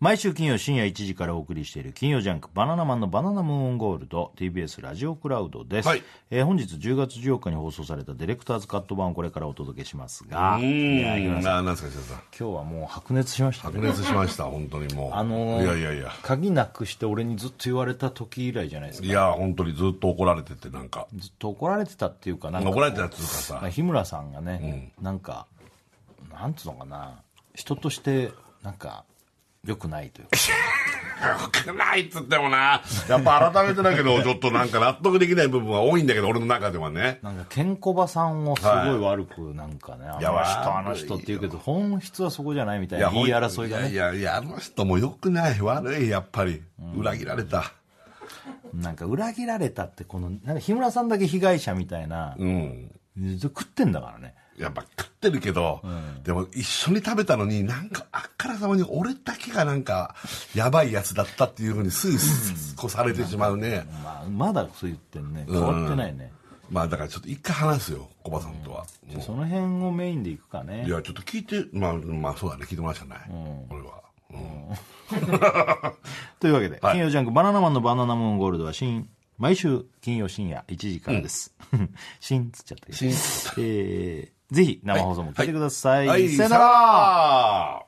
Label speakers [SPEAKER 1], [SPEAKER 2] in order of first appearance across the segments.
[SPEAKER 1] 毎週金曜深夜1時からお送りしている金曜ジャンク「バナナマンのバナナムーンゴールド」TBS ラジオクラウドです、
[SPEAKER 2] はい
[SPEAKER 1] えー本日10月14日に放送されたディレクターズカット版をこれからお届けしますがいや井
[SPEAKER 2] う
[SPEAKER 1] 原
[SPEAKER 2] ん
[SPEAKER 1] さん
[SPEAKER 2] ななんですか石田さん
[SPEAKER 1] 今日はもう白熱しましたね
[SPEAKER 2] 白熱しました本当にもう
[SPEAKER 1] あのー
[SPEAKER 2] いやいやいや
[SPEAKER 1] 鍵なくして俺にずっと言われた時以来じゃないですか
[SPEAKER 2] いや本当にずっと怒られててなんか
[SPEAKER 1] ずっと怒られてたっていうかなんか
[SPEAKER 2] 怒られてたっつうかさ
[SPEAKER 1] 日村さんがね、なんかなんつうのかな人としてなんか良くないというか
[SPEAKER 2] 良くないっつってもなやっぱ改めてだけどちょっとなんか納得できない部分は多いんだけど俺の中ではね
[SPEAKER 1] なんかケンコバさんをすごい悪くなんかね、
[SPEAKER 2] い
[SPEAKER 1] あの人あの人って言うけど本質はそこじゃないみたいな言い争いがね
[SPEAKER 2] いやいやいやあの人も良くない悪いやっぱり裏切られた
[SPEAKER 1] なんか裏切られたってこのなんか日村さんだけ被害者みたいな、
[SPEAKER 2] うん
[SPEAKER 1] 食ってんだからね
[SPEAKER 2] やっぱ食ってるけど、でも一緒に食べたのになんかあっからさまに俺だけがなんかやばいやつだったっていうふうにすぐ越されてしまうね、
[SPEAKER 1] まあ、まだそう言ってんね変わってないね、
[SPEAKER 2] まあだからちょっと一回話すよコバさんとは、も
[SPEAKER 1] その辺をメインでいくか
[SPEAKER 2] うい
[SPEAKER 1] ね
[SPEAKER 2] やちょっと聞いてまあまあそうだね聞いてもらうしかない、俺は、うん
[SPEAKER 1] というわけで、金曜ジャンク「バナナマンのバナナムーンゴールドは新」毎週金曜深夜1時からです、 新っつっちゃったけど
[SPEAKER 2] 新っ
[SPEAKER 1] えーぜひ生放送も聞いてください、
[SPEAKER 2] はい
[SPEAKER 1] さよなら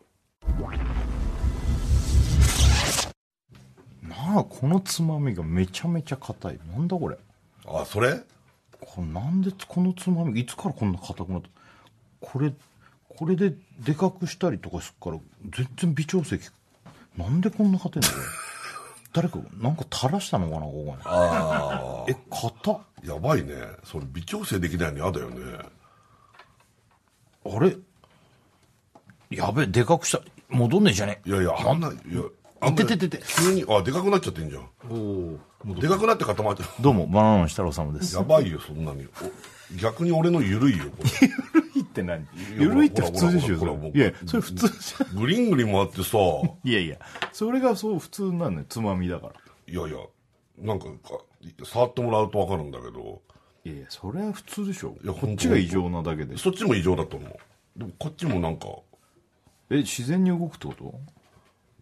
[SPEAKER 2] ら
[SPEAKER 1] なんかこのつまみがめちゃめちゃ硬いなんだこれ
[SPEAKER 2] あそれ
[SPEAKER 1] これなんでこのつまみいつからこんな硬くなったこれこれででかくしたりとかすっから全然微調整効くなんでこんな硬いんだこれ 誰かなんか垂らしたのかなここに
[SPEAKER 2] あ
[SPEAKER 1] え硬っ
[SPEAKER 2] あやばいねそれ微調整できないの嫌だよね
[SPEAKER 1] あれやべえでかくした戻んねえじゃね
[SPEAKER 2] いやいやあんないやあんな
[SPEAKER 1] てててて
[SPEAKER 2] 急にあでかくなっちゃってんじゃん
[SPEAKER 1] おお
[SPEAKER 2] でかくなって固ま っちゃう
[SPEAKER 1] どうもバナナの設楽さんです
[SPEAKER 2] やばいよそんなにお逆に俺の緩いよこれ
[SPEAKER 1] いって何
[SPEAKER 2] や
[SPEAKER 1] ゆるいって普通でしょ
[SPEAKER 2] ほ
[SPEAKER 1] そ
[SPEAKER 2] ら
[SPEAKER 1] れ
[SPEAKER 2] ほらほら
[SPEAKER 1] いやそれ普通じゃん
[SPEAKER 2] グリングリもあってさ
[SPEAKER 1] いやいやそれがそう普通なのよつまみだから
[SPEAKER 2] いやいやなんかか触ってもらうと分かるんだけど
[SPEAKER 1] いやいやそれは普通でしょ
[SPEAKER 2] いや
[SPEAKER 1] こっちが異常なだけで
[SPEAKER 2] そっちも異常だと思うでもこっちもなんか、
[SPEAKER 1] え自然に動くってこと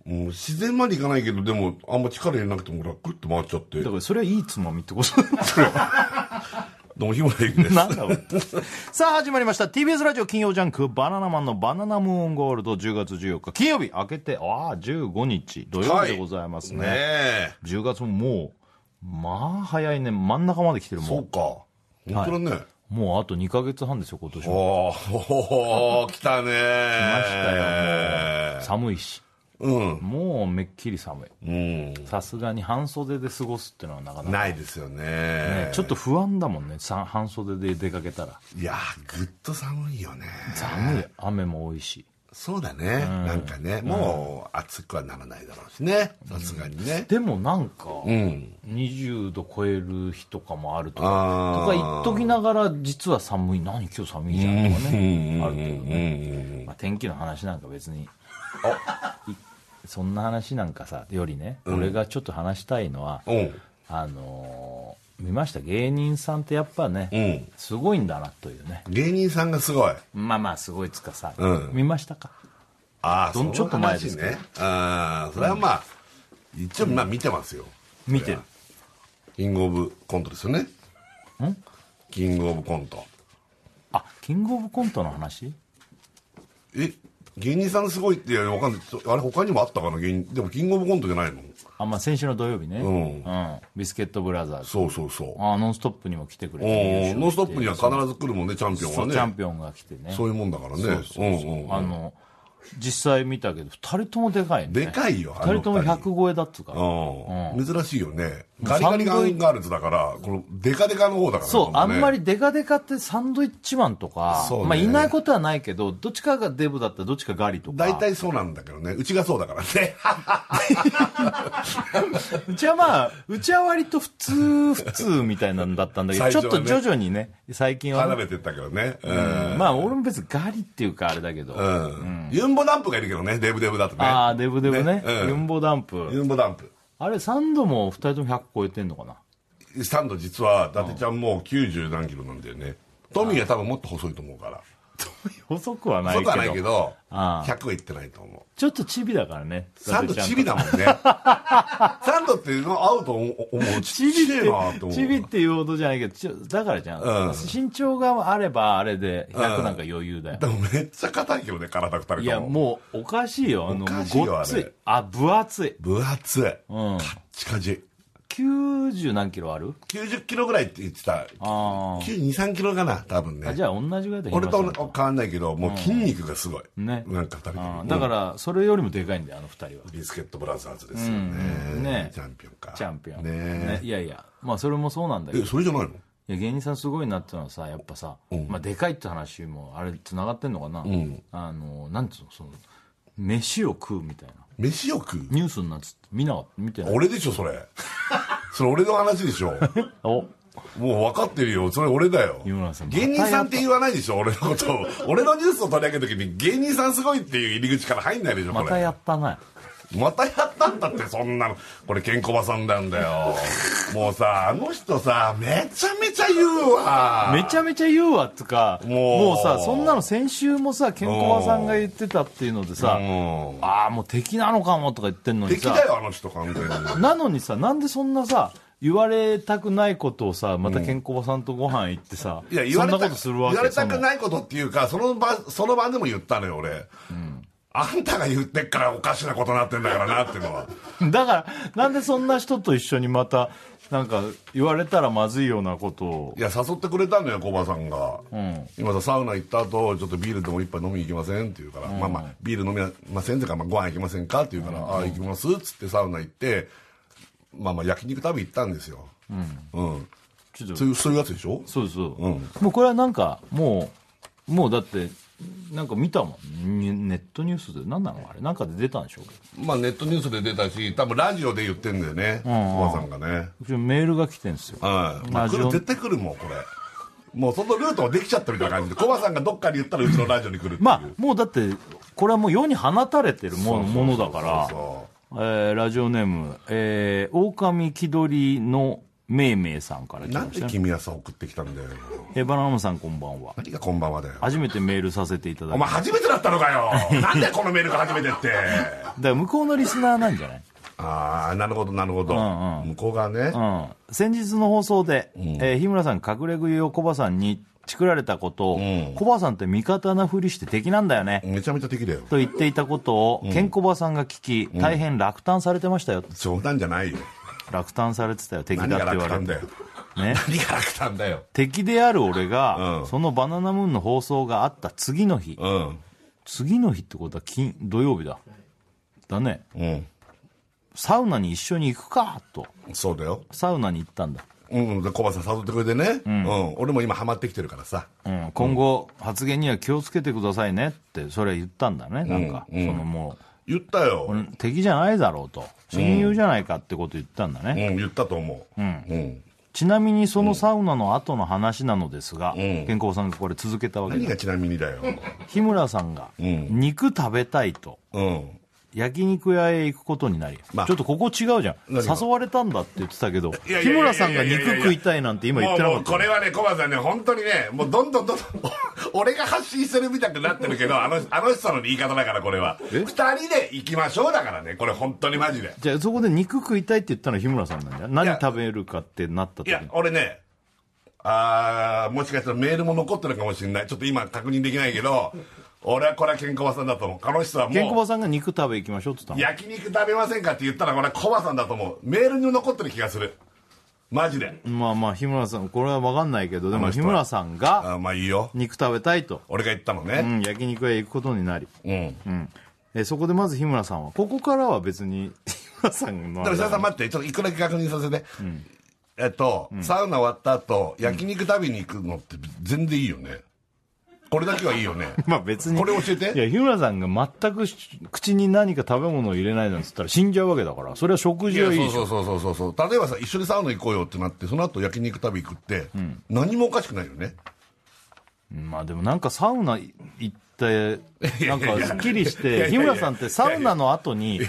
[SPEAKER 2] うん、自然までいかないけどでもあんま力入れなくてもほらクッと回っちゃって
[SPEAKER 1] だ
[SPEAKER 2] ど
[SPEAKER 1] からそれはいいつまみって ことだよそれは
[SPEAKER 2] うも日村ゆきです
[SPEAKER 1] なんだろうさあ始まりました TBS ラジオ金曜ジャンク「バナナマンのバナナムーンゴールド」10月14日金曜日明けてああ15日土曜日でございますね、
[SPEAKER 2] ねえ
[SPEAKER 1] 10月ももうまあ早いね真ん中まで来てるも
[SPEAKER 2] そうんか本当だね、
[SPEAKER 1] もうあと2か月半ですよ今年も
[SPEAKER 2] おーおー来たね来
[SPEAKER 1] 来ましたよもう寒いし
[SPEAKER 2] うん
[SPEAKER 1] もうめっきり寒い
[SPEAKER 2] うん
[SPEAKER 1] さすがに半袖で過ごすってのはなかなか、
[SPEAKER 2] ないですよね
[SPEAKER 1] ねちょっと不安だもんねさ半袖で出かけたら
[SPEAKER 2] いやーぐっと寒いよね
[SPEAKER 1] 寒い雨も多いし
[SPEAKER 2] そうだね、なんかねもう暑くはならないだろうしねさすがにね
[SPEAKER 1] でもなんか、
[SPEAKER 2] うん
[SPEAKER 1] 20度超える日とかもあるとかと
[SPEAKER 2] あ
[SPEAKER 1] か言っときながら実は寒い何今日寒いじゃんとかねあるけどね
[SPEAKER 2] ね
[SPEAKER 1] まあ、天気の話なんか別にいそんな話なんかさよりね、俺がちょっと話したいのは、
[SPEAKER 2] うん
[SPEAKER 1] あのー見ました芸人さんってやっぱね、
[SPEAKER 2] うん
[SPEAKER 1] すごいんだなというね
[SPEAKER 2] 芸人さんがすごい
[SPEAKER 1] まあまあすごいっつかさ、
[SPEAKER 2] うん
[SPEAKER 1] 見ましたか
[SPEAKER 2] ああ
[SPEAKER 1] どんちょっと前ですけど
[SPEAKER 2] ねああそれはまあ、一応まあ見てますよ
[SPEAKER 1] 見てる
[SPEAKER 2] キングオブコントですよねんキングオブコント
[SPEAKER 1] あキングオブコントの話
[SPEAKER 2] え芸人さんすごいっていやわかんないちょあれ他にもあったかな芸人でもキングオブコントじゃないの
[SPEAKER 1] あ、まあ、先週の土曜日ね、
[SPEAKER 2] う
[SPEAKER 1] うんビスケットブラザーズ
[SPEAKER 2] そうそうそう
[SPEAKER 1] あーノンストップにも来てくれて
[SPEAKER 2] おー
[SPEAKER 1] 優勝して
[SPEAKER 2] ノンストップには必ず来るもんね、チャンピオン
[SPEAKER 1] そ
[SPEAKER 2] は
[SPEAKER 1] う
[SPEAKER 2] ね。
[SPEAKER 1] チャンピオンが来てね
[SPEAKER 2] そういうもんだからね。うんうん
[SPEAKER 1] あの実際見たけど2人ともでかいね
[SPEAKER 2] でかいよ、あ
[SPEAKER 1] 2
[SPEAKER 2] の
[SPEAKER 1] 人とも100超えだっつうから、
[SPEAKER 2] うん珍しいよね。ガリガリガンガールズだから、このデカデカの方だからね
[SPEAKER 1] そう、あ
[SPEAKER 2] このね
[SPEAKER 1] んまりデカデカってサンドイッチマンとか、
[SPEAKER 2] そうね
[SPEAKER 1] まあいないことはないけど、どっちかがデブだったらどっちかガリとか。
[SPEAKER 2] 大。体そうなんだけどね。うちがそうだから ね。
[SPEAKER 1] うちはまあ、うちは割と普 通、普通みたいなんだったんだけど、
[SPEAKER 2] 最
[SPEAKER 1] ちょ
[SPEAKER 2] 初は
[SPEAKER 1] っ
[SPEAKER 2] ね
[SPEAKER 1] と徐々にね、最近は
[SPEAKER 2] 離
[SPEAKER 1] ね、
[SPEAKER 2] れてったけどね。う
[SPEAKER 1] うん
[SPEAKER 2] ん
[SPEAKER 1] まあ俺も別にガリっていうかあれだけど、あ
[SPEAKER 2] うんユンボダンプがいるけどね、デブデブだとね。
[SPEAKER 1] あー、デブデブね、
[SPEAKER 2] ねうん
[SPEAKER 1] ユンボダンプ。
[SPEAKER 2] ユンボダンプ。
[SPEAKER 1] あれ、サンドも2人とも100超えてんのかな
[SPEAKER 2] スタンド実は、伊達ちゃんもう90何キロなんだよね。トミーが多分もっと細いと思うから。
[SPEAKER 1] 細くはな
[SPEAKER 2] そう
[SPEAKER 1] いけど
[SPEAKER 2] はないけど、
[SPEAKER 1] ああ
[SPEAKER 2] 100はいってないと思う。
[SPEAKER 1] ちょっとチビだからね
[SPEAKER 2] サンドチビだ
[SPEAKER 1] も
[SPEAKER 2] も んね。サンドっていうの合うと思う。ちっ
[SPEAKER 1] チビっ
[SPEAKER 2] ち
[SPEAKER 1] て
[SPEAKER 2] ゃいなと思う。
[SPEAKER 1] チビっていうほどじゃないけどちょだからじゃん、
[SPEAKER 2] うん
[SPEAKER 1] 身長があればあれで100なんか余裕だよ、
[SPEAKER 2] でもめっちゃ硬いよね、体二人とも。
[SPEAKER 1] いやもうおかしいよあの
[SPEAKER 2] おかしいよ
[SPEAKER 1] ごっつ
[SPEAKER 2] あ
[SPEAKER 1] い
[SPEAKER 2] れ
[SPEAKER 1] あ分厚い
[SPEAKER 2] 分厚い。カ
[SPEAKER 1] うん
[SPEAKER 2] ッチカチ。
[SPEAKER 1] 90何キロある
[SPEAKER 2] 90キロぐらいって言ってた。
[SPEAKER 1] あー
[SPEAKER 2] 92、3キロかな、多分
[SPEAKER 1] あ
[SPEAKER 2] ね
[SPEAKER 1] じ。ゃあ同じぐらいで
[SPEAKER 2] 俺と変わんないけど、もう筋肉がすごい。
[SPEAKER 1] ね
[SPEAKER 2] なんか二人と
[SPEAKER 1] あ
[SPEAKER 2] も
[SPEAKER 1] ーだからそれよりもでかいんだよあの二人は
[SPEAKER 2] ビスケットブラザーズですよ
[SPEAKER 1] うんね
[SPEAKER 2] ね。チャンピオンか。
[SPEAKER 1] チャンピオン、ね
[SPEAKER 2] ね
[SPEAKER 1] いやいやまあそれもそうなんだけ
[SPEAKER 2] え、
[SPEAKER 1] どい
[SPEAKER 2] それじゃないの
[SPEAKER 1] や芸人さんすごいなってのはさやっぱさ、まあ、でかいって話もあれつながってんのかな、あのなんつうのその飯を食うみたいな
[SPEAKER 2] 飯を食う
[SPEAKER 1] ニュースになってて見なかった見てない
[SPEAKER 2] 俺でしょ、それ。 それ俺の話でしょ。
[SPEAKER 1] お
[SPEAKER 2] もう分かってるよ。それ俺だよ。
[SPEAKER 1] 井村さん
[SPEAKER 2] 芸人さんって言わないでしょ、俺のことを。俺のニュースを取り上げるときに、芸人さんすごいっていう入り口から入んないでしょ、こ
[SPEAKER 1] ま
[SPEAKER 2] れ。
[SPEAKER 1] たやったな
[SPEAKER 2] またやったんだって、そんなの。これ、ケンコバさんなんだよ。もうさ、あの人さ、めちゃめちゃ言うわ。
[SPEAKER 1] めちゃめちゃ言うわっつか
[SPEAKER 2] もう
[SPEAKER 1] もうさそんなの先週もさケンコバさんが言ってたっていうのでさ
[SPEAKER 2] うん。
[SPEAKER 1] ああもう敵なのかもとか言ってんのに
[SPEAKER 2] 敵
[SPEAKER 1] さ
[SPEAKER 2] だよ、あの人、完全に。
[SPEAKER 1] なのにさなんでそんなさ言われたくないことをさまたケンコバさんとご飯行ってさ、
[SPEAKER 2] いや、言
[SPEAKER 1] そ
[SPEAKER 2] わ
[SPEAKER 1] ん
[SPEAKER 2] れ
[SPEAKER 1] な
[SPEAKER 2] た
[SPEAKER 1] ことするわけ
[SPEAKER 2] 言われたく
[SPEAKER 1] その
[SPEAKER 2] ないことっていうか、その場、その場でも言ったのよ、俺。あんたが言ってっからおかしなことになってんだからなっていう のは。
[SPEAKER 1] だからなんでそんな人と一緒にまたなんか言われたらまずいようなことを
[SPEAKER 2] いや誘ってくれたのよコバさんが、今さサウナ行った後ちょっとビールでも一杯飲みに行きませんって言うから、まあまあビール飲みませんというか、まあ、ご飯行きませんかって言うから、ああ行きますっつってサウナ行ってまあまあ焼肉食べ行ったんですようん、
[SPEAKER 1] ちょっと
[SPEAKER 2] そういうそういうやつでしょ
[SPEAKER 1] そうそう、
[SPEAKER 2] うん
[SPEAKER 1] もうこれはなんかもうもうだってなんか見たもんにネットニュースで何なのあれなんかで出たんでしょ
[SPEAKER 2] まあネットニュースで出たし多分ラジオで言ってんだよねコバさんがね
[SPEAKER 1] うちのメールが来てんですよ
[SPEAKER 2] はい、ま
[SPEAKER 1] ラ
[SPEAKER 2] あ、
[SPEAKER 1] ジ
[SPEAKER 2] 来
[SPEAKER 1] オ
[SPEAKER 2] る絶対来るもんこれもうそのルートもできちゃったみたいな感じ でコバさんがどっかに言ったらうちのラジオに来るっていう
[SPEAKER 1] まあもうだってこれはもう世に放たれてるものものだ
[SPEAKER 2] そう
[SPEAKER 1] から
[SPEAKER 2] そう
[SPEAKER 1] えーラジオネームえー狼気取りのめいめいさんから来
[SPEAKER 2] な
[SPEAKER 1] ま
[SPEAKER 2] ん
[SPEAKER 1] し
[SPEAKER 2] で
[SPEAKER 1] たね
[SPEAKER 2] 君はさ送ってきたんだよ
[SPEAKER 1] えーバナナマンさんこんばんは
[SPEAKER 2] 何がこんばんはだよ
[SPEAKER 1] 初めてメールさせていただ
[SPEAKER 2] お
[SPEAKER 1] き
[SPEAKER 2] 前
[SPEAKER 1] だか
[SPEAKER 2] 初めてだったのか よなんでこのメールが初めてって
[SPEAKER 1] ら向こうのリスナーなんじゃない
[SPEAKER 2] ああなるほどなるほど、
[SPEAKER 1] ん
[SPEAKER 2] 向こうがね、
[SPEAKER 1] うん、先日の放送で、えー日村さん隠れ食いをコバさんにチクられたことを、コバさんって味方なふりして敵なんだよね、
[SPEAKER 2] めちゃめちゃ敵だよ
[SPEAKER 1] と言っていたことをケンコバさんが聞き、大変落胆されてましたよ
[SPEAKER 2] 冗談じゃないよ
[SPEAKER 1] 落胆されてたよ敵だっ
[SPEAKER 2] 何
[SPEAKER 1] て
[SPEAKER 2] が
[SPEAKER 1] 言わ
[SPEAKER 2] 楽
[SPEAKER 1] れ
[SPEAKER 2] なんだ
[SPEAKER 1] て、
[SPEAKER 2] よ
[SPEAKER 1] ね、
[SPEAKER 2] 何が楽なんだよ
[SPEAKER 1] 敵である俺が、
[SPEAKER 2] うん
[SPEAKER 1] そのバナナムーンの放送があった次の日、
[SPEAKER 2] うん
[SPEAKER 1] 次の日ってことは金土曜日だだね
[SPEAKER 2] うん
[SPEAKER 1] サウナに一緒に行くかと
[SPEAKER 2] そうだよ
[SPEAKER 1] サウナに行ったんだ
[SPEAKER 2] うんでコバさん誘ってくれてね、うん俺も今ハマってきてるからさ
[SPEAKER 1] うん、今後、発言には気をつけてくださいねって、それは言ったんだね、なんか、そのも
[SPEAKER 2] 言ったよ、
[SPEAKER 1] う、敵じゃないだろうと、親友じゃないかってこと言ったんだね、
[SPEAKER 2] うん、言ったと思う。うん。
[SPEAKER 1] ちなみにそのサウナの後の話なのですが、
[SPEAKER 2] ん
[SPEAKER 1] 健康さんがこれ、続けたわけ
[SPEAKER 2] 何
[SPEAKER 1] で、
[SPEAKER 2] がちなみにだよ。
[SPEAKER 1] 日村さんが、
[SPEAKER 2] ん
[SPEAKER 1] 肉食べたいと、
[SPEAKER 2] うん。
[SPEAKER 1] 焼肉屋へ行くことになり、
[SPEAKER 2] まあ
[SPEAKER 1] ちょっとここ違うじゃん、
[SPEAKER 2] 何が
[SPEAKER 1] 誘われたんだって言ってたけど、
[SPEAKER 2] いやいやい
[SPEAKER 1] 日
[SPEAKER 2] やいや
[SPEAKER 1] 村さんが肉食いたいなんて今言ってな
[SPEAKER 2] もう
[SPEAKER 1] か
[SPEAKER 2] も
[SPEAKER 1] っ
[SPEAKER 2] うこ
[SPEAKER 1] た
[SPEAKER 2] れはね、コバさんね、本当にね、もうどんどん どんどん、俺が発信してるみたくなってるけど、あの、あの人の言い方だから、これは。
[SPEAKER 1] え
[SPEAKER 2] 二人で行きましょうだからね、これ本当にマジで。
[SPEAKER 1] じゃあそこで肉食いたいって言ったのは日村さんなんじゃん何
[SPEAKER 2] や
[SPEAKER 1] 食べるかってなった
[SPEAKER 2] い
[SPEAKER 1] 時
[SPEAKER 2] や
[SPEAKER 1] に、
[SPEAKER 2] 俺ね、あー、もしかしたらメールも残ってるかもしれない。ちょっと今確認できないけど、俺はこれはケンコバさんだと思う。この人は
[SPEAKER 1] ケンコバ
[SPEAKER 2] もう、
[SPEAKER 1] さんが肉食べ行きましょうって言ったの
[SPEAKER 2] 焼肉食べませんかって言ったら、これはコバさんだと思う。メールに残ってる気がする。マジで。
[SPEAKER 1] まあまあ日村さんこれは分かんないけどでも
[SPEAKER 2] の人
[SPEAKER 1] 日
[SPEAKER 2] は
[SPEAKER 1] 村さんが
[SPEAKER 2] あーまあいいよ。
[SPEAKER 1] 肉食べたいと、
[SPEAKER 2] 俺が言ったの
[SPEAKER 1] う
[SPEAKER 2] ね。
[SPEAKER 1] ん、焼肉へ行くことになり、
[SPEAKER 2] うん。
[SPEAKER 1] うん、えそこでまず日村さんはここからは別に 日村さん
[SPEAKER 2] だ
[SPEAKER 1] の
[SPEAKER 2] から、さん待って、ちょっと一個だけ確認させて。えっと、サウナ終わった後、焼肉食べに行くのって全然いいよね。これだけはいいよ ね。
[SPEAKER 1] まあ別に
[SPEAKER 2] これ教えて
[SPEAKER 1] いや日村さんが全くし口に何か食べ物を入れないなんて言ったら死んじゃうわけだからそれは食
[SPEAKER 2] い
[SPEAKER 1] 事
[SPEAKER 2] や、
[SPEAKER 1] はいいでしょ
[SPEAKER 2] そうそうそうそうそう。例えばさ、一緒にサウナ行こうよってなって、その後焼肉食べ行くって、何もおかしくないよね。
[SPEAKER 1] まあでもなんかサウナ行ってなんかすっきりして日村さんってサウナの後に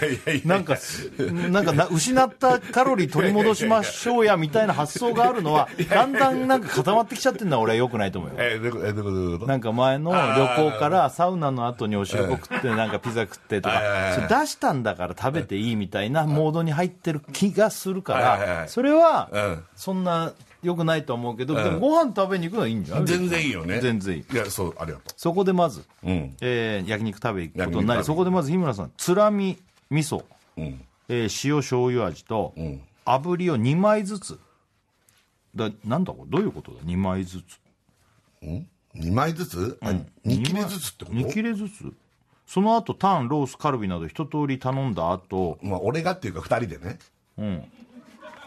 [SPEAKER 1] なんかすなんかな失ったカロリー取り戻しましょうやみたいな発想があるのはだんだんなんか固まってきちゃってるのは俺はよくないと思うよ
[SPEAKER 2] えどういうことえどういうこと
[SPEAKER 1] なんか前の旅行からサウナの後にお汁粉食ってなんかピザ食ってと
[SPEAKER 2] はいはいは
[SPEAKER 1] か
[SPEAKER 2] い
[SPEAKER 1] それ出したんだから食べていいみたいなモードに入ってる気がするか
[SPEAKER 2] はいはいは
[SPEAKER 1] ら
[SPEAKER 2] い
[SPEAKER 1] それ
[SPEAKER 2] う
[SPEAKER 1] は
[SPEAKER 2] ん
[SPEAKER 1] そんな良くないとは思うけどでもご飯食べに行くのはいいんじゃない
[SPEAKER 2] 全然いいよね
[SPEAKER 1] 全然いい
[SPEAKER 2] いやそうありがと
[SPEAKER 1] そこでまず、
[SPEAKER 2] ん
[SPEAKER 1] えー焼肉食べに行くことにな
[SPEAKER 2] 焼肉食べ
[SPEAKER 1] り
[SPEAKER 2] に
[SPEAKER 1] そこでまず日村さんつらみ味噌、えー塩醤油味と、炙りを2枚ずつだなんだこれどういうことだ2枚ずつ
[SPEAKER 2] う2枚ずつ、あ二2切れずつってこと
[SPEAKER 1] 2切れずつその後タンロースカルビなど一通り頼んだ後
[SPEAKER 2] まあ俺がっていうか2人でね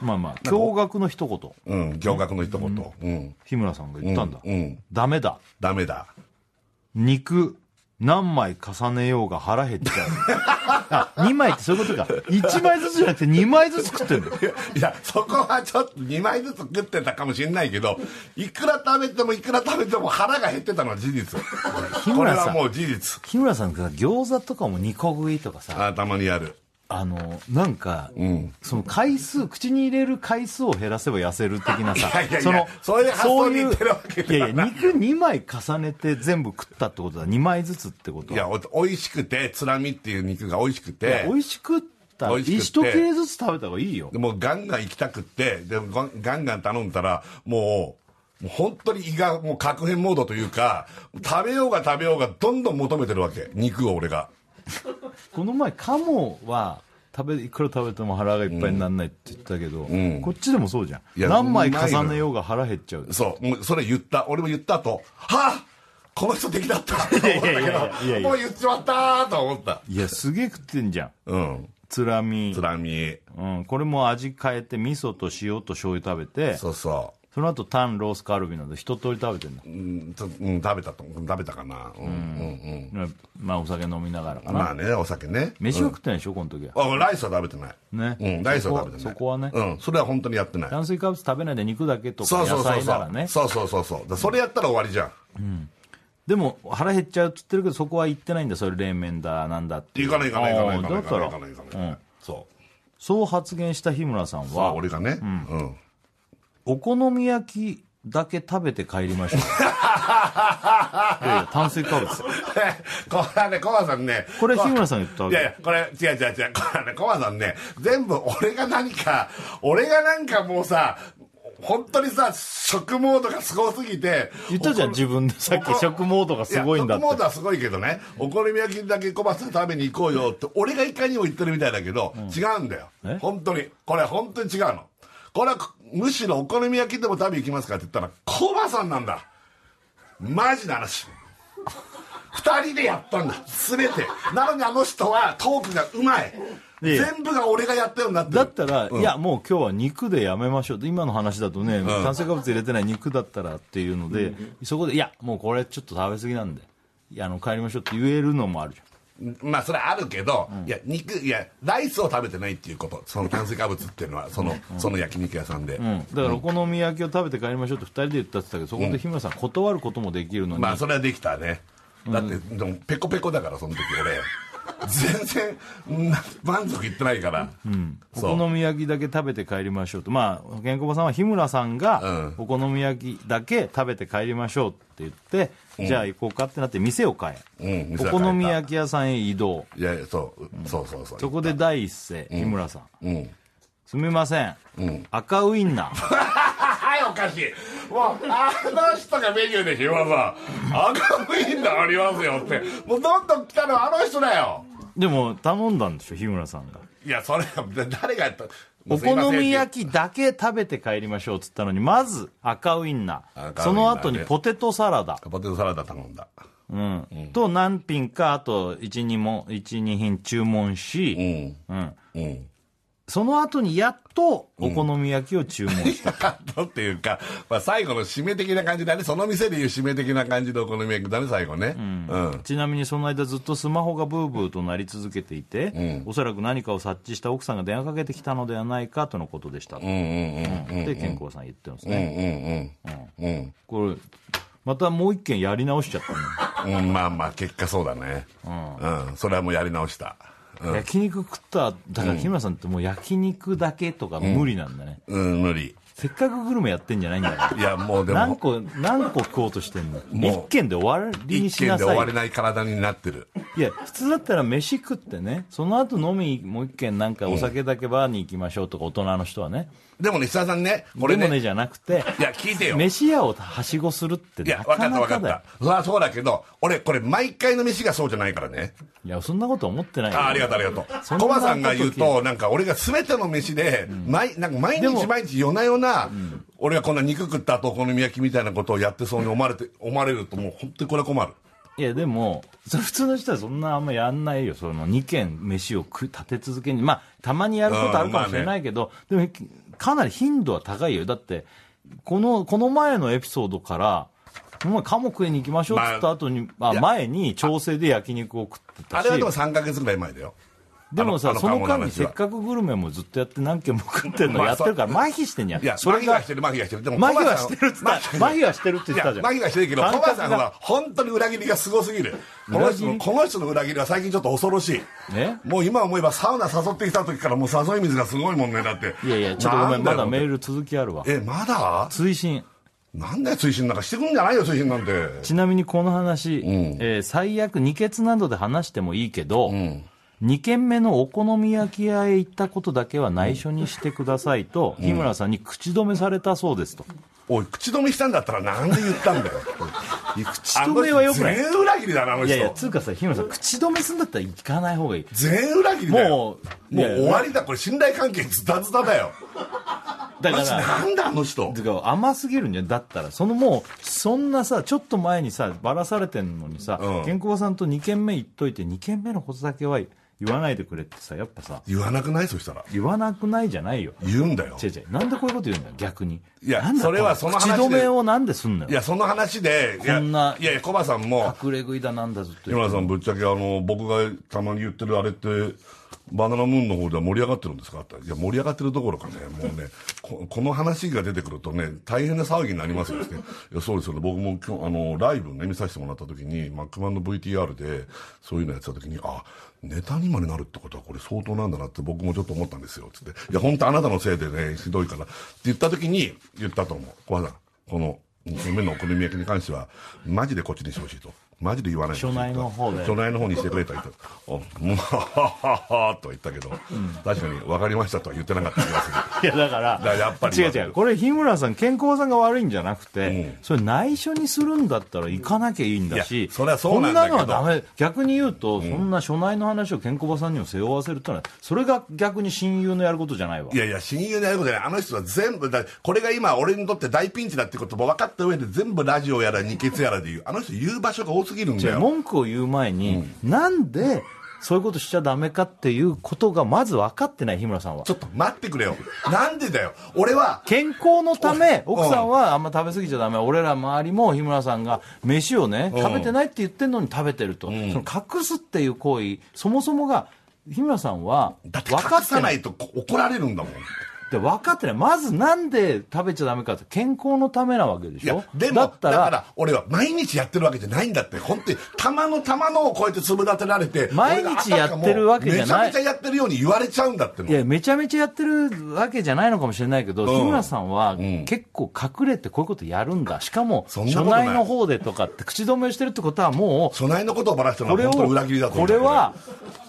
[SPEAKER 1] まあまあ驚愕の一言
[SPEAKER 2] うん驚愕の一言うん、
[SPEAKER 1] 日村さんが言ったんだ、
[SPEAKER 2] うん、
[SPEAKER 1] ダメだ
[SPEAKER 2] ダメだ
[SPEAKER 1] 肉何枚重ねようが腹減っ ちゃう2枚ってそういうことか1枚ずつじゃなくて2枚ずつ食ってんの
[SPEAKER 2] いやそこはちょっと2枚ずつ食ってたかもしれないけどいくら食べてもいくら食べても腹が減ってたのは事実
[SPEAKER 1] 日
[SPEAKER 2] これ
[SPEAKER 1] 村さん
[SPEAKER 2] はもう事実
[SPEAKER 1] 日村さんが餃子とかも2個食いとかさ
[SPEAKER 2] あたまにある
[SPEAKER 1] あのなんか、その回数口に入れる回数を減らせば痩せる的なさ
[SPEAKER 2] いやいやいや
[SPEAKER 1] その
[SPEAKER 2] そういう発想
[SPEAKER 1] そう
[SPEAKER 2] にいってるわけ
[SPEAKER 1] い
[SPEAKER 2] で
[SPEAKER 1] や
[SPEAKER 2] はいな
[SPEAKER 1] や
[SPEAKER 2] い
[SPEAKER 1] 肉2枚重ねて全部食ったってことだ2枚ずつってこと
[SPEAKER 2] い
[SPEAKER 1] は
[SPEAKER 2] やお美味しくてつらみっていう肉が美味しく
[SPEAKER 1] いや
[SPEAKER 2] て
[SPEAKER 1] 美味しくったら
[SPEAKER 2] 美味しく
[SPEAKER 1] 一
[SPEAKER 2] って
[SPEAKER 1] 切れずつ食べた方がいいよ
[SPEAKER 2] でもうガンガン行きたくってでガンガンガン頼んだらもうもう本当に胃がもう確変モードというか食べようが食べようがどんどん求めてるわけ肉を俺が
[SPEAKER 1] この前カモは食べいくら食べても腹がいっぱいにならないって言ったけど、こっちでもそうじゃん
[SPEAKER 2] いや
[SPEAKER 1] 何枚
[SPEAKER 2] うまいの
[SPEAKER 1] 重
[SPEAKER 2] よ
[SPEAKER 1] ねようが腹減っちゃう
[SPEAKER 2] そうもうそれ言った俺も言った後はあこの人敵だったと思った
[SPEAKER 1] いやいやいやいや
[SPEAKER 2] け
[SPEAKER 1] い
[SPEAKER 2] ど
[SPEAKER 1] や
[SPEAKER 2] もう言っちまったと思った
[SPEAKER 1] いやすげえ食ってんじゃん
[SPEAKER 2] うん
[SPEAKER 1] つらみ
[SPEAKER 2] つらみ
[SPEAKER 1] うん、これも味変えて味噌と塩と醤油食べてそ
[SPEAKER 2] そうそ
[SPEAKER 1] の後タンロースカルビなど一通り食べてんだ
[SPEAKER 2] う、うんちょうん、食べたと食べたかなうんうん
[SPEAKER 1] まあお酒飲みながら
[SPEAKER 2] う
[SPEAKER 1] か
[SPEAKER 2] ん
[SPEAKER 1] な、
[SPEAKER 2] まあねお酒ね
[SPEAKER 1] 飯は食ってないでしょこの時は
[SPEAKER 2] あ俺ライスは食べてない
[SPEAKER 1] ね
[SPEAKER 2] うんライスは食べて
[SPEAKER 1] そ
[SPEAKER 2] ない
[SPEAKER 1] こそこはね
[SPEAKER 2] うんそれは本当にやってない
[SPEAKER 1] 炭水化物食べないで肉だけとか
[SPEAKER 2] そうそ
[SPEAKER 1] 野
[SPEAKER 2] うそう
[SPEAKER 1] 菜
[SPEAKER 2] そ
[SPEAKER 1] なら
[SPEAKER 2] う、
[SPEAKER 1] ね
[SPEAKER 2] そうそうそうそうだそれやったら終わりじゃんっ
[SPEAKER 1] でも腹減っちゃうっつってるけどそこは行ってないんだそれ冷麺だなんだっ
[SPEAKER 2] て
[SPEAKER 1] て
[SPEAKER 2] 行かない行かない行かない行かない
[SPEAKER 1] だったら
[SPEAKER 2] 行かない行かない行かないそう
[SPEAKER 1] そう発言した日村さん
[SPEAKER 2] まあ
[SPEAKER 1] は
[SPEAKER 2] 俺がねうん
[SPEAKER 1] お好み焼きだけ食べて帰 りましょういやいや炭水化物
[SPEAKER 2] これはね、コバさんね。
[SPEAKER 1] これ日村さんが言ったわ
[SPEAKER 2] い
[SPEAKER 1] け
[SPEAKER 2] やいや、これ、違う違う違う。これはね、コバさんね、全部俺が何か、俺がなんかもうさ、本当にさ、食モードがすごすぎて。
[SPEAKER 1] 言ったじゃん自分でさっき食モードがすごいんだっ
[SPEAKER 2] や
[SPEAKER 1] て
[SPEAKER 2] 食モードはすごいけどね、お好み焼きだけコバさん食べに行こうよって、俺がいかにも言ってるみたいだけど、違うんだよ
[SPEAKER 1] え。
[SPEAKER 2] 本当に。これ本当に違うの。これは、むしろお好み焼きでも食べ行きますかって言ったら、コバさんなんだ。マジな話。二人でやったんだ全てなのにあの人はトークがうまい
[SPEAKER 1] いや
[SPEAKER 2] 全部が俺がやったようになってる
[SPEAKER 1] だったら、いやもう今日は肉でやめましょう今の話だとね、炭水化物入れてない肉だったらっていうので、そこでいやもうこれちょっと食べ過ぎなんでいやあの帰りましょうって言えるのもあるじ
[SPEAKER 2] まあそれあるけど、いや肉いやライスを食べてないっていうことその炭水化物っていうのはその,、その焼肉屋さんで、
[SPEAKER 1] ゃん、うん、だからお好み焼きを食べて帰りましょうって2人で言ったって言ったけどそこで日村さん断ることもできるのに、
[SPEAKER 2] まあそれはできたねだって、でもペコペコだからその時 俺全然な満足いってないから、
[SPEAKER 1] お
[SPEAKER 2] そう
[SPEAKER 1] 好み焼きだけ食べて帰りましょうとまあ健康さんは日村さんがお好み焼きだけ食べて帰りましょうって言って、じゃあ行こうかってなって店を変え、
[SPEAKER 2] うん店
[SPEAKER 1] お
[SPEAKER 2] は変えた
[SPEAKER 1] 好み焼き屋さんへ移動
[SPEAKER 2] いやいやそう、そうそうそう
[SPEAKER 1] そこで第一声、日村さん
[SPEAKER 2] うん
[SPEAKER 1] すみません、赤ウインナー
[SPEAKER 2] はい、おかしい。もう、あの人がメニューで日村さん、赤ウインナーありますよって。もうどんどん来たのはあの人だよ。
[SPEAKER 1] でも頼んだんでしょ日村さんが
[SPEAKER 2] いや、それが、誰がやった
[SPEAKER 1] お好み
[SPEAKER 2] き。
[SPEAKER 1] 焼きだけ食べて帰りましょうっつったのにまず赤ウインナ
[SPEAKER 2] 赤ウ
[SPEAKER 1] ー
[SPEAKER 2] インナーね
[SPEAKER 1] その後にポテトサラダ、
[SPEAKER 2] ポテトサラダ頼んだ。
[SPEAKER 1] うんと何品かあと12も一二品注文
[SPEAKER 2] う
[SPEAKER 1] し、
[SPEAKER 2] ん。
[SPEAKER 1] うん、
[SPEAKER 2] うん。
[SPEAKER 1] その後にやっとお好み焼きを注文した、
[SPEAKER 2] カット っていうか、まあ、最後の締め的な感じだね。その店でいう締め的な感じでお好み焼きだね、最後ね。うん。
[SPEAKER 1] ちなみにその間ずっとスマホがブーブーと鳴り続けていて、おそらく何かを察知した奥さんが電話かけてきたのではないかとのことでした、
[SPEAKER 2] うんうんうん。
[SPEAKER 1] で健康さん言ってるんですね、
[SPEAKER 2] うんうんうん。うん。
[SPEAKER 1] これまたもう一件やり直しちゃったの
[SPEAKER 2] うん、まあまあ結果そうだねうん、それはもうやり直した
[SPEAKER 1] 焼肉食っただから日村さんってもう焼肉だけとか無理なんだね、
[SPEAKER 2] うん無理
[SPEAKER 1] せっかくグルメやってんじゃないんだから
[SPEAKER 2] いやもうで
[SPEAKER 1] 何
[SPEAKER 2] も
[SPEAKER 1] 個何個食おうとしてんの
[SPEAKER 2] もう
[SPEAKER 1] 一軒で終わりに
[SPEAKER 2] 一
[SPEAKER 1] し
[SPEAKER 2] 軒
[SPEAKER 1] な
[SPEAKER 2] で終
[SPEAKER 1] さ
[SPEAKER 2] わ
[SPEAKER 1] い
[SPEAKER 2] れない体になってる
[SPEAKER 1] いや普通だったら飯食ってねその後飲みにもう一軒なんかお酒だけバーに行きましょうとか大人の人はね
[SPEAKER 2] でもね久田さんねこ
[SPEAKER 1] で
[SPEAKER 2] れ
[SPEAKER 1] も
[SPEAKER 2] ね
[SPEAKER 1] ねじゃなくて
[SPEAKER 2] いや聞いてよ
[SPEAKER 1] 飯屋をはしごするって
[SPEAKER 2] いや
[SPEAKER 1] な
[SPEAKER 2] 分
[SPEAKER 1] か
[SPEAKER 2] かった
[SPEAKER 1] な
[SPEAKER 2] 分か
[SPEAKER 1] か
[SPEAKER 2] っ
[SPEAKER 1] だよ
[SPEAKER 2] たそりゃそうだけど俺これ毎回の飯がそうじゃないからね
[SPEAKER 1] いやそんなこと思ってないよ
[SPEAKER 2] あありがとうありがと
[SPEAKER 1] そん
[SPEAKER 2] う
[SPEAKER 1] な
[SPEAKER 2] コバさんが言うとなんか俺が全ての飯で、毎なんか毎
[SPEAKER 1] でも
[SPEAKER 2] 日毎日夜な夜な、俺がこんな肉食った後お好み焼きみたいなことをやってそうに思われて 思われるともう本当にこれは困る
[SPEAKER 1] いやでもそ普通の人はそんなあんまやんないよその2軒飯を食立て続けにまあたまにやることあるかもしれないけど、でもかなり頻度は高いよだってこのこの前のエピソードから「お前鴨食いに行きましょう」っつった後に、あ、前に調整で焼肉を食ってた
[SPEAKER 2] あ
[SPEAKER 1] し
[SPEAKER 2] れはでも3か月ぐらい前だよ
[SPEAKER 1] でも
[SPEAKER 2] あ
[SPEAKER 1] さ
[SPEAKER 2] の
[SPEAKER 1] その間
[SPEAKER 2] あの
[SPEAKER 1] に
[SPEAKER 2] 話
[SPEAKER 1] せ
[SPEAKER 2] は
[SPEAKER 1] っかくグルメもずっとやって何軒も食ってんの
[SPEAKER 2] まあ
[SPEAKER 1] やってるから麻痺してんじゃん
[SPEAKER 2] いや
[SPEAKER 1] それ
[SPEAKER 2] 麻痺は
[SPEAKER 1] が
[SPEAKER 2] してる麻痺はしてるでも
[SPEAKER 1] 麻痺
[SPEAKER 2] コバ
[SPEAKER 1] は
[SPEAKER 2] さん
[SPEAKER 1] してるっつった麻痺はしてるって言
[SPEAKER 2] い
[SPEAKER 1] って
[SPEAKER 2] や
[SPEAKER 1] たじゃん
[SPEAKER 2] 麻痺はしてるけど
[SPEAKER 1] 感
[SPEAKER 2] コ
[SPEAKER 1] 覚
[SPEAKER 2] バさんは本当に裏切りがすごすぎるこの人
[SPEAKER 1] 裏切り
[SPEAKER 2] のこの人の裏切りは最近ちょっと恐ろしい
[SPEAKER 1] え
[SPEAKER 2] もう今思えばサウナ誘ってきた時からもう誘い水がすごいもんねだって
[SPEAKER 1] いやいやちょっとごめんまだメー
[SPEAKER 2] ル
[SPEAKER 1] ル続きあるわ
[SPEAKER 2] えまだ
[SPEAKER 1] 追伸
[SPEAKER 2] なんだよ推進なんかしてくんじゃないよ推進なんて
[SPEAKER 1] ちなみにこの話、えー最悪二欠などで話してもいいけど、二軒目のお好み焼き屋へ行ったことだけは内緒にしてくださいと、日村さんに口止めされたそうですと、
[SPEAKER 2] おい口止めしたんだったらなんで言ったんだよ
[SPEAKER 1] 口止めはよくない
[SPEAKER 2] あの人全裏切りだなあの
[SPEAKER 1] い
[SPEAKER 2] 人
[SPEAKER 1] やいやつうかさ日村さん口止めすんだったら行かない方がいい
[SPEAKER 2] 全裏切りだよ
[SPEAKER 1] もう
[SPEAKER 2] もう
[SPEAKER 1] いや
[SPEAKER 2] 終わりだこれ信頼関係ズタズタだよ
[SPEAKER 1] だから
[SPEAKER 2] なんだあの人
[SPEAKER 1] てか甘すぎるんじゃんだったらそのもうそんなさちょっと前にさばらされてんのにさ、
[SPEAKER 2] うん
[SPEAKER 1] 健康さんと2軒目行っといて2軒目のことだけは言わないでくれってさやっぱさ
[SPEAKER 2] 言わなくないそしたら
[SPEAKER 1] 言わなくないじゃないよ
[SPEAKER 2] 言うんだよ
[SPEAKER 1] 違う違うなんでこういうこと言うんだよ逆に
[SPEAKER 2] いや
[SPEAKER 1] なんだ
[SPEAKER 2] それはその話で
[SPEAKER 1] 口止めをなんですんの
[SPEAKER 2] い
[SPEAKER 1] よ
[SPEAKER 2] やその話でいや
[SPEAKER 1] こんない
[SPEAKER 2] やいやコバさんも
[SPEAKER 1] 隠れ食いだなんだずっと
[SPEAKER 2] 日村さんぶっちゃけあの僕がたまに言ってるあれってバナナムーンの方では盛り上がってるんですかっていや盛り上がってるどころかねもうねここの話が出てくるとね大変な騒ぎになりますよっていやそうですよね僕も今日あのライブね見させてもらった時にマックマンの VTR でそういうのやってた時にあネタにまでなるってことはこれ相当なんだなって僕もちょっと思ったんですよつって「いや本当あなたのせいでねひどいから」って言った時に言ったと思う小原さんこの2軒目のお好み焼きに関してはマジでこっちにしてほしいとマジで言わない
[SPEAKER 1] 署内の方で
[SPEAKER 2] 署内の方にしてくれとは言ったおもうははははとは言ったけど、確かに分かりましたとは言ってなかった気がする
[SPEAKER 1] いやだから
[SPEAKER 2] からやっぱり
[SPEAKER 1] 違う違うこれ日村さん健康さんが悪いんじゃなくて、それ内緒にするんだったら行かなきゃいいんだ
[SPEAKER 2] い
[SPEAKER 1] し
[SPEAKER 2] やそれはそうなんだけど
[SPEAKER 1] こんなのはダメ逆に言うと、そんな所内の話を健康さんにも背負わせるってのはそれが逆に親友のやることじゃないわ
[SPEAKER 2] いやいや親友でやることじゃないあの人は全部だこれが今俺にとって大ピンチだってことも分かった上で全部ラジオやら二血やらで言うあの人言う場所が多すぎるんだ
[SPEAKER 1] 違う
[SPEAKER 2] よ
[SPEAKER 1] 文句を言う前に、なんでそういうことしちゃダメかっていうことがまず分かってない日村さんは
[SPEAKER 2] ちょっと待ってくれよなんでだよ俺は
[SPEAKER 1] 健康のため
[SPEAKER 2] お
[SPEAKER 1] 奥さんはあんま食べ過ぎちゃダメ俺ら周りも日村さんが飯をね食べてないって言ってんのに食べてると、その隠すっていう行為そもそもが日村さんは
[SPEAKER 2] だって
[SPEAKER 1] 分か
[SPEAKER 2] 隠
[SPEAKER 1] って
[SPEAKER 2] さ
[SPEAKER 1] な
[SPEAKER 2] ないいとこ怒られるんだもん
[SPEAKER 1] で分かってないまずなんで食べちゃダメかって健康のためなわけで
[SPEAKER 2] い
[SPEAKER 1] しょ
[SPEAKER 2] やでも
[SPEAKER 1] だ
[SPEAKER 2] だ
[SPEAKER 1] ったら
[SPEAKER 2] から俺は毎日やってるわけじゃないんだって本当に玉の玉のをこうやって粒立てられて
[SPEAKER 1] 毎日やってるわけじ
[SPEAKER 2] 俺があたかも
[SPEAKER 1] ゃない
[SPEAKER 2] めちゃめちゃやってるように言われちゃうんだっての
[SPEAKER 1] いやめちゃめちゃやってるわけじゃないのかもしれないけど、日村さんは結構隠れてこういうことやるんだしかも
[SPEAKER 2] そ
[SPEAKER 1] 所
[SPEAKER 2] んなことない
[SPEAKER 1] 内の方でとかって口止めしてるってことはもう
[SPEAKER 2] そないのことをばらしたの
[SPEAKER 1] こ
[SPEAKER 2] は
[SPEAKER 1] れを
[SPEAKER 2] 本当に裏切りだと思
[SPEAKER 1] こ
[SPEAKER 2] う
[SPEAKER 1] れは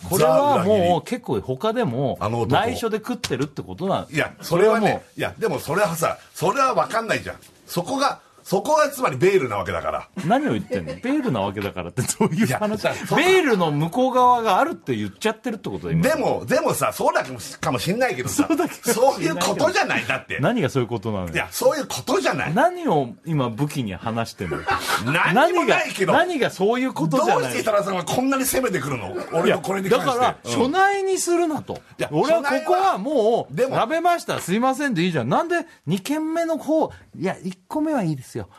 [SPEAKER 1] これは
[SPEAKER 2] ザ裏切り
[SPEAKER 1] もう結構他でも
[SPEAKER 2] あの男
[SPEAKER 1] 内緒で食ってるってことなん
[SPEAKER 2] いやそれは
[SPEAKER 1] それは
[SPEAKER 2] ね
[SPEAKER 1] も
[SPEAKER 2] いやでもそれはさそれは分かんないじゃんそこがそこがつまりベールなわけだから
[SPEAKER 1] 何を言ってんのベールなわけだからってどうい う
[SPEAKER 2] いや
[SPEAKER 1] 話
[SPEAKER 2] さそ
[SPEAKER 1] ベールの向こう側があるって言っちゃってるってことで今
[SPEAKER 2] でもでもさそうだけもしかもしんないけどさ
[SPEAKER 1] そうだけど
[SPEAKER 2] そういうことじゃないだって
[SPEAKER 1] 何がそういうことなの
[SPEAKER 2] い
[SPEAKER 1] よ
[SPEAKER 2] やそういうことじゃない
[SPEAKER 1] 何を今武器に話してんの
[SPEAKER 2] 何もないけど
[SPEAKER 1] 何が何がそういうこと
[SPEAKER 2] どう
[SPEAKER 1] じゃな
[SPEAKER 2] して
[SPEAKER 1] い
[SPEAKER 2] 設楽さんはこんなに攻めてくるの
[SPEAKER 1] い
[SPEAKER 2] 俺
[SPEAKER 1] や
[SPEAKER 2] のこれに
[SPEAKER 1] だ
[SPEAKER 2] 関して
[SPEAKER 1] から、
[SPEAKER 2] うん
[SPEAKER 1] 所内にするなと
[SPEAKER 2] いや。
[SPEAKER 1] 俺はここはもう、
[SPEAKER 2] でも
[SPEAKER 1] 食べました、すいませんでいいじゃん。なんで、2軒目の方、いや、1個目はいいですよ。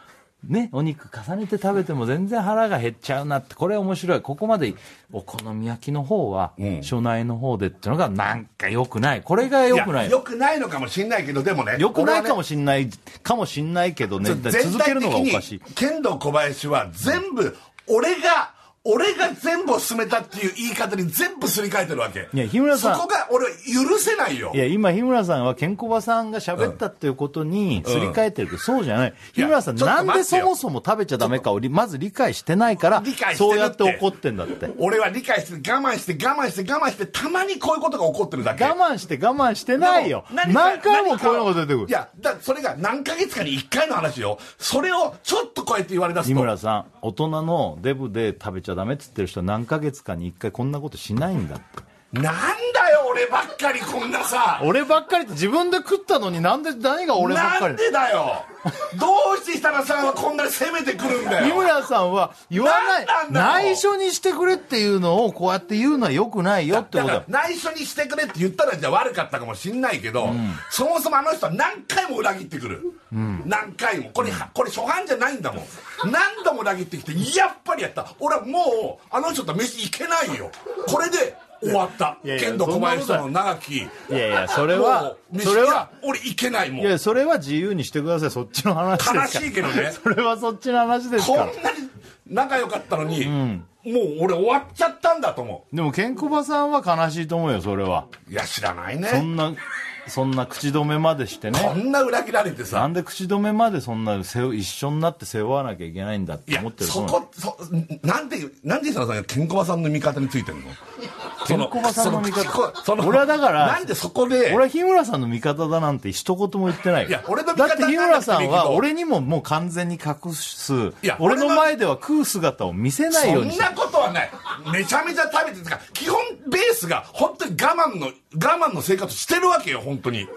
[SPEAKER 3] ね、お肉重ねて食べても全然腹が減っちゃうなって、これ面白い。ここまで、お好み焼きの方は、
[SPEAKER 2] ん
[SPEAKER 3] 所内の方でってのが、なんか良くない。これが良くないい。
[SPEAKER 2] や良くないのかもしれないけどでもね
[SPEAKER 1] よくないかも
[SPEAKER 2] し
[SPEAKER 1] しんない、かもしんないけどね、
[SPEAKER 2] 全
[SPEAKER 1] 続け
[SPEAKER 2] 体
[SPEAKER 1] る
[SPEAKER 2] 的
[SPEAKER 1] のがお
[SPEAKER 2] に
[SPEAKER 1] かしい。
[SPEAKER 2] 剣道小林は全部俺が俺が全部を進めたっていう言い方に全部すり替えてるわけ
[SPEAKER 1] いや日村さん
[SPEAKER 2] そこが俺許せないよ
[SPEAKER 1] いや、今、日村さんはケンコバさんが喋ったっていうことにすり替えてるけど、そうじゃない。日村さん、
[SPEAKER 2] ちょっと
[SPEAKER 1] な
[SPEAKER 2] 待
[SPEAKER 1] ん
[SPEAKER 2] って
[SPEAKER 1] で
[SPEAKER 2] よ
[SPEAKER 1] そもそも食べちゃダメかをりまず理解してないから
[SPEAKER 2] 理解、してるって
[SPEAKER 1] そうやって怒ってんだって。
[SPEAKER 2] 俺は理解して我慢して我慢して我慢してたまにこういうことが起こってるだけ
[SPEAKER 1] 我慢して我慢してないよ。 何回もこういうのが出てくる
[SPEAKER 2] い。やだそれが何ヶ月かに1回の話よそれをちょっとこうやって言われだすと
[SPEAKER 1] 日村さん大人のデブで食べちゃダメっつってる人何ヶ月かに1回こんなことしないんだって
[SPEAKER 2] なんだよ俺ばっかりこんなさ
[SPEAKER 1] 俺ばっかりって自分で食ったのになんで何が俺ばっか
[SPEAKER 2] なん
[SPEAKER 1] り
[SPEAKER 2] でだよどうして設楽さんはこんなに攻めてくるんだよ
[SPEAKER 1] 日村さんは言わない
[SPEAKER 2] なんなんだろう
[SPEAKER 1] 内緒にしてくれっていうのをこうやって言うのはよくないよって
[SPEAKER 2] だ
[SPEAKER 1] こ
[SPEAKER 2] か
[SPEAKER 1] とだ
[SPEAKER 2] ら内緒にしてくれって言ったらじゃあ悪かったかもしんないけど、そもそもあの人は何回も裏切ってくる、何回もこれ,、これ初犯じゃないんだもん何度も裏切ってきてやっぱりやった俺はもうあの人と飯行けないよこれで終わった
[SPEAKER 1] いやいや
[SPEAKER 2] 剣道小林さんの長きい
[SPEAKER 1] いやいやそれはそれは
[SPEAKER 2] 俺行けないも
[SPEAKER 1] い
[SPEAKER 2] ん悲
[SPEAKER 1] やそれは自由にしてくださいそっちの話ですから
[SPEAKER 2] しいけどね
[SPEAKER 1] それはそっちの話です
[SPEAKER 2] こん
[SPEAKER 1] か
[SPEAKER 2] な
[SPEAKER 1] ら
[SPEAKER 2] に仲良かったのに、もう俺終わっちゃったんだと思
[SPEAKER 1] でもケンコバさんは悲しいと思うよそれは
[SPEAKER 2] ういや知らないね
[SPEAKER 1] そんなそんな口止めまでしてね
[SPEAKER 2] こんな裏切られてさ
[SPEAKER 1] なんで口止めまでそんな背負一緒になって背負わなきゃいけないんだっ
[SPEAKER 2] い
[SPEAKER 1] て
[SPEAKER 2] や
[SPEAKER 1] 思ってる
[SPEAKER 2] そ
[SPEAKER 1] の
[SPEAKER 2] こそなんでなんで石野さんがケンコバさんの味方についてんの
[SPEAKER 1] ケンコバさんの味方
[SPEAKER 2] そのその
[SPEAKER 1] 俺はだから
[SPEAKER 2] なんでそこで
[SPEAKER 1] 俺は日村さんの味方だなんて一言も言ってない
[SPEAKER 2] いや俺の味
[SPEAKER 1] だ
[SPEAKER 2] 方
[SPEAKER 1] って日村さ
[SPEAKER 2] にな
[SPEAKER 1] ん
[SPEAKER 2] らなくて
[SPEAKER 1] はい
[SPEAKER 2] いけど
[SPEAKER 1] 俺にももう完全に隠す
[SPEAKER 2] いや
[SPEAKER 1] 俺の
[SPEAKER 2] 俺の
[SPEAKER 1] 前では食う姿を見せないよ
[SPEAKER 2] そ
[SPEAKER 1] うんにして
[SPEAKER 2] なことはないめちゃめちゃ食べてるから基本ベースが本当に我慢の我慢の生活してるわけよ本当に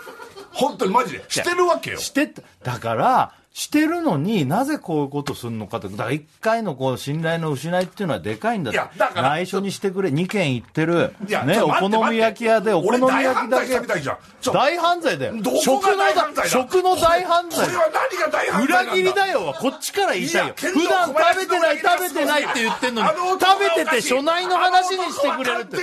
[SPEAKER 2] 本当にマジでしてるわけよ
[SPEAKER 1] してただからしてるのになぜこういうことするのかってだから1回のこう信頼の失いっていうのはでかいんだって
[SPEAKER 2] いやだから
[SPEAKER 1] 内緒にしてくれ2軒行ってる
[SPEAKER 2] いや
[SPEAKER 1] ね
[SPEAKER 2] ちょ
[SPEAKER 1] お
[SPEAKER 2] っと待って
[SPEAKER 1] 好み焼き屋でお好
[SPEAKER 2] 俺
[SPEAKER 1] み
[SPEAKER 2] 大
[SPEAKER 1] 焼き
[SPEAKER 2] 犯
[SPEAKER 1] だ
[SPEAKER 2] 罪し
[SPEAKER 1] け
[SPEAKER 2] たみたいじゃんちょ
[SPEAKER 1] 大犯罪だよ
[SPEAKER 2] どこが大犯罪だ
[SPEAKER 1] 食の大犯
[SPEAKER 2] これ
[SPEAKER 1] 罪
[SPEAKER 2] は何が大犯罪なん
[SPEAKER 1] 裏
[SPEAKER 2] だ
[SPEAKER 1] 切りだよはこっちから言いたいよ
[SPEAKER 2] いや剣道
[SPEAKER 1] 普段
[SPEAKER 2] 小林
[SPEAKER 1] 食べてない
[SPEAKER 2] の裏切
[SPEAKER 1] 食
[SPEAKER 2] り
[SPEAKER 1] べてないって言ってんのに
[SPEAKER 2] あの
[SPEAKER 1] 食
[SPEAKER 2] 男は
[SPEAKER 1] べ
[SPEAKER 2] お
[SPEAKER 1] て
[SPEAKER 2] か
[SPEAKER 1] て
[SPEAKER 2] しい
[SPEAKER 1] 所内の話にしてくれるって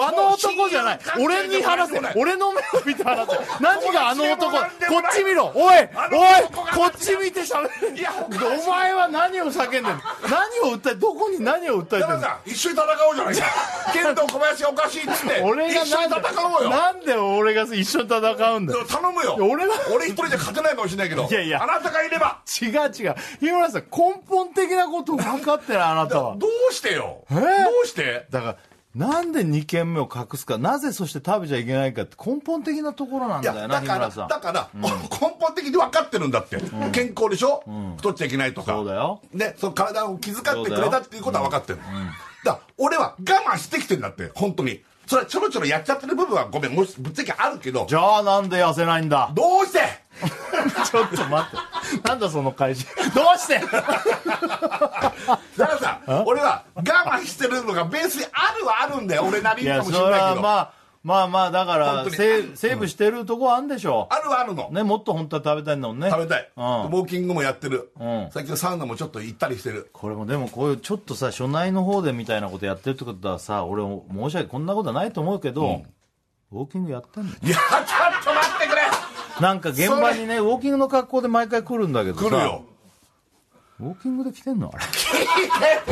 [SPEAKER 1] あ
[SPEAKER 2] あ
[SPEAKER 1] の
[SPEAKER 2] の
[SPEAKER 1] 男
[SPEAKER 2] 男
[SPEAKER 1] じゃない
[SPEAKER 2] は完全に
[SPEAKER 1] 俺に話
[SPEAKER 2] もう信用関係
[SPEAKER 1] せ
[SPEAKER 2] ない
[SPEAKER 1] 俺の目を見て話せ何があの男
[SPEAKER 2] こ
[SPEAKER 1] こ
[SPEAKER 2] っちも
[SPEAKER 1] っち見ろおいおい
[SPEAKER 2] あの男が
[SPEAKER 1] こっち見て喋れ
[SPEAKER 2] いやおかしい
[SPEAKER 1] お前は何を叫んでんの何を訴えどこに何を訴えて
[SPEAKER 2] だか
[SPEAKER 1] ん
[SPEAKER 2] ら
[SPEAKER 1] の
[SPEAKER 2] さ一緒に戦おうじゃないか剣道小林がおかしいっつって
[SPEAKER 1] 俺が
[SPEAKER 2] 一緒に
[SPEAKER 1] なんで
[SPEAKER 2] 戦おうよ
[SPEAKER 1] なんで俺が一緒に戦うんだよ
[SPEAKER 2] 頼むよ
[SPEAKER 1] いや俺は
[SPEAKER 2] 俺一人じゃ勝てないかもしれないけど
[SPEAKER 1] いやいや
[SPEAKER 2] あなたがいれば
[SPEAKER 1] 違う違う日村さん根本的なこと分かってないあなたは
[SPEAKER 2] どうしてよ
[SPEAKER 1] え
[SPEAKER 2] どうして
[SPEAKER 1] だからなんで2軒目を隠すかなぜそして食べちゃいけないかって根本的なところなん
[SPEAKER 2] い
[SPEAKER 1] だ
[SPEAKER 2] や
[SPEAKER 1] よ
[SPEAKER 2] だ
[SPEAKER 1] な日
[SPEAKER 2] から
[SPEAKER 1] 村さん
[SPEAKER 2] だから、根本的に分かってるんだって、健康でしょ、太っちゃいけないとか
[SPEAKER 1] そうだよ
[SPEAKER 2] ね、その体を気遣ってくれたっていうことは分かってる、だから俺は我慢してきてんだって本当にそれはちょろちょろやっちゃってる部分はごめんもしぶっちゃけあるけど
[SPEAKER 1] じゃあなんで痩せないんだ
[SPEAKER 2] どうして
[SPEAKER 1] ちょっと待ってなんだその会社ど うして
[SPEAKER 2] だからさ俺は我慢してるのがベースにあるはあるんだよ俺なり
[SPEAKER 1] い
[SPEAKER 2] にか
[SPEAKER 1] や
[SPEAKER 2] も
[SPEAKER 1] そ
[SPEAKER 2] し
[SPEAKER 1] れ
[SPEAKER 2] れない
[SPEAKER 1] は
[SPEAKER 2] けど、
[SPEAKER 1] まあまあまあだから
[SPEAKER 2] 本当に
[SPEAKER 1] セーセーブしてるとこあんでしょ
[SPEAKER 2] あるはあるの、
[SPEAKER 1] ねもっと本当は食べたいんだもんね
[SPEAKER 2] 食べたい、
[SPEAKER 1] う
[SPEAKER 2] ウ
[SPEAKER 1] ん
[SPEAKER 2] ォーキングもやってる、
[SPEAKER 1] ん
[SPEAKER 2] 最近サウナもちょっと行ったりしてる
[SPEAKER 1] これもでもこういうちょっとさ所内の方でみたいなことやってるってことはさ俺申し訳こんなことはないと思うけど、ウォーキングやってんの
[SPEAKER 2] いやちょっと待ってくれ
[SPEAKER 1] なんか現場にねウォーキングの格好で毎回来るんだけどさ
[SPEAKER 2] 来るよ
[SPEAKER 1] ウォーキングで来てんのあれ
[SPEAKER 2] 聞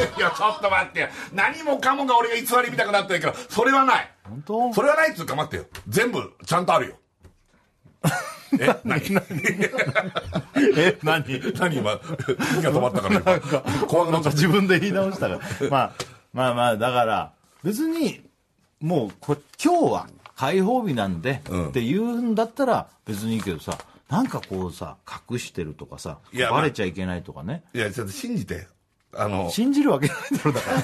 [SPEAKER 2] いてるよちょっと待ってよ何もかもが俺が偽りみたくなってるけどそれはない
[SPEAKER 1] 本当
[SPEAKER 2] それはないっつうか待ってよ全部ちゃんと あるよえ何
[SPEAKER 1] え何
[SPEAKER 2] 何今息が止まったから今怖くなっちゃった
[SPEAKER 1] 自分で言い直 したから、まあ、まあまあだから別にもうこ今日は解放日なんで、
[SPEAKER 2] ん
[SPEAKER 1] って言うんだったら別にいいけどさなんかこうさ隠してるとかさ
[SPEAKER 2] いや
[SPEAKER 1] バレちゃいけないとかね、
[SPEAKER 2] いやちょっと信じてあの
[SPEAKER 1] 信じるわけないだろだから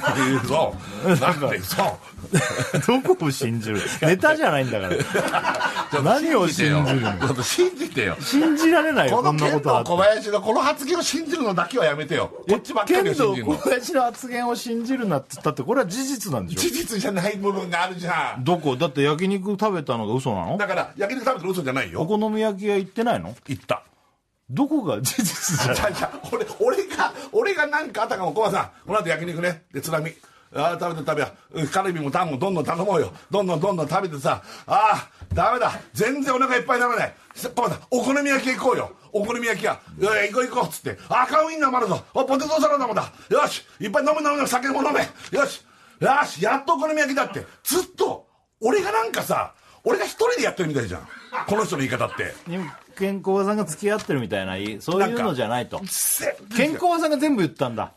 [SPEAKER 2] そうなんでそう
[SPEAKER 1] どこを信じるネタじゃないんだから。何を信じるの
[SPEAKER 2] ちょっと信じてよ
[SPEAKER 1] 信じられないよ、
[SPEAKER 2] この
[SPEAKER 1] こんなこ
[SPEAKER 2] 剣
[SPEAKER 1] と
[SPEAKER 2] 道
[SPEAKER 1] あ
[SPEAKER 2] 小林のこの発言を信じるのだけはやめてよこっちばっかりを
[SPEAKER 1] 剣
[SPEAKER 2] 信
[SPEAKER 1] 道
[SPEAKER 2] じる
[SPEAKER 1] 小
[SPEAKER 2] の
[SPEAKER 1] 林の発言を信じるなって言ったって、これは事実なんでしょ
[SPEAKER 2] 事実じゃない部分があるじゃん
[SPEAKER 1] どこだって焼肉食べたのが嘘なの
[SPEAKER 2] だから焼肉食べてる嘘じゃない
[SPEAKER 1] お
[SPEAKER 2] よ
[SPEAKER 1] 好み焼き屋行ってないの
[SPEAKER 2] 行った
[SPEAKER 1] どこが 事実じゃ
[SPEAKER 2] じゃあじゃあ俺俺が俺がなんかあったかもコバさんこの後焼肉ねで津波ああ食べて食べよううんカルビもタンもどんどん頼もうよどんどんどんどん食べてさああダメだ全然お腹いっぱいにならないさコバさんお好み焼き屋行こうよお好み焼き屋いやいや行こう行こうっつってあ赤ウインナーもあるぞあポテトサラダもだよしいっぱい飲む飲む酒も飲めよしよしやっとお好み焼きだってずっと俺がなんかさ俺が一人でやってるみたいじゃんこの人の言い方って
[SPEAKER 1] 健康さんが付き合ってるみたいないそういうのじゃないと
[SPEAKER 2] ぜ
[SPEAKER 1] 健康さんが全部言ったん だ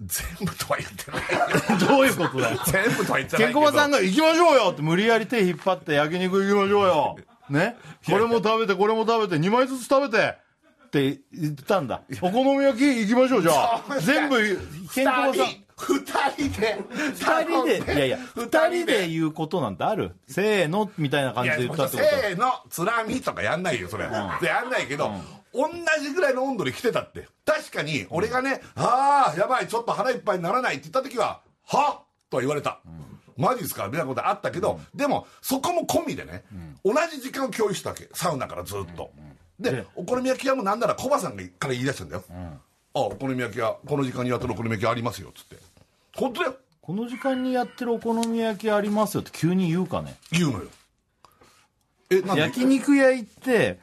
[SPEAKER 2] 全部とは言ってないよ
[SPEAKER 1] どういうことだよ
[SPEAKER 2] 全部とは言ってない
[SPEAKER 1] ケン
[SPEAKER 2] け
[SPEAKER 1] コ
[SPEAKER 2] ど
[SPEAKER 1] バさんが「行きましょうよ!」って無理やり手引っ張って焼肉行きましょうよねこれも食べてこれも食べて2枚ずつ食べてって言ったんだお好み焼き行きましょうじゃあ全部ケンコバさん
[SPEAKER 2] 二人で
[SPEAKER 1] 二人で、いやいや、
[SPEAKER 2] 二人
[SPEAKER 1] 二人
[SPEAKER 2] で
[SPEAKER 1] で言うことなんてあるせーの、みたいな感
[SPEAKER 2] い
[SPEAKER 1] じ
[SPEAKER 2] や
[SPEAKER 1] で言ったって
[SPEAKER 2] せ
[SPEAKER 1] ことは
[SPEAKER 2] ーの津波とかやんないよそれ、でやんないけど、同じぐらいの温度で来てたって確かに俺がね、ああやばいちょっと腹いっぱいにならないって言った時ははとは言われた、マジですかみたいなことあったけど、でもそこも込みでね、同じ時間を共有したわけサウナからずっと、でお好み焼き屋もなんならコバさんがから言い出したんだよ、あお好み焼き屋この時間にやってるお好み焼き屋ありますよっつって本当だよ
[SPEAKER 1] この時間にやってるお好み焼きありますよって急に言うかね。
[SPEAKER 2] 言うのよえなんで
[SPEAKER 1] 焼肉屋行って、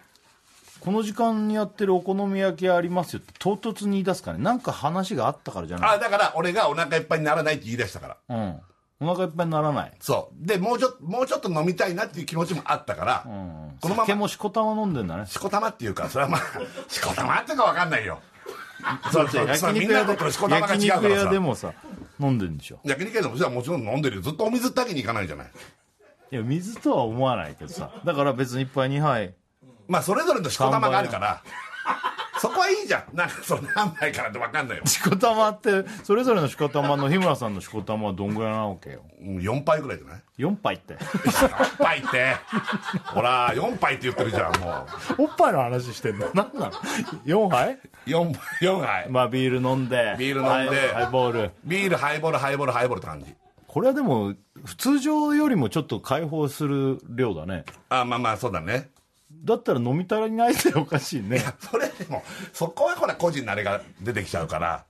[SPEAKER 1] この時間にやってるお好み焼きありますよって唐突に言い出すかね。なんか話があったからじゃない。
[SPEAKER 2] あだから俺がお腹いっぱいにならないって言い出したから
[SPEAKER 1] うん。お腹いっぱいにならない。
[SPEAKER 2] そうでもうちょもうちょっと飲みたいなっていう気持ちもあったから、このま
[SPEAKER 1] 酒
[SPEAKER 2] ま
[SPEAKER 1] もしこたま飲んでんだね。
[SPEAKER 2] しこたまっていうかそれはまあ しこたまっていうかわかんないよそうそうそれみんなのことしこたまが
[SPEAKER 1] 焼
[SPEAKER 2] 違うか
[SPEAKER 1] 肉
[SPEAKER 2] ら
[SPEAKER 1] 屋
[SPEAKER 2] さ
[SPEAKER 1] でもさ、飲んでんでしょ。
[SPEAKER 2] 焼肉屋でもじゃもちろん飲んでるよずっとお水だけに行かないじゃない
[SPEAKER 1] いや、水とは思わないけどさ。だから別に1杯2杯。
[SPEAKER 2] まあそれぞれのしこたまがある からそこはいいじゃんなんかその何杯からってわかんないよ
[SPEAKER 1] しこたまって、それぞれのしこたまの日村さんのしこたまはどんぐらいなわけよ。
[SPEAKER 2] うん4杯ぐらいじゃない
[SPEAKER 1] 4杯って。
[SPEAKER 2] 4杯ってほら4杯って言ってるじゃんも
[SPEAKER 1] おっぱいの話してんの何 なの ?4 杯
[SPEAKER 2] う 4, 4杯
[SPEAKER 1] まあビール飲んで。
[SPEAKER 2] ビール飲んで
[SPEAKER 1] ハイハイボール。
[SPEAKER 2] ビールハイボールハイボールハイボールって感じ
[SPEAKER 1] これはでも、普通常よりもちょっと解放する量だね。
[SPEAKER 2] あまあまあそうだね
[SPEAKER 1] だったら飲み足りないっておかしいね。
[SPEAKER 2] それでもそこはほら個人のあれが出てきちゃうから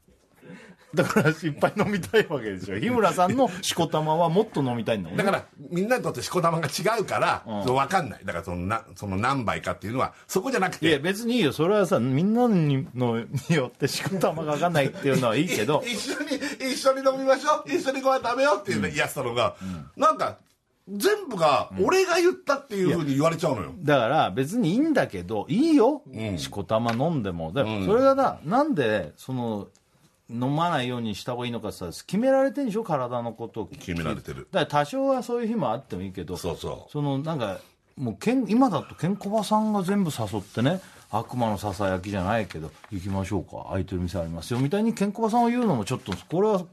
[SPEAKER 1] だからいっぱい飲みたいわけでしょ。日村さんのしこたまはもっと飲みたいんだもん
[SPEAKER 2] だ
[SPEAKER 1] ね。
[SPEAKER 2] からみんなにとってしこたまが違うから、そう分かんないだからそのなその何杯かっていうのはそこじゃなく
[SPEAKER 1] いや
[SPEAKER 2] て
[SPEAKER 1] 別にいいよ。それはさ、みんなにのによってしこたまがわかんないっていうのはいいけど。
[SPEAKER 2] 一緒に一緒に飲みましょう一緒にご飯食べようっていうね、やつたのが、なんか全部が俺が言ったっていうふうに言われちゃうのよ
[SPEAKER 1] だから別にいいんだけどいいよ、しこたま飲んでもでそれがななんでその飲まないようにした方がいいのかさ決められてんでしょ体のことを
[SPEAKER 2] 決められてる
[SPEAKER 1] だから多少はそういう日もあってもいいけど
[SPEAKER 2] そうそう
[SPEAKER 1] そのなんかもうけん今だとケンコバさんが全部誘ってね悪魔のささやきじゃないけど行きましょうか空いてる店ありますよみたいにケンコバさんを言うのもちょっとこれは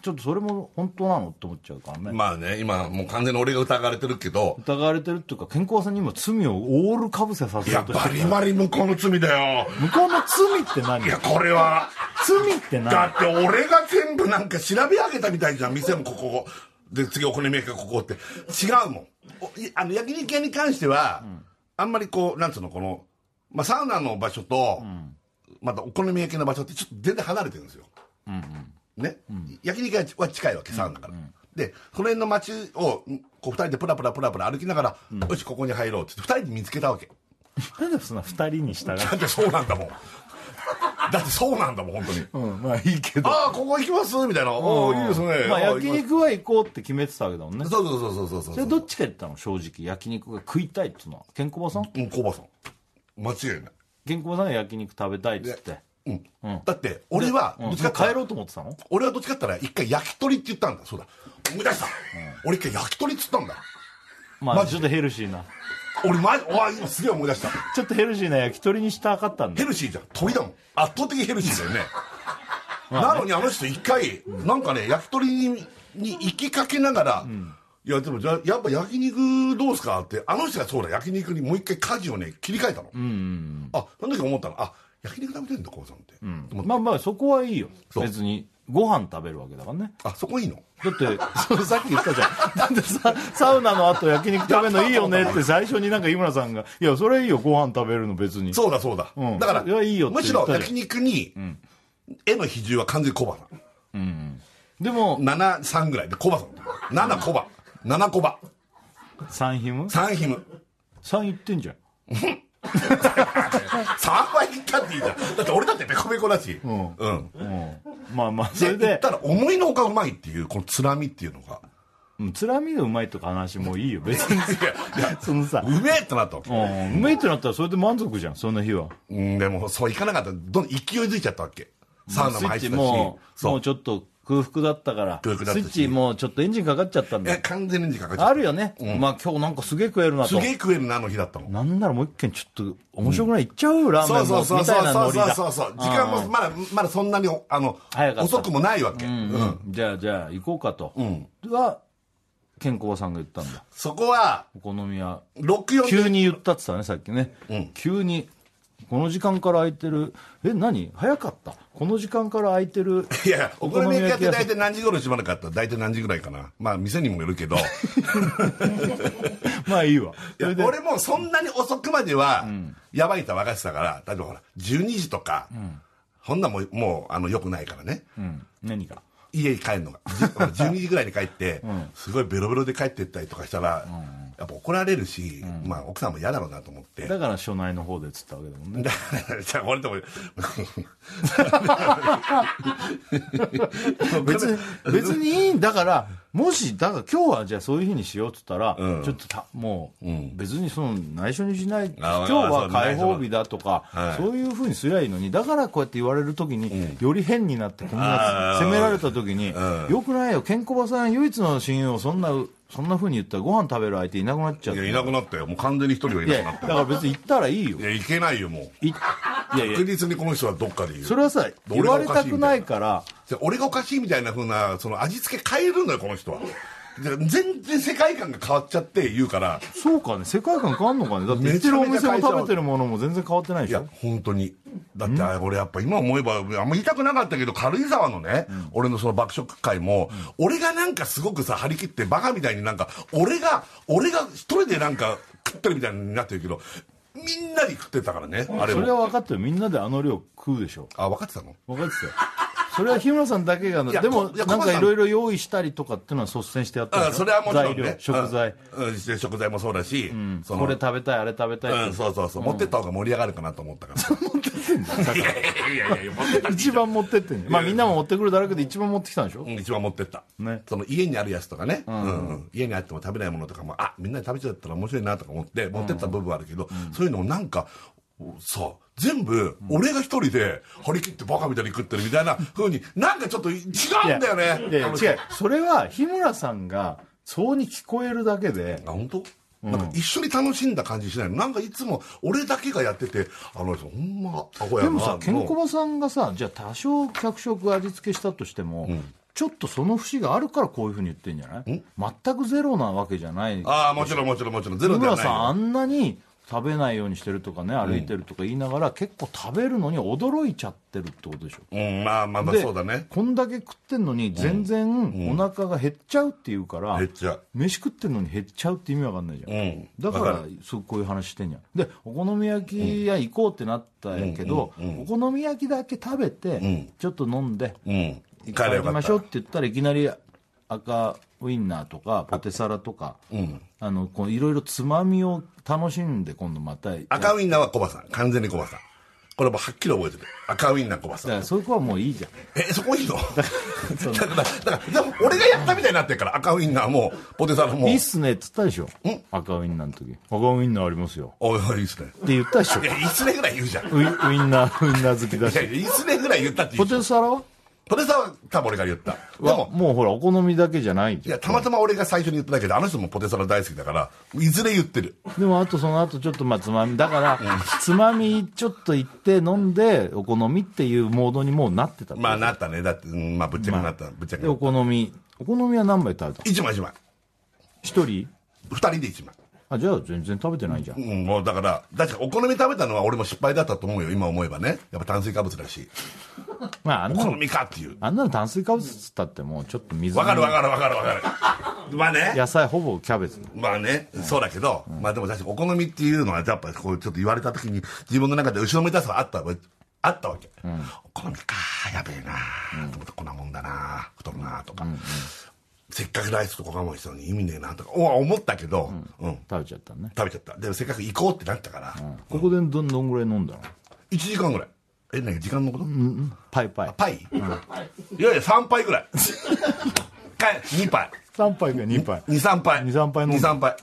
[SPEAKER 1] ちょっとそれも本当なのって思っちゃうからね、
[SPEAKER 2] まあね今もう完全に俺が疑われてるけど
[SPEAKER 1] 疑われてるっていうかケンコバさんに今罪をオールかぶせさせ
[SPEAKER 2] い
[SPEAKER 1] よ
[SPEAKER 2] や
[SPEAKER 1] うとして
[SPEAKER 2] バ
[SPEAKER 1] る
[SPEAKER 2] リバリ向こうの罪だよ
[SPEAKER 1] 向こうの罪って何
[SPEAKER 2] いやこれは
[SPEAKER 1] 罪って何
[SPEAKER 2] だって俺が全部なんか調べ上げたみたいじゃん店もここで次お好み焼きがここって違うもんおいあの焼肉屋に関しては、あんまりこうなんつうのこの、まあ、サウナの場所と、またお好み焼きの場所ってちょっと全然離れてるんですよ、ね、焼肉屋は近いわけサウナから、でこの辺の街をこう2人でプラプラプラプラ歩きながら、よしここに入ろうって言って2人で見つけたわけ
[SPEAKER 1] なんでそんな二人に従う
[SPEAKER 2] だってそうなんだもんだってそうなんだもん本当に
[SPEAKER 1] うんまあいいけど
[SPEAKER 2] ああここ行きますみたいなおおいいですね
[SPEAKER 1] まあ
[SPEAKER 2] あー
[SPEAKER 1] 焼肉は行こうって決めてたわけだもんね
[SPEAKER 2] 行きますそうそうそうそうそう
[SPEAKER 1] そ
[SPEAKER 2] そ
[SPEAKER 1] れ
[SPEAKER 2] う
[SPEAKER 1] どっちか言ったの正直焼肉が食いたいっつうのはケンコバさん
[SPEAKER 2] うんコバさん間違いない
[SPEAKER 1] ケンコバさんが焼肉食べたいっつって、
[SPEAKER 2] うん、
[SPEAKER 1] うん
[SPEAKER 2] だって俺は
[SPEAKER 1] うん
[SPEAKER 2] どっちかって
[SPEAKER 1] 帰
[SPEAKER 2] 言ったら
[SPEAKER 1] ろうと思ってたの
[SPEAKER 2] 俺はどっちかって言ったら一回焼き鳥って言ったんだそうだ思い出した、俺一回焼き鳥って言ったんだ
[SPEAKER 1] ま
[SPEAKER 2] マ
[SPEAKER 1] あ
[SPEAKER 2] ジで
[SPEAKER 1] ちょっとヘルシーな
[SPEAKER 2] 俺マジおわ今すげえ思い出した
[SPEAKER 1] ちょっとヘルシーな焼き鳥にしたかったんだ
[SPEAKER 2] ヘルシーじゃん鳥だもん圧倒的ヘルシーだよ ねなのにあの人一回なんかね焼き鳥にに行きかけながら、いやでもじゃやっぱ焼肉どうすかってあの人がそうだ焼肉にもう一回舵をね切り替えたの、あその時思ったのあ焼肉食べてんだこうさんって、
[SPEAKER 1] まあまあそこはいいよ
[SPEAKER 2] う
[SPEAKER 1] 別にご飯食べるわけだからね
[SPEAKER 2] あそこいいの
[SPEAKER 1] だって そうさっき言ったじゃんだってさサウナの後焼肉食べるのいいよねって最初になんか井村さんが「いやそれいいよご飯食べるの別に」
[SPEAKER 2] そうだそうだ、
[SPEAKER 1] うん
[SPEAKER 2] だから
[SPEAKER 1] いやいいよって
[SPEAKER 2] むし
[SPEAKER 1] 言っ
[SPEAKER 2] ろ
[SPEAKER 1] たじゃん
[SPEAKER 2] 焼肉に、絵の比重は完全に小判
[SPEAKER 1] でも
[SPEAKER 2] 73ぐらいで小判7小判7小判
[SPEAKER 1] 3ヒム
[SPEAKER 2] 3ヒム
[SPEAKER 1] 3いってんじゃん
[SPEAKER 2] 3倍いったっていいじゃんだって俺だってペコペコだしうん、
[SPEAKER 1] まあまあそ
[SPEAKER 2] で
[SPEAKER 1] れ
[SPEAKER 2] 言っ
[SPEAKER 1] で
[SPEAKER 2] たら思いのほかうまいっていうこのつらみっていうのが
[SPEAKER 1] うんつらみがうまいとか話もういいよ別に
[SPEAKER 2] いや
[SPEAKER 1] そのさ
[SPEAKER 2] うめえってなったわけ
[SPEAKER 1] うんうめえってなったらそれで満足じゃんそんな日は
[SPEAKER 2] うんでもそういかなかったどん勢いづいちゃったわけサウナも
[SPEAKER 1] スイッ
[SPEAKER 2] 入って
[SPEAKER 1] チ
[SPEAKER 2] たし
[SPEAKER 1] も
[SPEAKER 2] そ
[SPEAKER 1] も
[SPEAKER 2] う
[SPEAKER 1] うちょっと空腹だったから
[SPEAKER 2] 空腹だった
[SPEAKER 1] ス
[SPEAKER 2] し
[SPEAKER 1] イッチもうちょっとエンジンかかっちゃったん
[SPEAKER 2] い
[SPEAKER 1] だ
[SPEAKER 2] や
[SPEAKER 1] よ
[SPEAKER 2] 完全にエンジンかかっちゃっ
[SPEAKER 1] あるよね、まあ今日なんかすげえ食えるな
[SPEAKER 2] たす
[SPEAKER 1] と
[SPEAKER 2] げえ食えるなあの日だったもん
[SPEAKER 1] なんならもう一軒ちょっと面白くない行っちゃうラーメ
[SPEAKER 2] そ
[SPEAKER 1] ン
[SPEAKER 2] うそう
[SPEAKER 1] も
[SPEAKER 2] そう
[SPEAKER 1] み
[SPEAKER 2] そ
[SPEAKER 1] たいうな
[SPEAKER 2] そ
[SPEAKER 1] ノ
[SPEAKER 2] う
[SPEAKER 1] リ
[SPEAKER 2] そう
[SPEAKER 1] だ
[SPEAKER 2] そう時間もまだまだそんなにあの
[SPEAKER 1] 早かった
[SPEAKER 2] 遅くもないわけ、うん
[SPEAKER 1] じゃあじゃあ行こうかと、は健康さんが言ったんだ
[SPEAKER 2] そこは
[SPEAKER 1] お好み屋
[SPEAKER 2] 64
[SPEAKER 1] 急に言ったって言ったねさっきね、急にこの時間から空いてるえ何早かったこの時間から空いてる
[SPEAKER 2] いやいやお好み焼きやって
[SPEAKER 1] お好み
[SPEAKER 2] 大体何時頃しまなかった大体何時ぐらいかなまあ店にもよるけどい
[SPEAKER 1] まあいいわそ
[SPEAKER 2] や
[SPEAKER 1] れで
[SPEAKER 2] 俺もそんなに遅くまではやばいとは分かってたから例えばほら12時とか、そんなんもうもうあのよくないからね、
[SPEAKER 1] うん何か
[SPEAKER 2] 家に帰るのがじ 12時ぐらいに帰って、すごいベロベロで帰ってったりとかしたら、やっぱ怒られるし、まあ、奥さんも嫌だろうなと思って
[SPEAKER 1] だから署内の方でっつったわけだもんね
[SPEAKER 2] だからじゃあ俺とも
[SPEAKER 1] 別に別にいいんだからもしだから今日はじゃあそういうふうにしようっつったら、ちょっとたもう、別にその内緒にしない
[SPEAKER 2] あ
[SPEAKER 1] 今日は
[SPEAKER 2] そう内
[SPEAKER 1] 解
[SPEAKER 2] 緒
[SPEAKER 1] 放日だとか、そういうふうにすりゃいいのにだからこうやって言われる時に、より変になってこんな
[SPEAKER 2] あー
[SPEAKER 1] 責められた時に、よくないよケンコバさん唯一の親友をそんなそんなふうに言ったらご飯食べる相手いなくなっちゃう
[SPEAKER 2] い
[SPEAKER 1] い
[SPEAKER 2] や
[SPEAKER 1] や
[SPEAKER 2] いなくなったよもう完全に一人はいなくなっ
[SPEAKER 1] だから別に行ったらいいよ
[SPEAKER 2] たいやいけないよもう
[SPEAKER 1] いいやいや
[SPEAKER 2] 確実にこの人はどっかで言う
[SPEAKER 1] それはさ言われたくないから
[SPEAKER 2] じゃあ俺がおかしいみたいな風なその味付け変えるのよこの人はじゃあ全然世界観が変わっちゃって言うから
[SPEAKER 1] そうかね世界観変わんのかねだって行ってるお
[SPEAKER 2] めち
[SPEAKER 1] 店
[SPEAKER 2] ゃ
[SPEAKER 1] も
[SPEAKER 2] めちゃ変えちゃう
[SPEAKER 1] 食べてるものも全然変わってな
[SPEAKER 2] い
[SPEAKER 1] いでし
[SPEAKER 2] や
[SPEAKER 1] ょ
[SPEAKER 2] 本当にだってあれ俺やっぱ今思えばあんま言いたくなかったけど軽井沢のね、俺のその爆食会も、俺がなんかすごくさ張り切ってバカみたいになんか俺が俺が一人でなんか食ってるみたいになってるけどみんなで食ってたからねあれ
[SPEAKER 1] それ
[SPEAKER 2] も
[SPEAKER 1] は分かってるみんなであの量食うでしょ
[SPEAKER 2] あ分かってたの
[SPEAKER 1] 分かって たよそれは日村さんだけがない
[SPEAKER 2] や
[SPEAKER 1] でも
[SPEAKER 2] こいや
[SPEAKER 1] なん
[SPEAKER 2] 小林さ
[SPEAKER 1] かい
[SPEAKER 2] ん
[SPEAKER 1] ろいろ用意したりとかっていうのは率先してやった
[SPEAKER 2] あ
[SPEAKER 1] でしょ
[SPEAKER 2] それはもちろん、ね、
[SPEAKER 1] 材料食材、
[SPEAKER 2] うん、うんで食材もそうだし、その
[SPEAKER 1] これ食べたいあれ食べたいって、
[SPEAKER 2] うん、そうそうそう、持ってった方が盛り上がるかなと思った から。 いやいやいやいや、持ってった。
[SPEAKER 1] 一番持ってってんじゃんまあみんなも持ってくるだろうけど一番持ってきたんでしょ、
[SPEAKER 2] うん一番持ってった、
[SPEAKER 1] ね
[SPEAKER 2] その家にあるやつとかね、うんうん家にあっても食べないものとかもあみんなで食べちゃったら面白いなとか思って持ってった部分はあるけど、そういうのをなんかさ全部俺が一人で張り切ってバカみたいに食ってるみたいなふうになんかちょっと違うんだよね
[SPEAKER 1] いやいや違うそれは日村さんがそうに聞こえるだけで
[SPEAKER 2] あ本当なんか一緒に楽しんだ感じしないのなんかいつも俺だけがやっててあの人ほんまアホや
[SPEAKER 1] で
[SPEAKER 2] な
[SPEAKER 1] もさケンコ
[SPEAKER 2] も
[SPEAKER 1] バさんがさじゃあ多少脚色味付けしたとしても、ちょっとその節があるからこういうふうに言ってんじゃない全くゼロなわけじゃない
[SPEAKER 2] ああもちろんもちろんもちろんゼ
[SPEAKER 1] 日
[SPEAKER 2] ロではな
[SPEAKER 1] 村
[SPEAKER 2] い
[SPEAKER 1] さん
[SPEAKER 2] よ
[SPEAKER 1] あんなに食べないようにしてるとかね歩いてるとか言いながら、結構食べるのに驚いちゃってるってことでしょ
[SPEAKER 2] うん、まあまあまあ
[SPEAKER 1] で
[SPEAKER 2] そうだね
[SPEAKER 1] こんだけ食ってんのに全然お腹が減っちゃうっていうから、
[SPEAKER 2] 減っちゃう
[SPEAKER 1] 飯食ってるのに減っちゃうって意味わかんないじゃん、
[SPEAKER 2] うん
[SPEAKER 1] だからそうこういう話してんやでお好み焼き屋行こうってなったんやけど、お好み焼きだけ食べて、ちょっと飲んで
[SPEAKER 2] うん帰
[SPEAKER 1] 帰
[SPEAKER 2] れ
[SPEAKER 1] り
[SPEAKER 2] よか
[SPEAKER 1] ま
[SPEAKER 2] っ
[SPEAKER 1] しょう
[SPEAKER 2] た
[SPEAKER 1] って言ったらいきなり赤ウインナーとかポテサラとかあのこういろいろつまみを楽しんで今度また
[SPEAKER 2] 赤ウインナーはコバさん完全にコバさんこれもうはっきり覚えてる赤ウインナーコバさ
[SPEAKER 1] だか
[SPEAKER 2] ん
[SPEAKER 1] らそういう子はもういいじゃん
[SPEAKER 2] えそこいい のだからだからでも俺がやったみたいになってるから赤ウインナーもポテサラも
[SPEAKER 1] いいっすねっつったでしょ赤ウインナーの時赤ウインナーありますよ
[SPEAKER 2] おいおいいいっすね
[SPEAKER 1] って言ったでしょ
[SPEAKER 2] いやいいっすねぐらい言うじゃんい
[SPEAKER 1] ウイウインナーウインナー好きだ
[SPEAKER 2] や
[SPEAKER 1] し
[SPEAKER 2] いやいいっすねぐらい言ったってい
[SPEAKER 1] ポ
[SPEAKER 2] いじゃん
[SPEAKER 1] テサラは
[SPEAKER 2] ポテサラは多分俺が言ったで
[SPEAKER 1] は
[SPEAKER 2] も
[SPEAKER 1] もうほらお好みだけじゃない
[SPEAKER 2] い
[SPEAKER 1] じゃ
[SPEAKER 2] や
[SPEAKER 1] ん
[SPEAKER 2] たまたま俺が最初に言っただけであの人もポテサラ大好きだからいずれ言ってる
[SPEAKER 1] でもあとその後ちょっとまあつまみだからつまみちょっと行って飲んでお好みっていうモードにもうなってた
[SPEAKER 2] まあなったねだってうんまあぶっちゃけなったぶっちゃけ
[SPEAKER 1] でお好みお好みは何杯食べ
[SPEAKER 2] 1
[SPEAKER 1] た
[SPEAKER 2] 枚1枚
[SPEAKER 1] 一人
[SPEAKER 2] 2人で1枚
[SPEAKER 1] あじゃあ全然食べてないじゃん、
[SPEAKER 2] うん、もうだから、確かお好み食べたのは俺も失敗だったと思うよ、今思えばね。やっぱ炭水化物だし。
[SPEAKER 1] まあ、あん
[SPEAKER 2] お
[SPEAKER 1] な
[SPEAKER 2] 好
[SPEAKER 1] の、
[SPEAKER 2] みかっていう
[SPEAKER 1] あんなの炭水化物っつったってもうちょっと水に
[SPEAKER 2] わかるわかるわかるわかるまあね
[SPEAKER 1] 野菜ほぼキャベツ。
[SPEAKER 2] まあね、そうだけど、まあでも確かにお好みっていうのはやっぱこうちょっと言われた時に自分の中で後ろめたさはあったわあったわけ、お好みかやべえなと思ってこんなもんだな太るなとか、せっかくライスとか我慢したのに意味ねえなとかお思ったけど、うん
[SPEAKER 1] 食べちゃったね。
[SPEAKER 2] 食べちゃったでもせっかく行こうってなったから、
[SPEAKER 1] ここでどんどんぐらい飲んだの
[SPEAKER 2] 1時間ぐらいえ何時間のこと、
[SPEAKER 1] パイパイ。
[SPEAKER 2] パイ、いやいや3杯ぐらいか2杯
[SPEAKER 1] 3杯か2杯。
[SPEAKER 2] 23杯
[SPEAKER 1] 二三杯飲んだ
[SPEAKER 2] 二三杯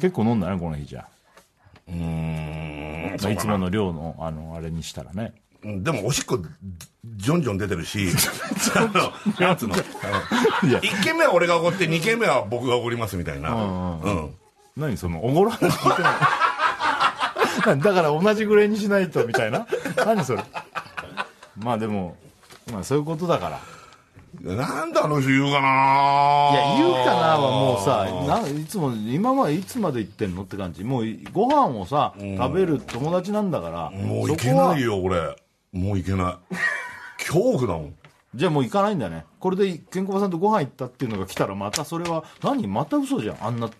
[SPEAKER 1] 結構飲んだね、この日じゃ。
[SPEAKER 2] うん
[SPEAKER 1] まあいつもの量の、あの、あれにしたらね。
[SPEAKER 2] うんでもおしっこじょんじょん出てるしあのなんつうのあの1軒目は俺がおごって2軒目は僕がおごりますみたいなうん
[SPEAKER 1] 何その、おごらない聞いてない。 だから同じぐらいにしないと、みたいな。何それ。まあでも、まあそういうことだから。
[SPEAKER 2] なんであの人言うかない
[SPEAKER 1] や、言うかなはもうさ、ないつも、今までいつまで言ってんのって感じ。もうい、ご飯をさ、食べる友達なんだから。
[SPEAKER 2] もうい
[SPEAKER 1] そこ
[SPEAKER 2] け
[SPEAKER 1] は
[SPEAKER 2] ないよ俺もういけない恐怖だもん
[SPEAKER 1] じゃあもう行かないんだね。これで、ケンコバさんとご飯行ったっていうのが来たら、またそれは、何また嘘じゃん。あんな、こ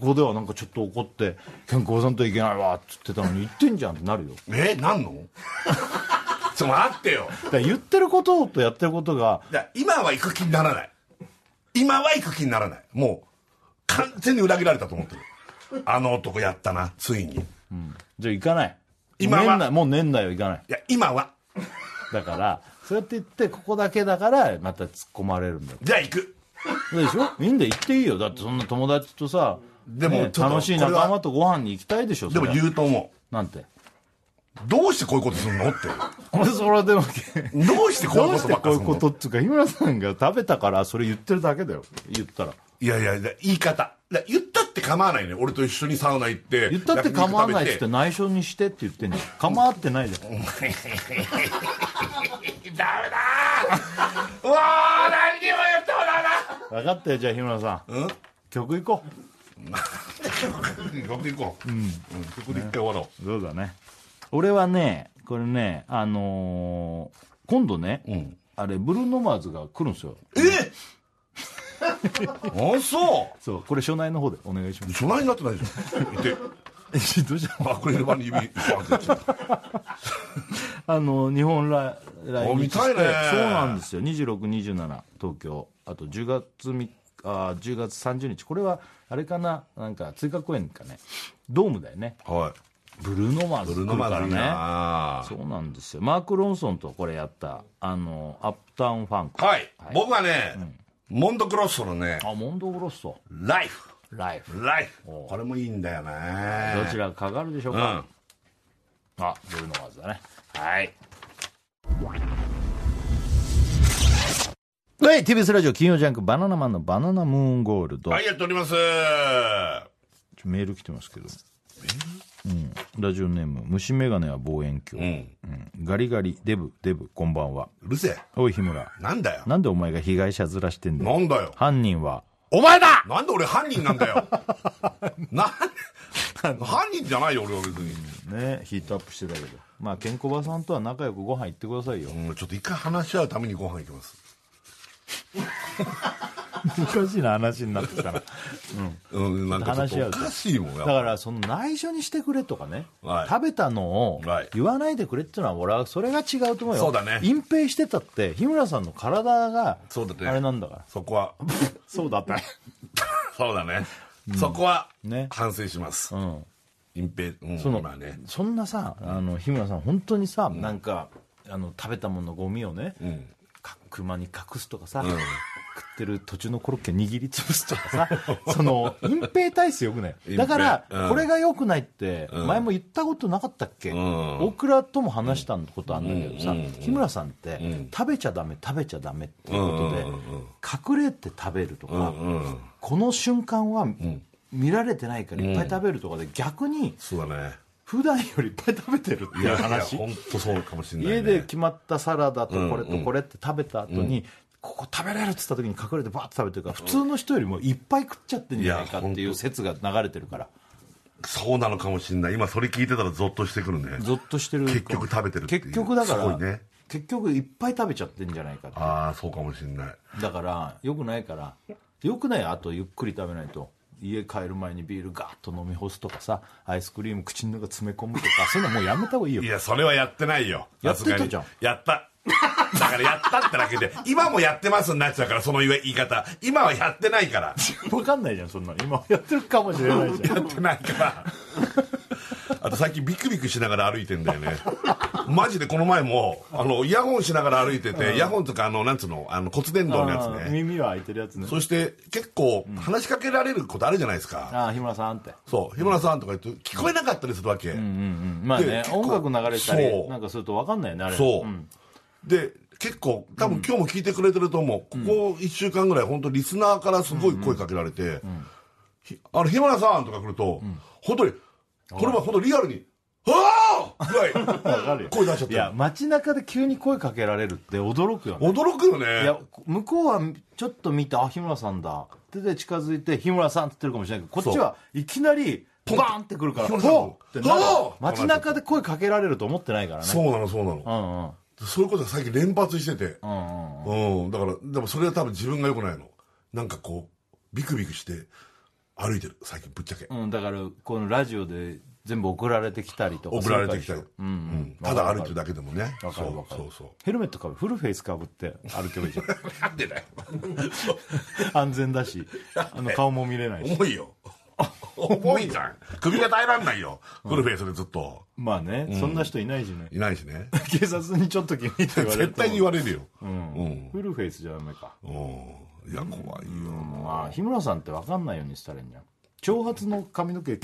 [SPEAKER 1] こではなんかちょっと怒って、ケンコバさんと行けないわって言ってたのに、行ってんじゃんってなるよ。
[SPEAKER 2] えなんの ちょっと待ってよ
[SPEAKER 1] だから言ってることとやってることが、
[SPEAKER 2] だから今は行く気にならない今は行く気にならないもう完全に裏切られたと思ってるあの男やったなついにい
[SPEAKER 1] じゃあ行かない。
[SPEAKER 2] 今は
[SPEAKER 1] 年内、もう年内は行かない。
[SPEAKER 2] や今は
[SPEAKER 1] だから、そうやって言って、ここだけだから、また突っ込まれるんだよ
[SPEAKER 2] じゃあ行く
[SPEAKER 1] でしょいいんだよ行っていいよだってそんな友達とさ
[SPEAKER 2] でも
[SPEAKER 1] ね
[SPEAKER 2] ちょっと
[SPEAKER 1] 楽しい仲間とご飯に行きたいでしょ
[SPEAKER 2] でも
[SPEAKER 1] そりゃ
[SPEAKER 2] 言うと思う
[SPEAKER 1] なんて
[SPEAKER 2] どうしてこういうことするのって。
[SPEAKER 1] 俺それでも
[SPEAKER 2] どうしてこうい
[SPEAKER 1] ど
[SPEAKER 2] う
[SPEAKER 1] う
[SPEAKER 2] こ
[SPEAKER 1] し
[SPEAKER 2] と
[SPEAKER 1] て
[SPEAKER 2] ばっ
[SPEAKER 1] こ
[SPEAKER 2] かり
[SPEAKER 1] うい
[SPEAKER 2] する
[SPEAKER 1] うこ
[SPEAKER 2] の
[SPEAKER 1] とっつうか日村さんが食べたからそれ言ってるだけだよ言ったら
[SPEAKER 2] いやいや、言い方。いや言ったって構わないね。俺と一緒にサウナ行って。
[SPEAKER 1] 言ったって構わないっつって
[SPEAKER 2] 焼
[SPEAKER 1] 内緒にしてって言ってんじゃん構わってないじゃん
[SPEAKER 2] 肉食べて。ダメだーうわー何にも言ってもダ
[SPEAKER 1] 分かったよじゃあ日村さん、曲行こ
[SPEAKER 2] メだ曲行こう。うん。曲で一回終わろ
[SPEAKER 1] うそうだね俺はねこれねあのー今度ね、
[SPEAKER 2] う。うん。
[SPEAKER 1] あれブルーノマーズが来るんですよ
[SPEAKER 2] え あ、そ
[SPEAKER 1] そうこれ初内の方でお願いしま
[SPEAKER 2] う。そないになってないじゃん。いて。
[SPEAKER 1] すどうした
[SPEAKER 2] あ、これバに指、バーンってやって
[SPEAKER 1] あの日本来来
[SPEAKER 2] お見
[SPEAKER 1] 日して
[SPEAKER 2] たいね
[SPEAKER 1] そうなんですよ2627東京あと10月3あ10月30日これはあれかななんか追加公演かねドームだよね
[SPEAKER 2] はい。
[SPEAKER 1] ブルーノマーズ
[SPEAKER 2] ブルー
[SPEAKER 1] 来る
[SPEAKER 2] ノマ
[SPEAKER 1] か
[SPEAKER 2] ー
[SPEAKER 1] ら
[SPEAKER 2] ズいい
[SPEAKER 1] ね
[SPEAKER 2] なー
[SPEAKER 1] そうなんですよマーク・ロンソンとこれやったあのアップタウンファンク
[SPEAKER 2] はい。僕はね、モンドクロッソのね、
[SPEAKER 1] あモンド・グロッソ
[SPEAKER 2] ライフ。
[SPEAKER 1] ライフ
[SPEAKER 2] ライフこれもいいんだよね
[SPEAKER 1] どちらがかかるでしょう
[SPEAKER 2] う
[SPEAKER 1] か
[SPEAKER 2] ん、
[SPEAKER 1] あブルーノマーズだねはいはい TBS ラジオ金曜ジャンク「バナナマンのバナナムーンゴールド」
[SPEAKER 2] はいやっております
[SPEAKER 1] ちょメール来てますけど。うん、ラジオネーム、虫眼鏡は望遠
[SPEAKER 2] う
[SPEAKER 1] 鏡、
[SPEAKER 2] ん
[SPEAKER 1] うんガリガリ、デブ、デブ、こんばんは。
[SPEAKER 2] うるせえ
[SPEAKER 1] おい、日村。
[SPEAKER 2] なんだよ
[SPEAKER 1] なんでお前が被害者ずらしてんだよ
[SPEAKER 2] なんだよ
[SPEAKER 1] 犯人は、お前だ
[SPEAKER 2] なんで俺犯人なんだ よなん犯人じゃないよ俺は別に、
[SPEAKER 1] ねヒートアップしてたけど。まあ、ケンコバさんとは仲良くご飯行ってくださいよ。
[SPEAKER 2] うん、ちょっと一回話し合うためにご飯行きます
[SPEAKER 1] おかしいな話になってきたな。
[SPEAKER 2] うんなんかちょっとおかしいもん
[SPEAKER 1] だ
[SPEAKER 2] やっぱ
[SPEAKER 1] から、その内緒にしてくれとかね、
[SPEAKER 2] はい
[SPEAKER 1] 食べたのを
[SPEAKER 2] はい
[SPEAKER 1] 言わないでくれっていうのは、俺はそれが違うと思うよ。
[SPEAKER 2] そうだね
[SPEAKER 1] 隠蔽してたって、日村さんの体が、
[SPEAKER 2] そうだね
[SPEAKER 1] あれなんだから。
[SPEAKER 2] そこは
[SPEAKER 1] そうだったね。
[SPEAKER 2] そうだね、そこは
[SPEAKER 1] ね
[SPEAKER 2] 反省します、
[SPEAKER 1] うん。
[SPEAKER 2] 隠蔽うん
[SPEAKER 1] その
[SPEAKER 2] まあね
[SPEAKER 1] そんなさあの日村さん本当にさ、なんかあの食べたもののゴミをね、
[SPEAKER 2] うん
[SPEAKER 1] か車に隠すとかさ、食ってる途中のコロッケ握り潰すとか さその隠蔽体質よくない
[SPEAKER 2] 隠蔽
[SPEAKER 1] だから、
[SPEAKER 2] うん
[SPEAKER 1] これがよくないって前も言ったことなかったっけ、
[SPEAKER 2] ん
[SPEAKER 1] 大倉とも話したことあるんだけどさ、
[SPEAKER 2] うんうんうん
[SPEAKER 1] 日村さんって、
[SPEAKER 2] うん
[SPEAKER 1] 食べちゃダメ食べちゃダメっていうことで、
[SPEAKER 2] うんうんうんうん
[SPEAKER 1] 隠れて食べるとか、
[SPEAKER 2] うんうん
[SPEAKER 1] この瞬間は見られてないからいっぱい食べるとかで逆に
[SPEAKER 2] そうだね
[SPEAKER 1] 普段よりいっぱい食べてるって
[SPEAKER 2] い
[SPEAKER 1] いう
[SPEAKER 2] やいや
[SPEAKER 1] 話
[SPEAKER 2] 本当そうかもしれない、ね、
[SPEAKER 1] 家で決まったサラダとこ
[SPEAKER 2] う
[SPEAKER 1] れ
[SPEAKER 2] ん
[SPEAKER 1] と
[SPEAKER 2] うん
[SPEAKER 1] これって食べた後に、ここ食べれるっつった時に隠れてバーッと食べてるから普通の人よりもいっぱい食っちゃってんじゃないかっていう説が流れてるから
[SPEAKER 2] そうなのかもしれない今それ聞いてたらゾッとしてくるね
[SPEAKER 1] ゾッとしてる
[SPEAKER 2] 結局食べてるっていう
[SPEAKER 1] 結局だか
[SPEAKER 2] すご
[SPEAKER 1] ら、
[SPEAKER 2] いね
[SPEAKER 1] 結局いっぱい食べちゃってんじゃないかと
[SPEAKER 2] ああそうかもしんない
[SPEAKER 1] だからよくないからよくないあとゆっくり食べないと家帰る前にビールガーッと飲み干すとかさアイスクリーム口の中詰め込むとかそういうのもうやめた方がいいよ
[SPEAKER 2] いやそれはやってないよ
[SPEAKER 1] やってたじゃん
[SPEAKER 2] さすがにやっただからやったってだけで今もやってますになっちゃうからその言い方今はやってないから
[SPEAKER 1] 分かんないじゃんそんなの今やってるかもしれないじゃん
[SPEAKER 2] やってないからあと最近ビクビクしながら歩いてんだよねマジでこの前もあのイヤホンしながら歩いててイヤホンとかあのなんつうのあの骨伝導のや
[SPEAKER 1] あー
[SPEAKER 2] つね
[SPEAKER 1] 耳は開いてるやつね
[SPEAKER 2] そして結構話しかけられることあるじゃないですか
[SPEAKER 1] ああ日村さんって
[SPEAKER 2] そう日村さんとか言うと聞こえなかったりするわけ
[SPEAKER 1] まあね
[SPEAKER 2] 結構
[SPEAKER 1] 音楽流れたり
[SPEAKER 2] そう
[SPEAKER 1] なんかすると分かんないよねあれ
[SPEAKER 2] そう、
[SPEAKER 1] ん
[SPEAKER 2] で結構多分今日も聞いてくれてると思う、ここ1週間ぐらい本当リスナーからすごい声かけられて「ひあの日村さん」とか来ると、本当にこれは本当リアルに「ああ!」ぐらい
[SPEAKER 1] かるよ
[SPEAKER 2] 声出しちゃっ
[SPEAKER 1] い
[SPEAKER 2] て
[SPEAKER 1] や
[SPEAKER 2] る
[SPEAKER 1] 街中で急に声かけられるって驚くよね
[SPEAKER 2] 驚くよ
[SPEAKER 1] い
[SPEAKER 2] ね
[SPEAKER 1] や向こうはちょっと見てあ日村さんだってで近づいて日村さんって言ってるかもしれないけどこっちはいきなりポバーンってくるから
[SPEAKER 2] 日村さん
[SPEAKER 1] ほうってなる
[SPEAKER 2] ほう
[SPEAKER 1] 街中で声かけられると思ってないからね
[SPEAKER 2] そうなのそうなの、
[SPEAKER 1] うんうん
[SPEAKER 2] そういうことが最近連発してて
[SPEAKER 1] うんうんうん
[SPEAKER 2] うん、だからでもそれは多分自分が良くないのなんかこうビクビクして歩いてる最近ぶっちゃけ、
[SPEAKER 1] うん、だからこのラジオで全部送られてきたりとか
[SPEAKER 2] 送られてきたり
[SPEAKER 1] そういう感じでしょうんうん
[SPEAKER 2] ただ歩いてるだけでもね
[SPEAKER 1] わかるわか
[SPEAKER 2] そ
[SPEAKER 1] る
[SPEAKER 2] うそうそう
[SPEAKER 1] ヘルメットかぶフルフェイスかぶって歩けばいいじゃん
[SPEAKER 2] なんでだよ
[SPEAKER 1] 安全だしあの顔も見れない し
[SPEAKER 2] 重いよ重いじゃん首が耐えらんないよフルフェイスでずっと
[SPEAKER 1] まあね、そんな人いないしね
[SPEAKER 2] いないしね
[SPEAKER 1] 警察にちょっと君って言われ
[SPEAKER 2] 絶
[SPEAKER 1] ると
[SPEAKER 2] 対に言われるようん、
[SPEAKER 1] フルフェイスじゃダメか
[SPEAKER 2] うんいや怖いよ
[SPEAKER 1] まあ日村さんって分かんないようにしたらいいんじゃん長髪の髪の毛い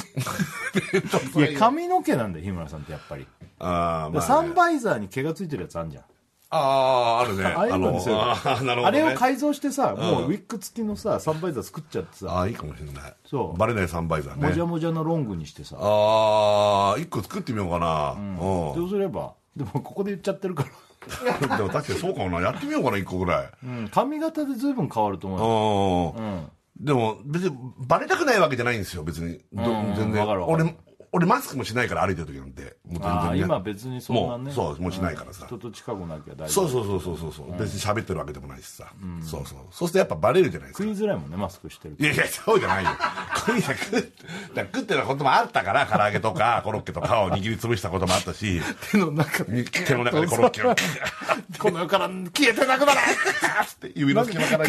[SPEAKER 1] や髪の毛なんだよ日村さんってやっぱり、
[SPEAKER 2] ああまあ、ね、
[SPEAKER 1] サンバイザーに毛がついてるやつあんじゃん
[SPEAKER 2] ああーあるね
[SPEAKER 1] ああいうのにすれば
[SPEAKER 2] あーなる
[SPEAKER 1] あ
[SPEAKER 2] ほど、ね、
[SPEAKER 1] れを改造してさ、もうウィッグ付きのさサンバイザー作っちゃってさ
[SPEAKER 2] ああいいかもしれない
[SPEAKER 1] そう
[SPEAKER 2] バレないサンバイザー
[SPEAKER 1] もじゃ
[SPEAKER 2] ね
[SPEAKER 1] もじゃのロングにしてさ
[SPEAKER 2] ああ一個作ってみようかなうん、
[SPEAKER 1] どうすればでもここで言っちゃってるから
[SPEAKER 2] でも確かにそうかもなやってみようかな一個ぐらい
[SPEAKER 1] 髪型で随分変わると思うよ
[SPEAKER 2] うん、でも別にバレたくないわけじゃないんですよ別に、ど全然
[SPEAKER 1] わかるわかる
[SPEAKER 2] 俺俺マスクもしないから歩いてる時なんてもう全
[SPEAKER 1] ああ
[SPEAKER 2] ね
[SPEAKER 1] 今別にそんなね
[SPEAKER 2] もうそうもうしないからさ、
[SPEAKER 1] 人と近くなきゃ大丈夫
[SPEAKER 2] そうそうそうそうそうそう別に喋ってるわけでもないしさ、そうそうそうするとやっぱバレるじゃないです
[SPEAKER 1] 食
[SPEAKER 2] か
[SPEAKER 1] いづらいもんねマスクしてると
[SPEAKER 2] いやいやそうじゃない よ食いだ食ってだ食ってたこともあったから唐揚げとかコロッケとかを握りつぶしたこともあったし
[SPEAKER 1] 手の中で
[SPEAKER 2] 手の中でコロッケを
[SPEAKER 1] この世から消えてなくな
[SPEAKER 2] っ
[SPEAKER 1] ら
[SPEAKER 2] て指の隙間から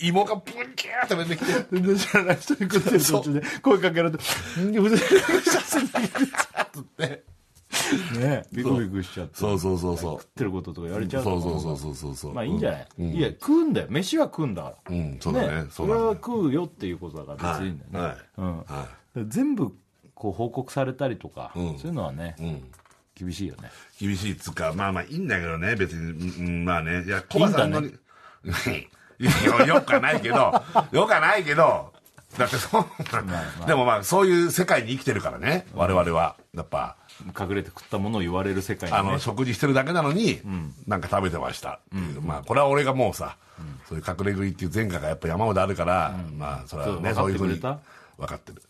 [SPEAKER 2] 芋がブンキューって出てきて
[SPEAKER 1] 全然知らない人に食ってる途中で声かけられて「んふざけんなさいねえビクビクしちゃって食っ
[SPEAKER 2] そうそうそうそう
[SPEAKER 1] てることとか言われち
[SPEAKER 2] そ
[SPEAKER 1] ゃ
[SPEAKER 2] う
[SPEAKER 1] うと
[SPEAKER 2] そ
[SPEAKER 1] 思
[SPEAKER 2] う
[SPEAKER 1] う
[SPEAKER 2] そうそうそうそう
[SPEAKER 1] まあいいんじゃない、
[SPEAKER 2] うん
[SPEAKER 1] いや食うんだよ飯は食うんだから
[SPEAKER 2] うんそうだねそ
[SPEAKER 1] そうれ
[SPEAKER 2] なんだよ
[SPEAKER 1] は食うよっていうことだから別にいいんだよ
[SPEAKER 2] は
[SPEAKER 1] ね、
[SPEAKER 2] い
[SPEAKER 1] うんだから全部こう報告されたりとか、そういうのはね、厳しいよね
[SPEAKER 2] 厳しいっつうかまあまあいいんだけどね別に、うんうんまあねいやコバさんのに いやよくはないけど よくはないけどだってそう、でもまあそういう世界に生きてるからね我々はやっぱ
[SPEAKER 1] 隠れて食ったものを言われる世界
[SPEAKER 2] あ
[SPEAKER 1] に
[SPEAKER 2] の、
[SPEAKER 1] ね
[SPEAKER 2] 食事してるだけなのに、なんか食べてましたっていう、まあこれは俺がもうさ、そういう隠れ食いっていう前科がやっぱ山ほどあるから、まあそれはね
[SPEAKER 1] そ
[SPEAKER 2] そうういうふう
[SPEAKER 1] 分
[SPEAKER 2] に
[SPEAKER 1] かって
[SPEAKER 2] 分かってる、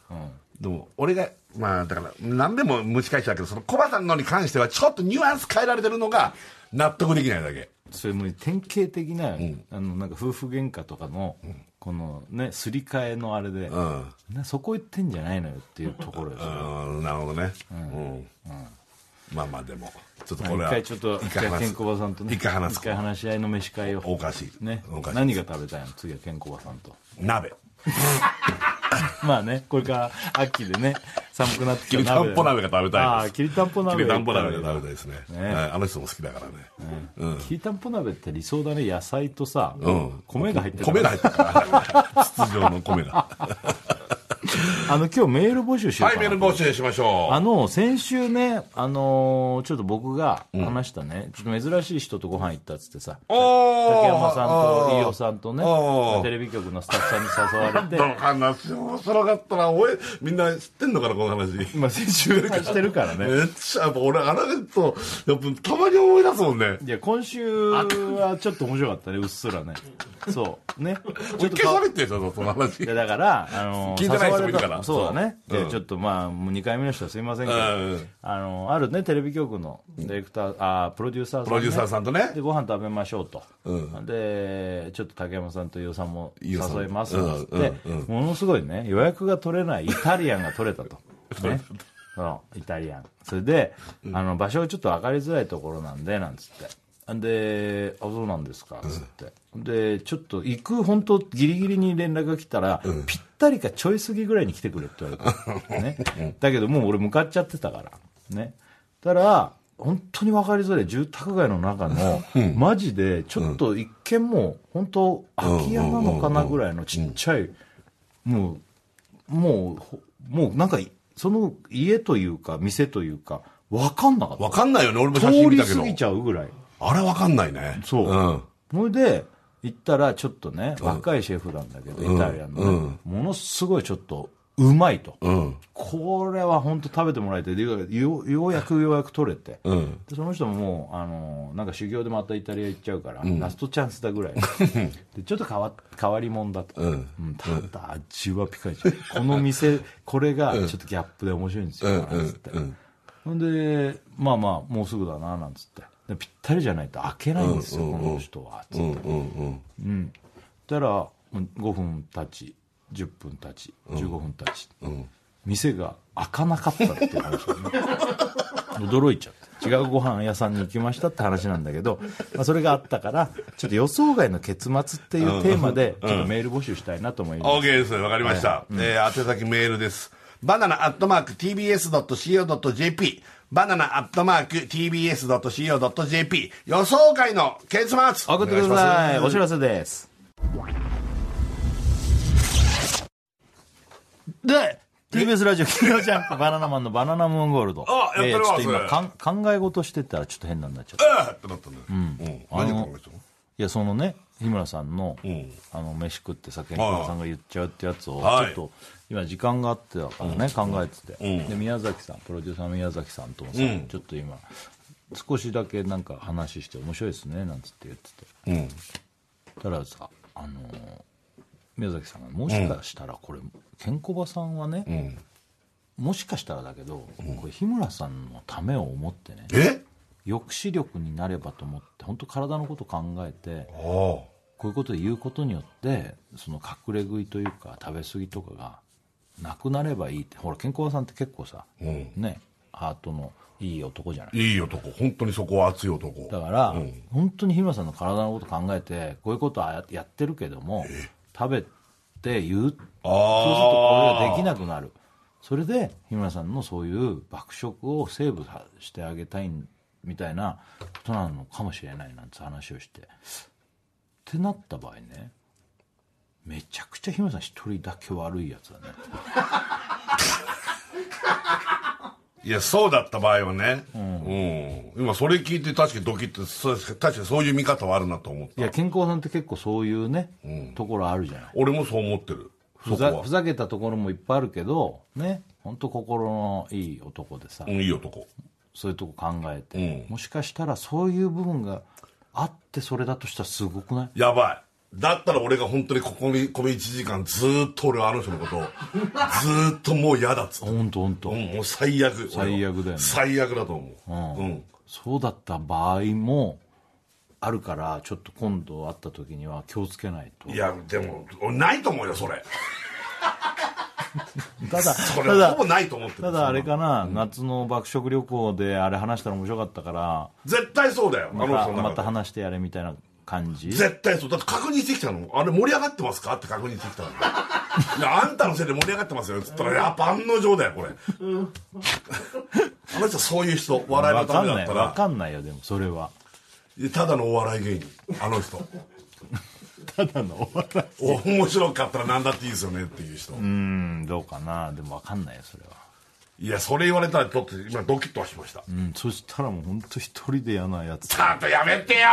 [SPEAKER 2] でも俺がまあだから何でも蒸し返しだけどそのコバさんのに関してはちょっとニュアンス変えられてるのが納得できないだけ
[SPEAKER 1] それも典型的な,、あのなんか夫婦喧嘩とかの、このねすり替えのあれで、
[SPEAKER 2] うん
[SPEAKER 1] ねそこ言ってんじゃないのよっていうところよ、
[SPEAKER 2] うんなるほどねうん、まあまあでもちょっとこれ
[SPEAKER 1] 一
[SPEAKER 2] は
[SPEAKER 1] 回ちょっと
[SPEAKER 2] 一回
[SPEAKER 1] 一回
[SPEAKER 2] 話
[SPEAKER 1] ケン
[SPEAKER 2] す
[SPEAKER 1] コバさんとね
[SPEAKER 2] 一回話す
[SPEAKER 1] 一回話し合いの飯会を
[SPEAKER 2] おかしい
[SPEAKER 1] ね
[SPEAKER 2] おかしい
[SPEAKER 1] 何が食べたいの次はケンコバさんと
[SPEAKER 2] 鍋
[SPEAKER 1] まあね、これから秋でね、寒くなってき
[SPEAKER 2] きりたんぽ鍋が食べたい
[SPEAKER 1] あ
[SPEAKER 2] で
[SPEAKER 1] あ、
[SPEAKER 2] す
[SPEAKER 1] きりたんぽ
[SPEAKER 2] き
[SPEAKER 1] 鍋。
[SPEAKER 2] りたんぽ鍋が食べたいですね
[SPEAKER 1] ね
[SPEAKER 2] はいあの人も好きだからね、うん
[SPEAKER 1] きりたんぽ鍋って理想だね、野菜とさ、
[SPEAKER 2] うん
[SPEAKER 1] 米が入ってる。
[SPEAKER 2] 米が入ってるから筒状の米が
[SPEAKER 1] あの、今日メール募集しよう
[SPEAKER 2] は
[SPEAKER 1] か
[SPEAKER 2] い
[SPEAKER 1] な。
[SPEAKER 2] メール募集しましょう
[SPEAKER 1] あの、先週ね、あのーちょっと僕が話したね、ちょっと珍しい人とご飯行ったっつってさ、
[SPEAKER 2] お
[SPEAKER 1] 竹山さんと飯尾
[SPEAKER 2] ん
[SPEAKER 1] さんとね、
[SPEAKER 2] おー
[SPEAKER 1] テレビ局のスタッフさんに 誘われて、
[SPEAKER 2] の話面白かったなおいみんな知ってんのかなこの話め
[SPEAKER 1] 今先週してるからね。
[SPEAKER 2] っちゃやっぱ俺あれとやっぱたまに思い出すもんね
[SPEAKER 1] いや今週はちょっと面白かったねうっすらねそ うねちょ
[SPEAKER 2] 俺
[SPEAKER 1] っと
[SPEAKER 2] 消
[SPEAKER 1] か
[SPEAKER 2] されてるよその話
[SPEAKER 1] いやだから、あの
[SPEAKER 2] 聞いてない人もいるから
[SPEAKER 1] 誘われたのそうだね。
[SPEAKER 2] そう
[SPEAKER 1] で
[SPEAKER 2] うん
[SPEAKER 1] ちょっとまあ、もう2回目の人はすいませんけど、
[SPEAKER 2] うん
[SPEAKER 1] あのあるね、テレビ局のディレクター、あープロデューサーさん、ね、
[SPEAKER 2] プロデューサーさんとね
[SPEAKER 1] で、ご飯食べましょうと。
[SPEAKER 2] う
[SPEAKER 1] で、ちょっと竹山さんと伊代さんも
[SPEAKER 2] 伊代さん
[SPEAKER 1] 誘いますっつって、
[SPEAKER 2] うんうん
[SPEAKER 1] ものすごいね、予約が取れないイタリアンが 取れたと。ね。そのイタリアン。それで、あの、場所がちょっと分かりづらいところなんで、なんつって。で、あ、そうなんですか、つって。で、ちょっと行く、本当ギリギリに連絡が来たら、ぴったりかちょい過ぎぐらいに来てくれって言わ れた。ね。だけどもう俺向かっちゃってたから。ね。たら、本当に分かりづらい住宅街の中の、マジで、ちょっと一見もう、本当空き家なのかなぐらいのちっちゃい、もう、もうほ、もうなんかい、その家というか、店というか、分かんなかっ
[SPEAKER 2] わかんないよね俺も
[SPEAKER 1] た。
[SPEAKER 2] 写
[SPEAKER 1] 通
[SPEAKER 2] 真見
[SPEAKER 1] り
[SPEAKER 2] たけど
[SPEAKER 1] 過ぎちゃうぐらい。
[SPEAKER 2] あれわかんないね
[SPEAKER 1] そうんそれで、行ったら、ちょっとね、若いシェフなんだけど、イタリアンのね、ものすごいちょっと、うまいと。
[SPEAKER 2] うん
[SPEAKER 1] これは本当食べてもらいたいでよようやくようやく取れて、
[SPEAKER 2] うん
[SPEAKER 1] でその人ももうあのなんか修行でまたイタリア行っちゃうから、ラストチャンスだ ぐらいでちょっと変わ変わり者だと、
[SPEAKER 2] ん
[SPEAKER 1] うんただ味はピカイチこの 店これがちょっとギャップで面白いんですよ、なんつって、ほんでまあまあもうすぐだななんつってでぴったりじゃないと開けないんですよ、この人はつって、
[SPEAKER 2] うんうん
[SPEAKER 1] たらもう5分経ち10分経ち15分経ち、店が開かなかったっていう話だね 驚いちゃって違うご飯屋さんに行きましたって話なんだけど、まあ、それがあったからちょっと予想外の結末っていうテーマでちょっとメール募集したいなと思います、
[SPEAKER 2] OK ですわかりました、えー宛先メールですバナナアットマーク TBS.CO.JP バナナアットマーク TBS.CO.JP 予想外の結末
[SPEAKER 1] 送ってください
[SPEAKER 2] お
[SPEAKER 1] お
[SPEAKER 2] 願します
[SPEAKER 1] 知らせですで TBS ラジオ「金曜ジャンプ」バナナマンの「バナナムーンゴールド」
[SPEAKER 2] あやってるわ
[SPEAKER 1] ちょっと今
[SPEAKER 2] それ
[SPEAKER 1] かん考え事してたらちょっと変なんなっちゃった
[SPEAKER 2] あーってなったんだよ、うん何この人
[SPEAKER 1] いやそのね日村さんの,、
[SPEAKER 2] ん
[SPEAKER 1] あの飯食ってさ健康さんが言っちゃうってやつを、
[SPEAKER 2] はい
[SPEAKER 1] ちょっと今時間があってだからね、考えてて、で宮崎さんプロデューサーの宮崎さんともさ、ちょっと今少しだけなんか話して面白いですねなんつって言ってて
[SPEAKER 2] うん
[SPEAKER 1] たださあのー宮崎さんがもしかしたらこれ、ケンコバさんはね、
[SPEAKER 2] ん
[SPEAKER 1] もしかしたらだけど、これ日村さんのためを思ってね
[SPEAKER 2] え
[SPEAKER 1] 抑止力になればと思って本当体のこと考えて
[SPEAKER 2] ああ
[SPEAKER 1] こういうことを言うことによってその隠れ食いというか食べ過ぎとかがなくなればいいってほら健康さんって結構さ、
[SPEAKER 2] ん
[SPEAKER 1] ねハートのいい男じゃない
[SPEAKER 2] いい男本当にそこは熱い男
[SPEAKER 1] だから、本当に日村さんの体のこと考えてこういうことはややってるけども食べて言うそうするとこれができなくなるそれで日村さんのそういう爆食をセーブさしてあげたいみたいなことなのかもしれないなんて話をしてってなった場合ねめちゃくちゃ日村さん一人だけ悪いやつだね
[SPEAKER 2] いやそうだった場合はねうん、今それ聞いて確かにドキッとそう確かにそういう見方はあるなと思っ
[SPEAKER 1] い
[SPEAKER 2] た
[SPEAKER 1] や健康さんって結構そういうね、ところあるじゃない
[SPEAKER 2] 俺もそう思ってるそ
[SPEAKER 1] ふ
[SPEAKER 2] こ
[SPEAKER 1] ざ
[SPEAKER 2] は
[SPEAKER 1] ふざけたところもいっぱいあるけどね本当心のいい男でさ、
[SPEAKER 2] うんいい男
[SPEAKER 1] そういうとこ考えて、
[SPEAKER 2] う
[SPEAKER 1] もしかしたらそういう部分があってそれだとしたらすごくない
[SPEAKER 2] やばいだったら俺が本当にここにこの1時間ずーっと俺はあの人のこと をずーっともう嫌だっつって、
[SPEAKER 1] 本当本当、
[SPEAKER 2] うん、もう最悪
[SPEAKER 1] 最悪だよね
[SPEAKER 2] 俺は最悪だと思ううん、
[SPEAKER 1] そうだった場合もあるからちょっと今度会った時には気をつけないと
[SPEAKER 2] いやでも俺ないと思うよそれ
[SPEAKER 1] ただ
[SPEAKER 2] それ
[SPEAKER 1] た
[SPEAKER 2] は
[SPEAKER 1] だ
[SPEAKER 2] ほぼないと思ってる
[SPEAKER 1] ただあれかな、夏の爆食旅行であれ話したら面白かったから
[SPEAKER 2] 絶対そうだよあの
[SPEAKER 1] ま
[SPEAKER 2] 人の中
[SPEAKER 1] た
[SPEAKER 2] で
[SPEAKER 1] また話してやれみたいな感じ
[SPEAKER 2] 絶対そうだって確認してきたのあれ盛り上がってますかって確認してき たのいやあんたのせいで盛り上がってますよっつったらやっぱ案の定だよこれ あの人はそういう人笑いの
[SPEAKER 1] わ
[SPEAKER 2] た
[SPEAKER 1] かん
[SPEAKER 2] めだ
[SPEAKER 1] な
[SPEAKER 2] っ
[SPEAKER 1] い
[SPEAKER 2] た
[SPEAKER 1] わ
[SPEAKER 2] ら
[SPEAKER 1] かんないよでもそれはい
[SPEAKER 2] やただのお笑い芸人あの人
[SPEAKER 1] ただのお笑
[SPEAKER 2] お面白かったら何だっていいですよねっていう人、
[SPEAKER 1] うんどうかなでもわかんないよそれはい
[SPEAKER 2] やそれ言われたらちょっと今ドキッとはしました、
[SPEAKER 1] うんそしたらもう本当一人で嫌なやつ
[SPEAKER 2] ちゃんとやめてよ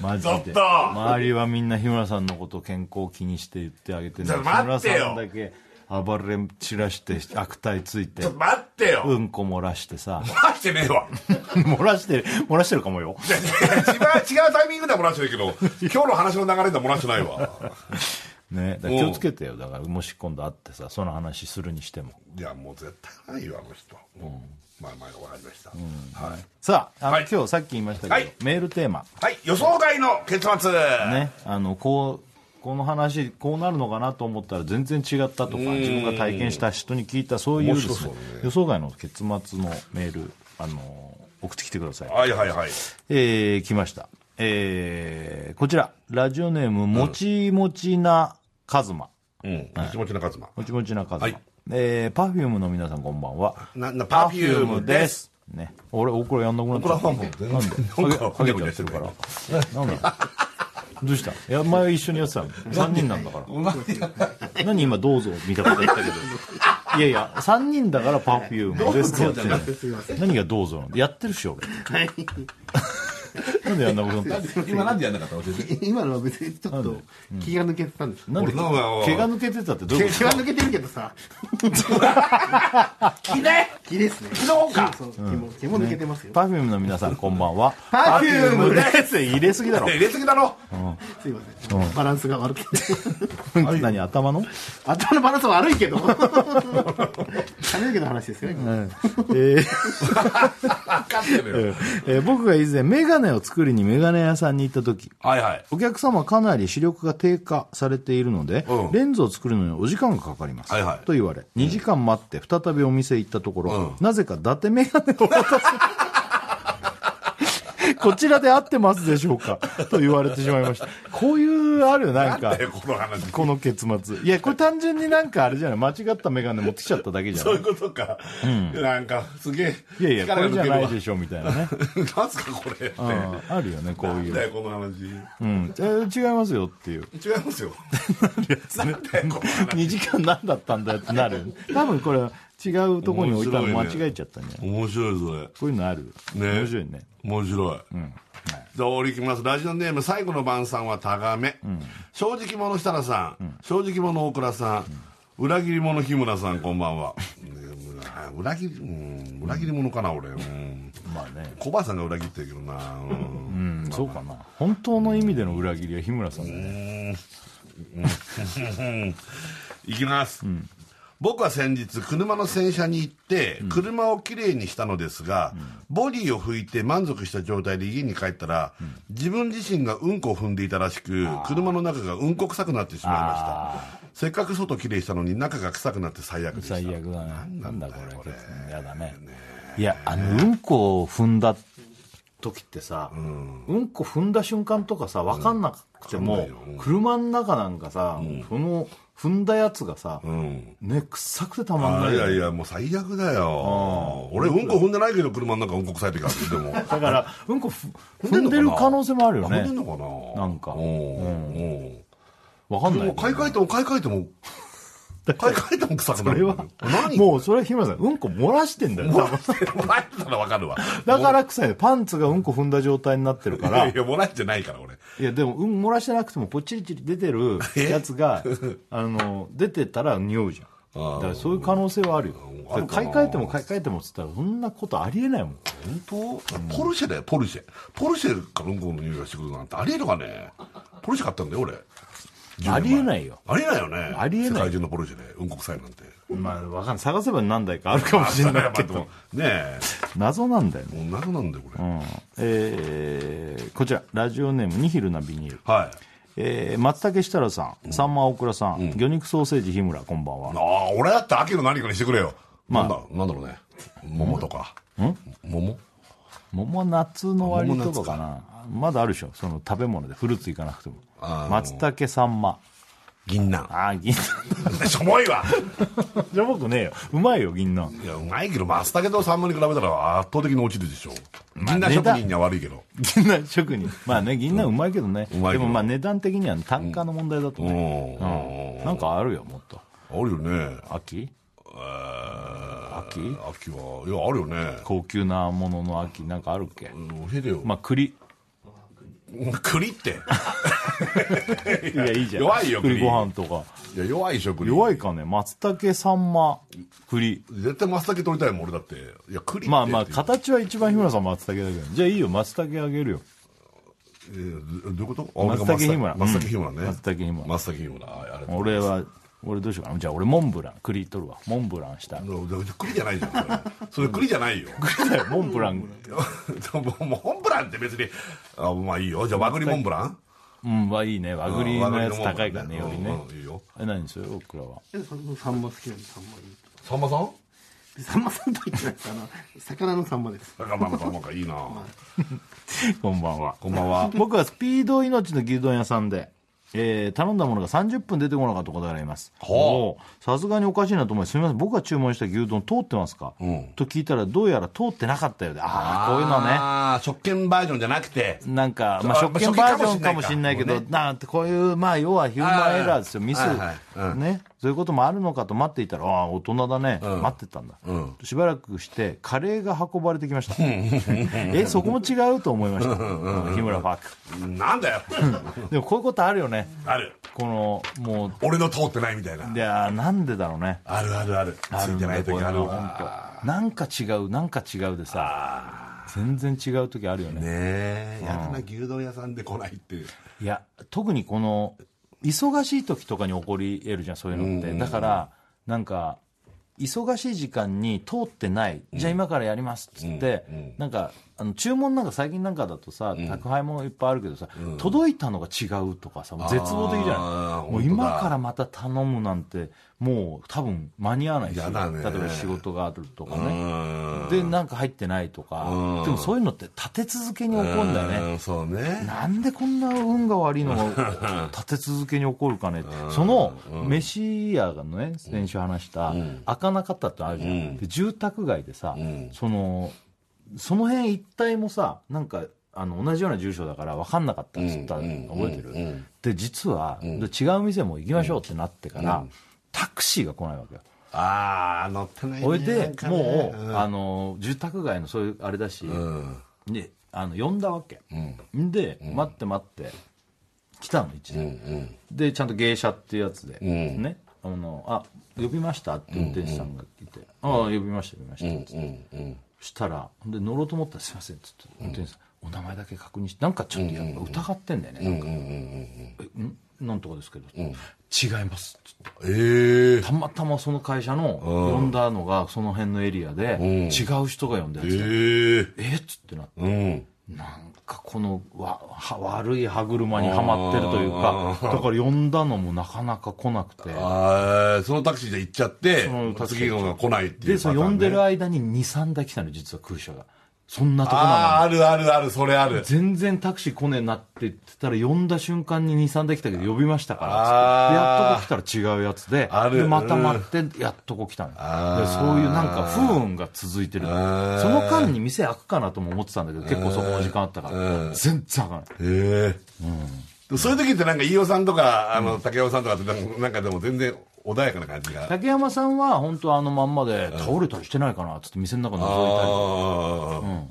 [SPEAKER 1] マジ
[SPEAKER 2] ちょっと
[SPEAKER 1] で周りはみんな日村さんのこと健康を気にして言ってあげてるの
[SPEAKER 2] ちょっ
[SPEAKER 1] に
[SPEAKER 2] と
[SPEAKER 1] 日村
[SPEAKER 2] 待ってよ
[SPEAKER 1] さんだけ暴れ散らして悪態ついて
[SPEAKER 2] ちょっと待ってよ、
[SPEAKER 1] うんこ漏らしてさ
[SPEAKER 2] 待ってねえわ
[SPEAKER 1] 漏らして漏らしてるかもよ
[SPEAKER 2] 違う違うタイミングでは漏らしてる けど今日の話の流れでは漏らしてないわ
[SPEAKER 1] ねだから気をつけてよだからもし今度会ってさその話するにしても
[SPEAKER 2] いやもう絶対ないよあの人、まあまあ分かりました、はい
[SPEAKER 1] さああの、
[SPEAKER 2] はい
[SPEAKER 1] 今日さっき言いましたけど、
[SPEAKER 2] はい
[SPEAKER 1] メールテーマ
[SPEAKER 2] はい、予想外の結末、
[SPEAKER 1] ねあのこうこの話こうなるのかなと思ったら全然違ったとか自分が体験した人に聞いたそういうですね
[SPEAKER 2] 面白そうね
[SPEAKER 1] 予想外の結末のメールあの送ってきてください
[SPEAKER 2] はいはいはい
[SPEAKER 1] えー、来ました。えー、こちら、ラジオネーム、もちもちなカズマ。
[SPEAKER 2] うん気持ちの勝馬
[SPEAKER 1] もちもちなカズマ。
[SPEAKER 2] はい
[SPEAKER 1] えー、パフュームの皆さんこんばんは。
[SPEAKER 2] ななパフュームです
[SPEAKER 1] す。ね。俺、オクラやんなくなっちゃった。
[SPEAKER 2] オクラファンも全然
[SPEAKER 1] なんで
[SPEAKER 2] なんか
[SPEAKER 1] ハゲハゲちゃってるから。なんだどうしたいや、前一緒にやってたの。3人なんだから。何今、どうぞ、みたいなこと言ったけど。いやいや、3人だからパフュームですってやってんの何がどうぞなんてやってるし、俺。
[SPEAKER 4] はい。
[SPEAKER 1] なんでやんなくなったの
[SPEAKER 5] 今なんでやんなかったの教えて
[SPEAKER 4] 今のは別にちょっと気が抜けてたんです。
[SPEAKER 1] なんで毛
[SPEAKER 2] 俺のは
[SPEAKER 1] が抜けてたってどういうこ
[SPEAKER 4] 気は抜けてるけどさ。気ね気ですね。
[SPEAKER 2] 昨日か
[SPEAKER 4] そうそう気も気も抜けてます
[SPEAKER 1] と
[SPEAKER 4] よ。
[SPEAKER 1] パフュームの皆さんこんばんは
[SPEAKER 4] Perfume
[SPEAKER 1] です入れすぎだ ろ
[SPEAKER 2] ね入れすぎだろ
[SPEAKER 4] すいません。バランスが悪くて。
[SPEAKER 1] 何頭の
[SPEAKER 4] 頭のバランスは悪いけど。髪の毛の話ですよね。
[SPEAKER 1] えー
[SPEAKER 2] 分かってるよ、
[SPEAKER 1] えー僕が以前メガネを作りにメガネ屋さんに行った時
[SPEAKER 2] はいはい
[SPEAKER 1] お客様はかなり視力が低下されているので、
[SPEAKER 2] うん
[SPEAKER 1] レンズを作るのにお時間がかかります、
[SPEAKER 2] はいはい
[SPEAKER 1] と言われ2時間待って再びお店へ行ったところ、
[SPEAKER 2] う
[SPEAKER 1] なぜか伊達メガネを渡す こちらで合ってますでしょうかと言われてしまいましたこういうあるよなんか
[SPEAKER 2] えこの話
[SPEAKER 1] この結末いやこれ単純になんかあれじゃない間違った眼鏡持ってきちゃっただけじゃな
[SPEAKER 2] そうい
[SPEAKER 1] い
[SPEAKER 2] こ
[SPEAKER 1] う
[SPEAKER 2] とか、なんかすげえ
[SPEAKER 1] いやいやこれじゃないで
[SPEAKER 2] し
[SPEAKER 1] しょみたいなね
[SPEAKER 2] ょなんすかこれって
[SPEAKER 1] うんあるよねこう
[SPEAKER 2] ないん
[SPEAKER 1] う、
[SPEAKER 2] だよこの話違い
[SPEAKER 1] うん、え違いますよって いう
[SPEAKER 2] ますよ なんだよこの話
[SPEAKER 1] 2時間何だったんだよってなる 多分これは違うところに置いたの間
[SPEAKER 2] 面白いね
[SPEAKER 1] 違えちゃったんじゃない
[SPEAKER 2] 面白いそれ
[SPEAKER 1] こういうのある
[SPEAKER 2] ね
[SPEAKER 1] 面白いね
[SPEAKER 2] 面白い、じゃあ俺いきますラジオネーム最後の晩さんはタガメ、正直者設楽さん、正直者大倉さん、裏切り者日村さんこんばんはねうわ裏切り、うん、裏切り者かな俺、うん、
[SPEAKER 1] まあね
[SPEAKER 2] 小林さんが裏切ってるけどな、うん
[SPEAKER 1] うんそうかな本当の意味での裏切りは日村さんだね
[SPEAKER 2] いきます、僕は先日車の洗車に行って車をきれいにしたのですが、ボディを拭いて満足した状態で家に帰ったら、自分自身がうんこを踏んでいたらしく車の中がうんこ臭くなってしまいましたせっかく外きれいしたのに中が臭くなって最悪でした
[SPEAKER 1] 最悪だななんだこれ結構やだねいやあのうんこを踏んだ時ってさ、うん、こ踏んだ瞬間とかさ分かんなくても、車の中なんかさ、その踏んだやつがさ、
[SPEAKER 2] うん
[SPEAKER 1] ね臭くてたまん
[SPEAKER 2] あ
[SPEAKER 1] な
[SPEAKER 2] い
[SPEAKER 1] いよ
[SPEAKER 2] やいやもう最悪だよ俺うんこ踏んでないけど車の中うんこ臭い時あるで も
[SPEAKER 1] だから うんこふ踏んでる可能性もあるよ
[SPEAKER 2] あ踏んで
[SPEAKER 1] ね
[SPEAKER 2] んのかな
[SPEAKER 1] なんか
[SPEAKER 2] うんうん
[SPEAKER 1] 分かん
[SPEAKER 2] で
[SPEAKER 1] ない
[SPEAKER 2] も
[SPEAKER 1] よね
[SPEAKER 2] 買い替えても買い替えて も買い替えても臭くなる
[SPEAKER 1] それは
[SPEAKER 2] 何
[SPEAKER 1] もうそれは日村さんうんこ漏らしてんだよ
[SPEAKER 2] もらってもらってたらわかるわ
[SPEAKER 1] だから臭いパンツがうんこ踏んだ状態になってるか
[SPEAKER 2] い
[SPEAKER 1] ら
[SPEAKER 2] やいやもらってないから俺
[SPEAKER 1] いやでもうん漏らしてなくてもぽっちりちり出てるやつ があの出てたら匂うじゃんだからそういう可能性はあるよだから買い替えても買い替えてもっつったらそんなことありえないもん
[SPEAKER 2] 本当ポルシェだよポルシェポルシェからうんこの匂いがしてくるなんてありえるかねポルシェ買ったんだよ俺
[SPEAKER 1] ありえないよ
[SPEAKER 2] ありえないよね
[SPEAKER 1] ありえない
[SPEAKER 2] 世界中のポルシェでうんこ臭いなんて
[SPEAKER 1] まあわかんない探せば何台かあるかもし れないけ
[SPEAKER 2] でも
[SPEAKER 1] ど
[SPEAKER 2] ね
[SPEAKER 1] 謎なんだよ
[SPEAKER 2] え
[SPEAKER 1] ね
[SPEAKER 2] もう謎なんだよこれ、
[SPEAKER 1] うんえーこちらラジオネームニヒルなビニール
[SPEAKER 2] はい
[SPEAKER 1] えー松竹設楽さん、さんま大倉さん、魚肉ソーセージ日村、こんばんは。
[SPEAKER 2] ああ俺だって秋の何かにしてくれよ、なんだなんだろうね桃とか桃
[SPEAKER 1] 桃夏の終わりと
[SPEAKER 2] 桃
[SPEAKER 1] か
[SPEAKER 2] 夏
[SPEAKER 1] かなまだあるでしょその食べ物でフルーツいかなくても
[SPEAKER 2] あの
[SPEAKER 1] 松茸さんま
[SPEAKER 2] 銀杏
[SPEAKER 1] ああ銀 杏
[SPEAKER 2] しょぼいわ
[SPEAKER 1] じゃあ僕ねえようまいよ銀杏
[SPEAKER 2] いやうまいけど松茸とサンマに比べたら圧倒的に落ちるでしょ銀杏職人には悪いけど
[SPEAKER 1] 銀杏職人まあね銀杏うまいけどね、
[SPEAKER 2] うまい
[SPEAKER 1] で
[SPEAKER 2] けど
[SPEAKER 1] もまあ値段的には単価の問題だと
[SPEAKER 2] うん
[SPEAKER 1] ね、なんかあるよもっと
[SPEAKER 2] あるよね
[SPEAKER 1] 秋
[SPEAKER 2] えー
[SPEAKER 1] 秋
[SPEAKER 2] 秋はいやあるよね
[SPEAKER 1] 高級なものの秋なんかあるっけ
[SPEAKER 2] 教えてよ、
[SPEAKER 1] まあ栗
[SPEAKER 2] 栗って
[SPEAKER 1] いやいいじゃん
[SPEAKER 2] 弱いよ
[SPEAKER 1] 栗ご飯とか
[SPEAKER 2] いや弱い食
[SPEAKER 1] 弱
[SPEAKER 2] い
[SPEAKER 1] いかね松茸さんま栗
[SPEAKER 2] 絶対松茸取りたいもん俺だっていや栗って
[SPEAKER 1] まあまあ
[SPEAKER 2] っていう
[SPEAKER 1] 形は一番日村さん松茸だけどじゃあいいよ松茸あげるよ
[SPEAKER 2] えーどどういうことあ俺
[SPEAKER 1] 松
[SPEAKER 2] が
[SPEAKER 1] 茸日村
[SPEAKER 2] 松茸日村
[SPEAKER 1] う
[SPEAKER 2] ね
[SPEAKER 1] ん松茸日村
[SPEAKER 2] 松茸日村ああれ
[SPEAKER 1] 俺は俺どうしようかなじゃあ俺モンブラン栗取るわモンブランしたい
[SPEAKER 2] 栗じゃないじゃんそれそれ栗じゃない よ
[SPEAKER 1] モンブラン
[SPEAKER 2] もうモンブランって別にあまあいいよじゃあ和栗モンブラン
[SPEAKER 1] うんはいいね和栗のやつ高いからね
[SPEAKER 2] うん
[SPEAKER 1] よりね
[SPEAKER 2] うんいいよ
[SPEAKER 1] え何それオクラは
[SPEAKER 4] えそのサンマ好きなんでサンマいい
[SPEAKER 2] さんまさん
[SPEAKER 4] でサンマさんと言ってないですあの魚のサンマです
[SPEAKER 2] だからまあまあまあいいな
[SPEAKER 1] こんばんは
[SPEAKER 2] こんばんは
[SPEAKER 1] 僕はスピード命の牛丼屋さんで、えー頼んだものが30分出てこなかったことがありますおうさすがにおかしいなと思いすみません僕が注文した牛丼通ってますか、
[SPEAKER 2] ん
[SPEAKER 1] と聞いたらどうやら通ってなかったようでああこういうのね
[SPEAKER 2] あー食券バージョンじゃなくて
[SPEAKER 1] なんか、まあ、
[SPEAKER 2] あ
[SPEAKER 1] 食券
[SPEAKER 2] まあ
[SPEAKER 1] バージョンかもしれないけ
[SPEAKER 2] も
[SPEAKER 1] ど、
[SPEAKER 2] うね
[SPEAKER 1] なんてこういう、まあ、要はヒューマンエラーですよ、ミス、
[SPEAKER 2] はいはいうん
[SPEAKER 1] ね、そういうこともあるのかと待っていたら、ああ、大人だね、待ってたんだ、
[SPEAKER 2] うん
[SPEAKER 1] しばらくして、カレーが運ばれてきま した、え、そこも違うと思いました、うん日村ファーク、
[SPEAKER 2] なんだよ
[SPEAKER 1] でもこういうことあるよね、
[SPEAKER 2] ある
[SPEAKER 1] この、も
[SPEAKER 2] 俺の通ってないみたいな
[SPEAKER 1] う、いやー、なんでだろうね、
[SPEAKER 2] あるあるあるつ
[SPEAKER 1] ある
[SPEAKER 2] い
[SPEAKER 1] ん
[SPEAKER 2] てな
[SPEAKER 1] だ
[SPEAKER 2] い
[SPEAKER 1] よこ
[SPEAKER 2] 時
[SPEAKER 1] ういう
[SPEAKER 2] ある
[SPEAKER 1] の
[SPEAKER 2] わ
[SPEAKER 1] 本当なんか違う、なんか違うでさ、全然違う時あるよね。
[SPEAKER 2] ねえやだな牛丼屋さんで来ないって
[SPEAKER 1] いや特にこの忙しい時とかに起こり得るじゃんそういうのって、だからなんか忙しい時間に通ってない、じゃあ今からやりますっつって、なんかあの注文なんか最近なんかだとさ、宅配もいっぱいあるけどさ、届いたのが違うとかさもう絶望的じゃ
[SPEAKER 2] あ
[SPEAKER 1] な
[SPEAKER 2] ー
[SPEAKER 1] いも
[SPEAKER 2] 本
[SPEAKER 1] う
[SPEAKER 2] 当だ
[SPEAKER 1] 今からまた頼むなんてもう多分間に合わないし
[SPEAKER 2] やだね
[SPEAKER 1] 例えば仕事があるとか
[SPEAKER 2] う
[SPEAKER 1] ね、
[SPEAKER 2] ん
[SPEAKER 1] でなんか入ってないとか、
[SPEAKER 2] うん
[SPEAKER 1] でもそういうのって立て続けに起こるんだよね、
[SPEAKER 2] うんそうね
[SPEAKER 1] なんでこんな運が悪いの が立て続けに起こるかねってその飯屋がね先週話した開かなかったってあるじゃん、で住宅街でさ、そのその辺一帯もさなんかあの同じような住所だから分かんなかったっつったの覚えてる、で実は、で違う店も行きましょうってなってから、タクシーが来ないわけよ
[SPEAKER 2] ああ乗ってないね
[SPEAKER 1] それで、
[SPEAKER 2] なんかね
[SPEAKER 1] もう、あの住宅街のそういうあれだし、
[SPEAKER 2] うん
[SPEAKER 1] であの呼んだわけ、で、待って待って来たの一台、でちゃんと芸者っていうやつで、ねあのあ呼びましたって運転手さんが来て「ああ呼びました呼びました」っつって、したらで乗ろうと思ったら「すいません」っつって運転手さん、お名前だけ確認してなんかちょっとやっぱ疑ってんだよね、なんかえんなんとかですけど、違います」っつって
[SPEAKER 2] ええ
[SPEAKER 1] たまたまその会社の呼んだのがその辺のエリアで、違う人が呼んだやつで
[SPEAKER 2] ええ
[SPEAKER 1] えっつってなって
[SPEAKER 2] うん
[SPEAKER 1] なんかこのわは悪い歯車にはまってるというかだから呼んだのもなかなか来なくて
[SPEAKER 2] あーそのタクシーで行っちゃって
[SPEAKER 1] のタクシー
[SPEAKER 2] 次のが来ないっていう
[SPEAKER 1] でその呼んでる
[SPEAKER 2] あ
[SPEAKER 1] 間に23台来たの実は空車がそんなとこ
[SPEAKER 2] あー
[SPEAKER 1] なの
[SPEAKER 2] あるあるあるそれある
[SPEAKER 1] に全然タクシー来ねえなって言ってたら呼んだ瞬間に23台来たけど呼びましたから
[SPEAKER 2] あー
[SPEAKER 1] でやっとこ来たら違うやつで
[SPEAKER 2] ある
[SPEAKER 1] でまた待ってやっとこ来たの
[SPEAKER 2] あー
[SPEAKER 1] でそういうなんか不運が続いてるそ
[SPEAKER 2] あー
[SPEAKER 1] の間に店開くかなとも思ってたんだけど結構そこの時間あったから全然開かない
[SPEAKER 2] ええそういう時ってなんか飯尾さんとかあの竹尾さんとかってなんかなんかでも全然穏やかな感じが
[SPEAKER 1] 竹山さんは本当あのまんまで倒れたりしてないかなっつって店の中覗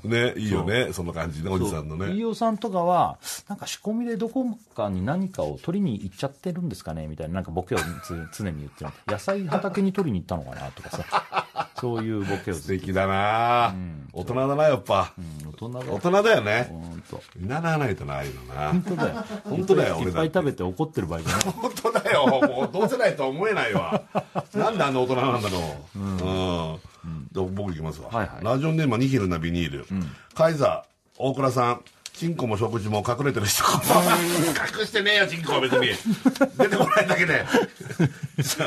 [SPEAKER 2] あ
[SPEAKER 1] い
[SPEAKER 2] あねいいよねその感じねおじさんの
[SPEAKER 1] たり飯
[SPEAKER 2] ね
[SPEAKER 1] 尾さんとかはなんか仕込みでどこかに何かを取りに行っちゃってるんですかねみたいななんかボケをつ常に言ってる野菜畑に取りに行ったのかなとかさそういうボケを
[SPEAKER 2] 素
[SPEAKER 1] ずっと
[SPEAKER 2] 敵だな大人だなやっぱ
[SPEAKER 1] 大人だ
[SPEAKER 2] 大
[SPEAKER 1] よ
[SPEAKER 2] 人だよね
[SPEAKER 1] 本当
[SPEAKER 2] 見習わないとなああいうのな
[SPEAKER 1] 本当だよ
[SPEAKER 2] 本当だよ
[SPEAKER 1] いっ
[SPEAKER 2] 俺
[SPEAKER 1] ぱ
[SPEAKER 2] だ
[SPEAKER 1] い
[SPEAKER 2] って
[SPEAKER 1] 食べて怒ってる場合じゃない
[SPEAKER 2] 本当だよもうどうせないとは思えないわなんであんな大人なんだろううん、で僕いきますわ、
[SPEAKER 1] はいはい
[SPEAKER 2] ラジオネームはニヒルなビニール、カイザー大倉さんチンコも食事も隠れてる人隠してねえよチンコは別に出てこないだけ で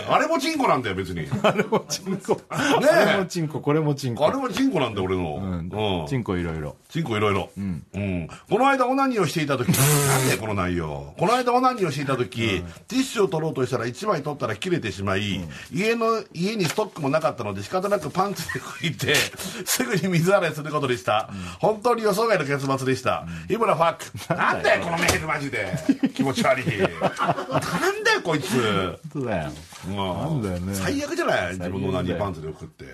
[SPEAKER 2] あれもチンコなんだよ別にあ
[SPEAKER 1] あれもチンコ
[SPEAKER 2] ねえ
[SPEAKER 1] あれもチンコこれもチンコ
[SPEAKER 2] れもチンコなんだよ俺の、うん
[SPEAKER 1] チンコいろいろ
[SPEAKER 2] チンコいろいろ。うん。この間オナニーをしていた時、なんでこの内容。この間オナニーをしていた時、ティッシュを取ろうとしたら1枚取ったら切れてしまい、家の、家にストックもなかったので仕方なくパンツで拭いて、 すぐに水洗いすることでした。本当に予想外の結末でした。日村ファック。なんだよ、このメールマジ で。気持ち悪い。なんだよ、こいつ。
[SPEAKER 1] 本当だよ
[SPEAKER 2] うん
[SPEAKER 1] んだよね
[SPEAKER 2] 最悪じゃない自分のオナニーパンツで拭くって。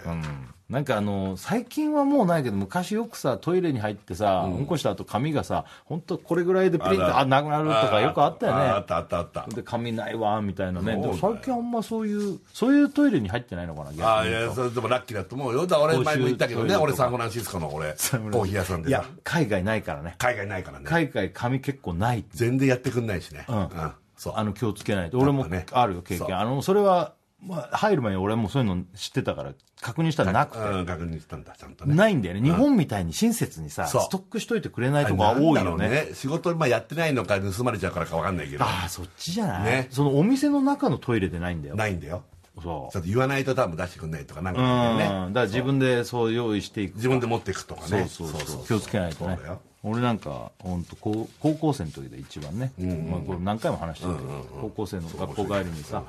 [SPEAKER 1] なんかあの最近はもうないけど昔よくさトイレに入ってさ、うん、こした後髪がさ本当これぐらいでプリンと
[SPEAKER 2] あ
[SPEAKER 1] あなくなるとかよくあったよね
[SPEAKER 2] あったあったあった
[SPEAKER 1] で髪ないわみたいな
[SPEAKER 2] そう
[SPEAKER 1] ねで
[SPEAKER 2] だよ
[SPEAKER 1] も最近あんまそういうそういうトイレに入ってないのかな逆に
[SPEAKER 2] ああいやそれでもラッキーだと思うよだから俺前も言ったけどね俺サンフランシスコの俺コーヒー屋さんで
[SPEAKER 1] いや
[SPEAKER 2] さ
[SPEAKER 1] 海外ないからね
[SPEAKER 2] 海外ないからね
[SPEAKER 1] 海外髪結構ないって
[SPEAKER 2] 全然やってくんないしねうんんそう
[SPEAKER 1] あの気をつけないと俺も
[SPEAKER 2] やっぱね
[SPEAKER 1] あるよ経
[SPEAKER 2] そう
[SPEAKER 1] 験あのそれは、まあ、入る前に俺もそういうの知ってたから確認したらなくて
[SPEAKER 2] うん確認したんだちゃんとね
[SPEAKER 1] ないんだよね日本みたいに親切にさ
[SPEAKER 2] そう
[SPEAKER 1] ストックしといてくれないとこが多い
[SPEAKER 2] なんだろ
[SPEAKER 1] よ
[SPEAKER 2] う
[SPEAKER 1] ね
[SPEAKER 2] 仕事今やってないのか盗まれちゃうからか分かんないけど
[SPEAKER 1] ああそっちじゃない、
[SPEAKER 2] ね
[SPEAKER 1] そのお店の中のトイレでないんだよ
[SPEAKER 2] ないんだよ
[SPEAKER 1] そ
[SPEAKER 2] ち
[SPEAKER 1] う
[SPEAKER 2] ょっと言わないと多分出してくんないとかなんか
[SPEAKER 1] う
[SPEAKER 2] なん
[SPEAKER 1] ん、
[SPEAKER 2] だよね
[SPEAKER 1] だから自分でそう用意していく
[SPEAKER 2] 自分で持っていくとか
[SPEAKER 1] そう
[SPEAKER 2] ね
[SPEAKER 1] そうそう気をつけないとね
[SPEAKER 2] そうだよ
[SPEAKER 1] 俺なんか本当高高校生の時で一番ね、まあ、これ何回も話してるけど、高校生の学校帰りにさ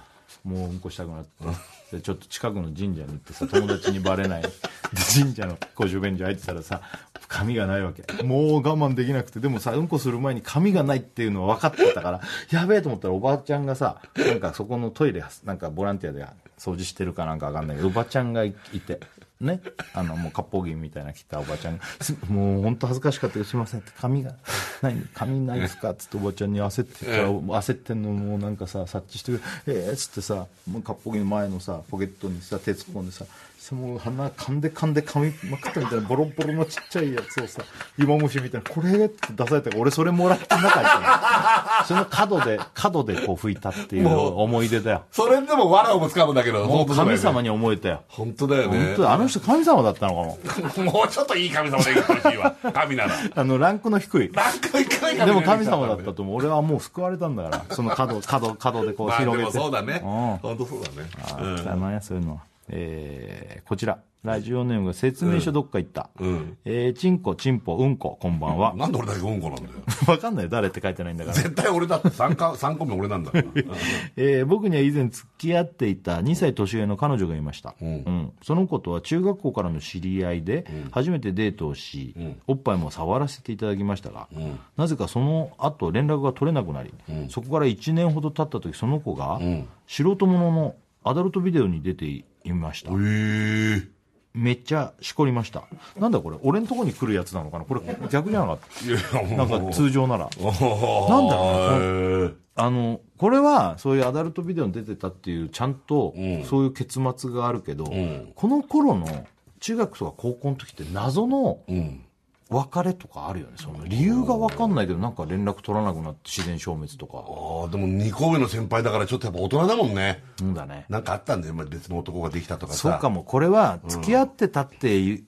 [SPEAKER 1] もううんこしたくなって、でちょっと近くの神社に行ってさ友達にバ レないで神社の公衆便所入ってたらさ髪がないわけもう我慢できなくてでもさうんこする前に髪がないっていうのは分かってたからやべえと思ったらおばあちゃんがさなんかそこのトイレなんかボランティアで掃除してるかなんか分かんないけどおばちゃんがいいてね、あのもう割烹着みたいな着たおばちゃんがす「もう本当恥ずかしかったけどすいません」って「髪がない髪ないですか?」っつっておばちゃんに焦ってたら焦ってんのもうなんかさ察知してくれ「ええっつってさもう割烹着の前のさポケットにさ手突っ込んでさもう鼻噛んで噛んで噛みまくったみたいなボロボロのちっちゃいやつをさ芋虫みたいな「これ」って出されたから俺それもらって中入ったのその角で角でこう拭いたっていう
[SPEAKER 2] もう
[SPEAKER 1] 思い出だよ
[SPEAKER 2] それでも藁をもつかむんだけど
[SPEAKER 1] も
[SPEAKER 2] 本
[SPEAKER 1] う
[SPEAKER 2] 当そうだ
[SPEAKER 1] 神
[SPEAKER 2] よね
[SPEAKER 1] 様に思えたよ
[SPEAKER 2] 本当だよ
[SPEAKER 1] 本
[SPEAKER 2] ね
[SPEAKER 1] 当だあの人神様だったのかも
[SPEAKER 2] もうちょっといい神様でいってほしいわ神 なら
[SPEAKER 1] あのランクの低い
[SPEAKER 2] 何回かい
[SPEAKER 1] でも神様だったと思う俺はもう救われたんだ からその角角角でこう
[SPEAKER 2] まあで
[SPEAKER 1] 広げ
[SPEAKER 2] も
[SPEAKER 1] て、
[SPEAKER 2] そうだね
[SPEAKER 1] うん
[SPEAKER 2] 本当そうだねうん
[SPEAKER 1] あなんやそういうのは、えーこちらラジオネームが説明書どっか行った、
[SPEAKER 2] ん
[SPEAKER 1] えーチンコチンポうんここんば んは
[SPEAKER 2] なんで俺だけうんこなんだよ
[SPEAKER 1] わかんないよ誰って書いてないんだから
[SPEAKER 2] 絶対俺だって3個 ,3 個目俺なんだから
[SPEAKER 1] えー僕には以前付き合っていた2歳年上の彼女がいました、うんその子とは中学校からの知り合いで初めてデートをし、おっぱいも触らせていただきましたが、なぜかその後連絡が取れなくなり、そこから1年ほど経った時その子が、素人もののアダルトビデオに出ていました
[SPEAKER 2] へえ
[SPEAKER 1] めっちゃしこりましたなんだこれ俺のとこに来るやつなのかなこれ逆じゃなかっ
[SPEAKER 2] いやい
[SPEAKER 1] た
[SPEAKER 2] や
[SPEAKER 1] なんか通常なら
[SPEAKER 2] なん
[SPEAKER 1] だ
[SPEAKER 2] ろう
[SPEAKER 1] あのこれはそういうアダルトビデオに出てたっていうちゃんと
[SPEAKER 2] うん
[SPEAKER 1] そういう結末があるけど、
[SPEAKER 2] ん
[SPEAKER 1] この頃の中学とか高校の時って謎の
[SPEAKER 2] うん
[SPEAKER 1] 別れとかあるよねその理由が分かんないけどなんか連絡取らなくなって自然消滅とか
[SPEAKER 2] ああでも2個上の先輩だからちょっとやっぱ大人だもんね
[SPEAKER 1] うんだね
[SPEAKER 2] なんかあったんだよまあ別の男ができたとかさ
[SPEAKER 1] そうかもこれは付き合ってたっていう、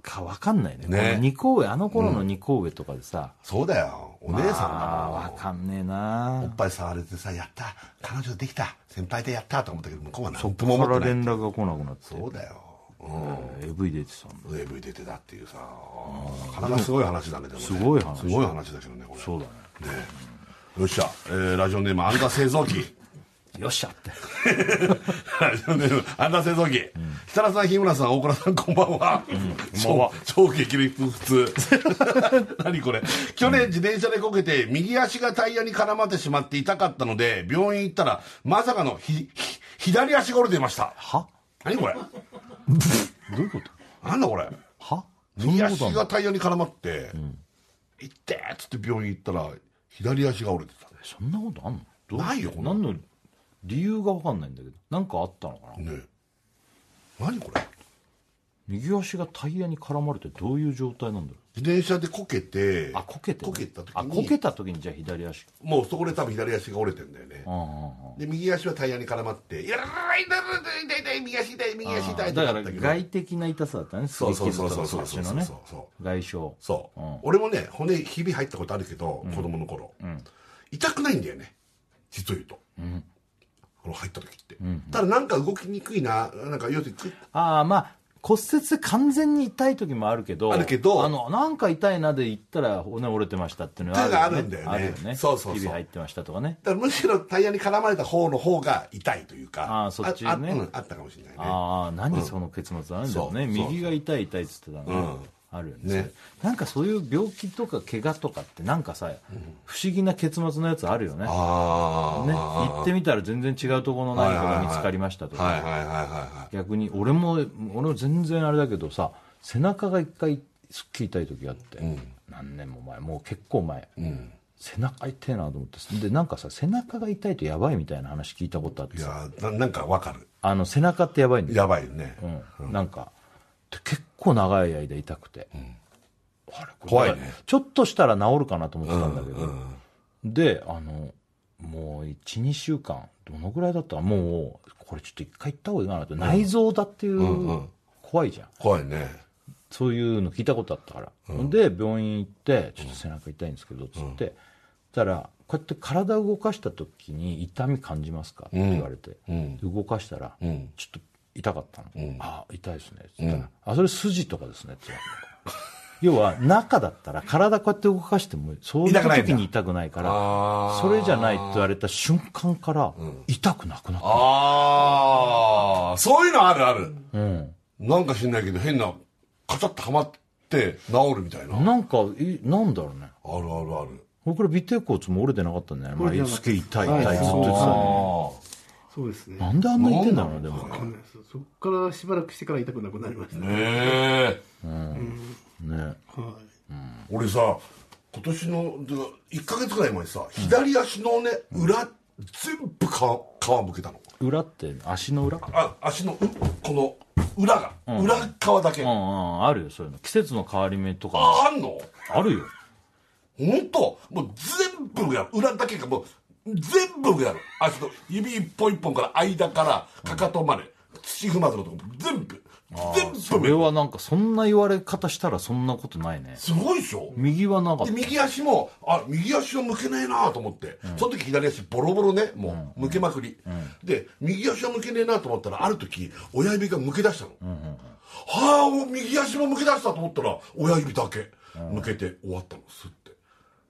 [SPEAKER 1] か分かんないね
[SPEAKER 2] ね
[SPEAKER 1] この二校上あの頃の二校上とかでさ、
[SPEAKER 2] そうだよお姉さん
[SPEAKER 1] あ
[SPEAKER 2] が
[SPEAKER 1] あ分かんねえ
[SPEAKER 2] お
[SPEAKER 1] な
[SPEAKER 2] っぱい触れてさやった彼女できた先輩でやったと思ったけど向こうは
[SPEAKER 1] そ
[SPEAKER 2] 何
[SPEAKER 1] っ
[SPEAKER 2] と
[SPEAKER 1] か
[SPEAKER 2] も思
[SPEAKER 1] ら
[SPEAKER 2] ってない
[SPEAKER 1] 連絡が来なくなって
[SPEAKER 2] そうだよ
[SPEAKER 1] えー AV 出てたんだ
[SPEAKER 2] うん AV 出てたっていうさなかなかすごい話だねでもね
[SPEAKER 1] すごい話
[SPEAKER 2] すごい話だけどねこれ
[SPEAKER 1] そうだね
[SPEAKER 2] よっしゃ、えーラジオネームアンダー製造 機
[SPEAKER 1] よっしゃって
[SPEAKER 2] ラジオネームアンダー製造機、設楽さん日村さん大倉さんこんばんは、
[SPEAKER 1] こんばんは
[SPEAKER 2] 超超激烈普通 何これ去年自転車でこけて右足がタイヤに絡まってしまって痛かったので病院行ったらまさかのひひ左足が折れていました
[SPEAKER 1] は
[SPEAKER 2] 何これ
[SPEAKER 1] どういうこと
[SPEAKER 2] なんだこれ
[SPEAKER 1] は
[SPEAKER 2] 右足がタイヤに絡まって「行って!」っつって病院行ったら左足が折れてた
[SPEAKER 1] そんなことあんのどう
[SPEAKER 2] ないよこんな
[SPEAKER 1] 何の理由が分かんないんだけど何かあったのかな
[SPEAKER 2] ねえ何これ
[SPEAKER 1] 右足がタイヤに絡まれてどういう状態なんだろ
[SPEAKER 2] 自転車でこけて
[SPEAKER 1] うあこけてね
[SPEAKER 2] こけた時に
[SPEAKER 1] あこけた時にじゃあ左足
[SPEAKER 2] もうそこで多分左足が折れてんだよね
[SPEAKER 1] ああ
[SPEAKER 2] で右足はタイヤに絡まって「いや痛い痛い痛い痛い右足痛い右足痛い」
[SPEAKER 1] だから
[SPEAKER 2] ってなったけど
[SPEAKER 1] 外的な痛さだったね
[SPEAKER 2] そうそうそうそう
[SPEAKER 1] 擦
[SPEAKER 2] そうそう
[SPEAKER 1] り傷とかそっち
[SPEAKER 2] そ
[SPEAKER 1] の
[SPEAKER 2] う
[SPEAKER 1] ね
[SPEAKER 2] そう
[SPEAKER 1] 外傷
[SPEAKER 2] そう、
[SPEAKER 1] うん
[SPEAKER 2] 俺もね骨ひび入ったことあるけど、子供の頃、痛くないんだよね実を言うと、この入った時って、ただなんか動きにくいななんか要するにく
[SPEAKER 1] ああまあ骨折で完全に痛い時もあるけど
[SPEAKER 2] あるけど
[SPEAKER 1] あのなんか痛いなで言ったら骨折れてましたっていうのよ
[SPEAKER 2] 手があ
[SPEAKER 1] あ
[SPEAKER 2] るんだ
[SPEAKER 1] る
[SPEAKER 2] よ
[SPEAKER 1] よ
[SPEAKER 2] ね
[SPEAKER 1] ね
[SPEAKER 2] そうそうそう
[SPEAKER 1] ひび入ってましたとかね
[SPEAKER 2] だからむしろタイヤに絡まれた方の方が痛いというか
[SPEAKER 1] あーそっちね
[SPEAKER 2] ああうんあったかもしれないね
[SPEAKER 1] ああ何その結末なんだろうね
[SPEAKER 2] そう
[SPEAKER 1] 右が痛い痛いっつってた
[SPEAKER 2] う
[SPEAKER 1] ね
[SPEAKER 2] ん
[SPEAKER 1] あるよね
[SPEAKER 2] ね
[SPEAKER 1] それなんかそういう病気とか怪我とかってなんかさ、不思議な結末のやつあるよねね
[SPEAKER 2] ああ
[SPEAKER 1] 行ってみたら全然違うところの何かが見つかりましたとか、
[SPEAKER 2] はいはいはいは
[SPEAKER 1] 逆に俺も俺も全然あれだけどさ背中が一回すっきり痛い時があって、何年も前もう結構前、背中痛いなと思ってでなんかさ背中が痛いとやばいみたいな話聞いたことあって
[SPEAKER 2] い
[SPEAKER 1] さ
[SPEAKER 2] はいいやななんかわかる
[SPEAKER 1] あの背中ってやばいんだよ
[SPEAKER 2] やばいね、
[SPEAKER 1] うん、なんかで結構長い間痛くて、あれこれ
[SPEAKER 2] 怖いね
[SPEAKER 1] ちょっとしたら治るかなと思ってたんだけど、であのもう12週間どのぐらいだったらもうこれちょっと一回行った方がいいかなって、内臓だっていう、怖いじゃん
[SPEAKER 2] 怖いね
[SPEAKER 1] そういうの聞いたことあったから、で病院行って「ちょっと背中痛いんですけど」つって、たら「こうやって体動かした時に痛み感じますか?」って言われて、で動かしたら、ちょっと痛かったの「あ痛いですね」っつったら「あそれ筋とかですね」って言われて。要は中だったら体こうやって動かしてもそういう
[SPEAKER 2] 痛くないんだ
[SPEAKER 1] 時に痛くないから
[SPEAKER 2] あー
[SPEAKER 1] それじゃないって言われた瞬間から痛くなくなった、
[SPEAKER 2] ああそういうのあるある、なんか知んないけど変なカチャッとはまって治るみたいな、ある
[SPEAKER 1] なんかいなんだろうね
[SPEAKER 2] あるある
[SPEAKER 1] これから尾低骨も折れてなかったんだよね
[SPEAKER 4] 折れてなか
[SPEAKER 1] す
[SPEAKER 4] った
[SPEAKER 1] げえ痛い痛いずっと言ってた
[SPEAKER 4] はい
[SPEAKER 1] の
[SPEAKER 4] そうですね。
[SPEAKER 1] なんであんな痛いんだろうねでも
[SPEAKER 4] わかんないですそこからしばらくしてから痛くなくなりました。
[SPEAKER 2] ねえ
[SPEAKER 1] ね
[SPEAKER 4] はい
[SPEAKER 2] 俺さ今年の1か月ぐらい前にさ左足のね、裏全部皮皮むけたの
[SPEAKER 1] 裏って足の裏うん
[SPEAKER 2] あ足のうこの裏が、裏側だけ、あ
[SPEAKER 1] うんあるよそういうの季節の変わり目とか
[SPEAKER 2] あんの
[SPEAKER 1] あるよ
[SPEAKER 2] 本当もう全部やる裏だけがもう全部やる足の指一本一本から間からかかとまで、土踏まずのとこ全部全部
[SPEAKER 1] それはなんかそんな言われ方したらそんなことないね
[SPEAKER 2] すごいでしょ
[SPEAKER 1] 右はなかっ
[SPEAKER 2] で
[SPEAKER 1] た
[SPEAKER 2] 右足もあ右足を向けねえなと思って、その時左足ボロボロねもう向けまくり、で右足を向けねえなと思ったらある時親指が向け出したの、はあ右足も向け出したと思ったら親指だけ向けて終わったのすって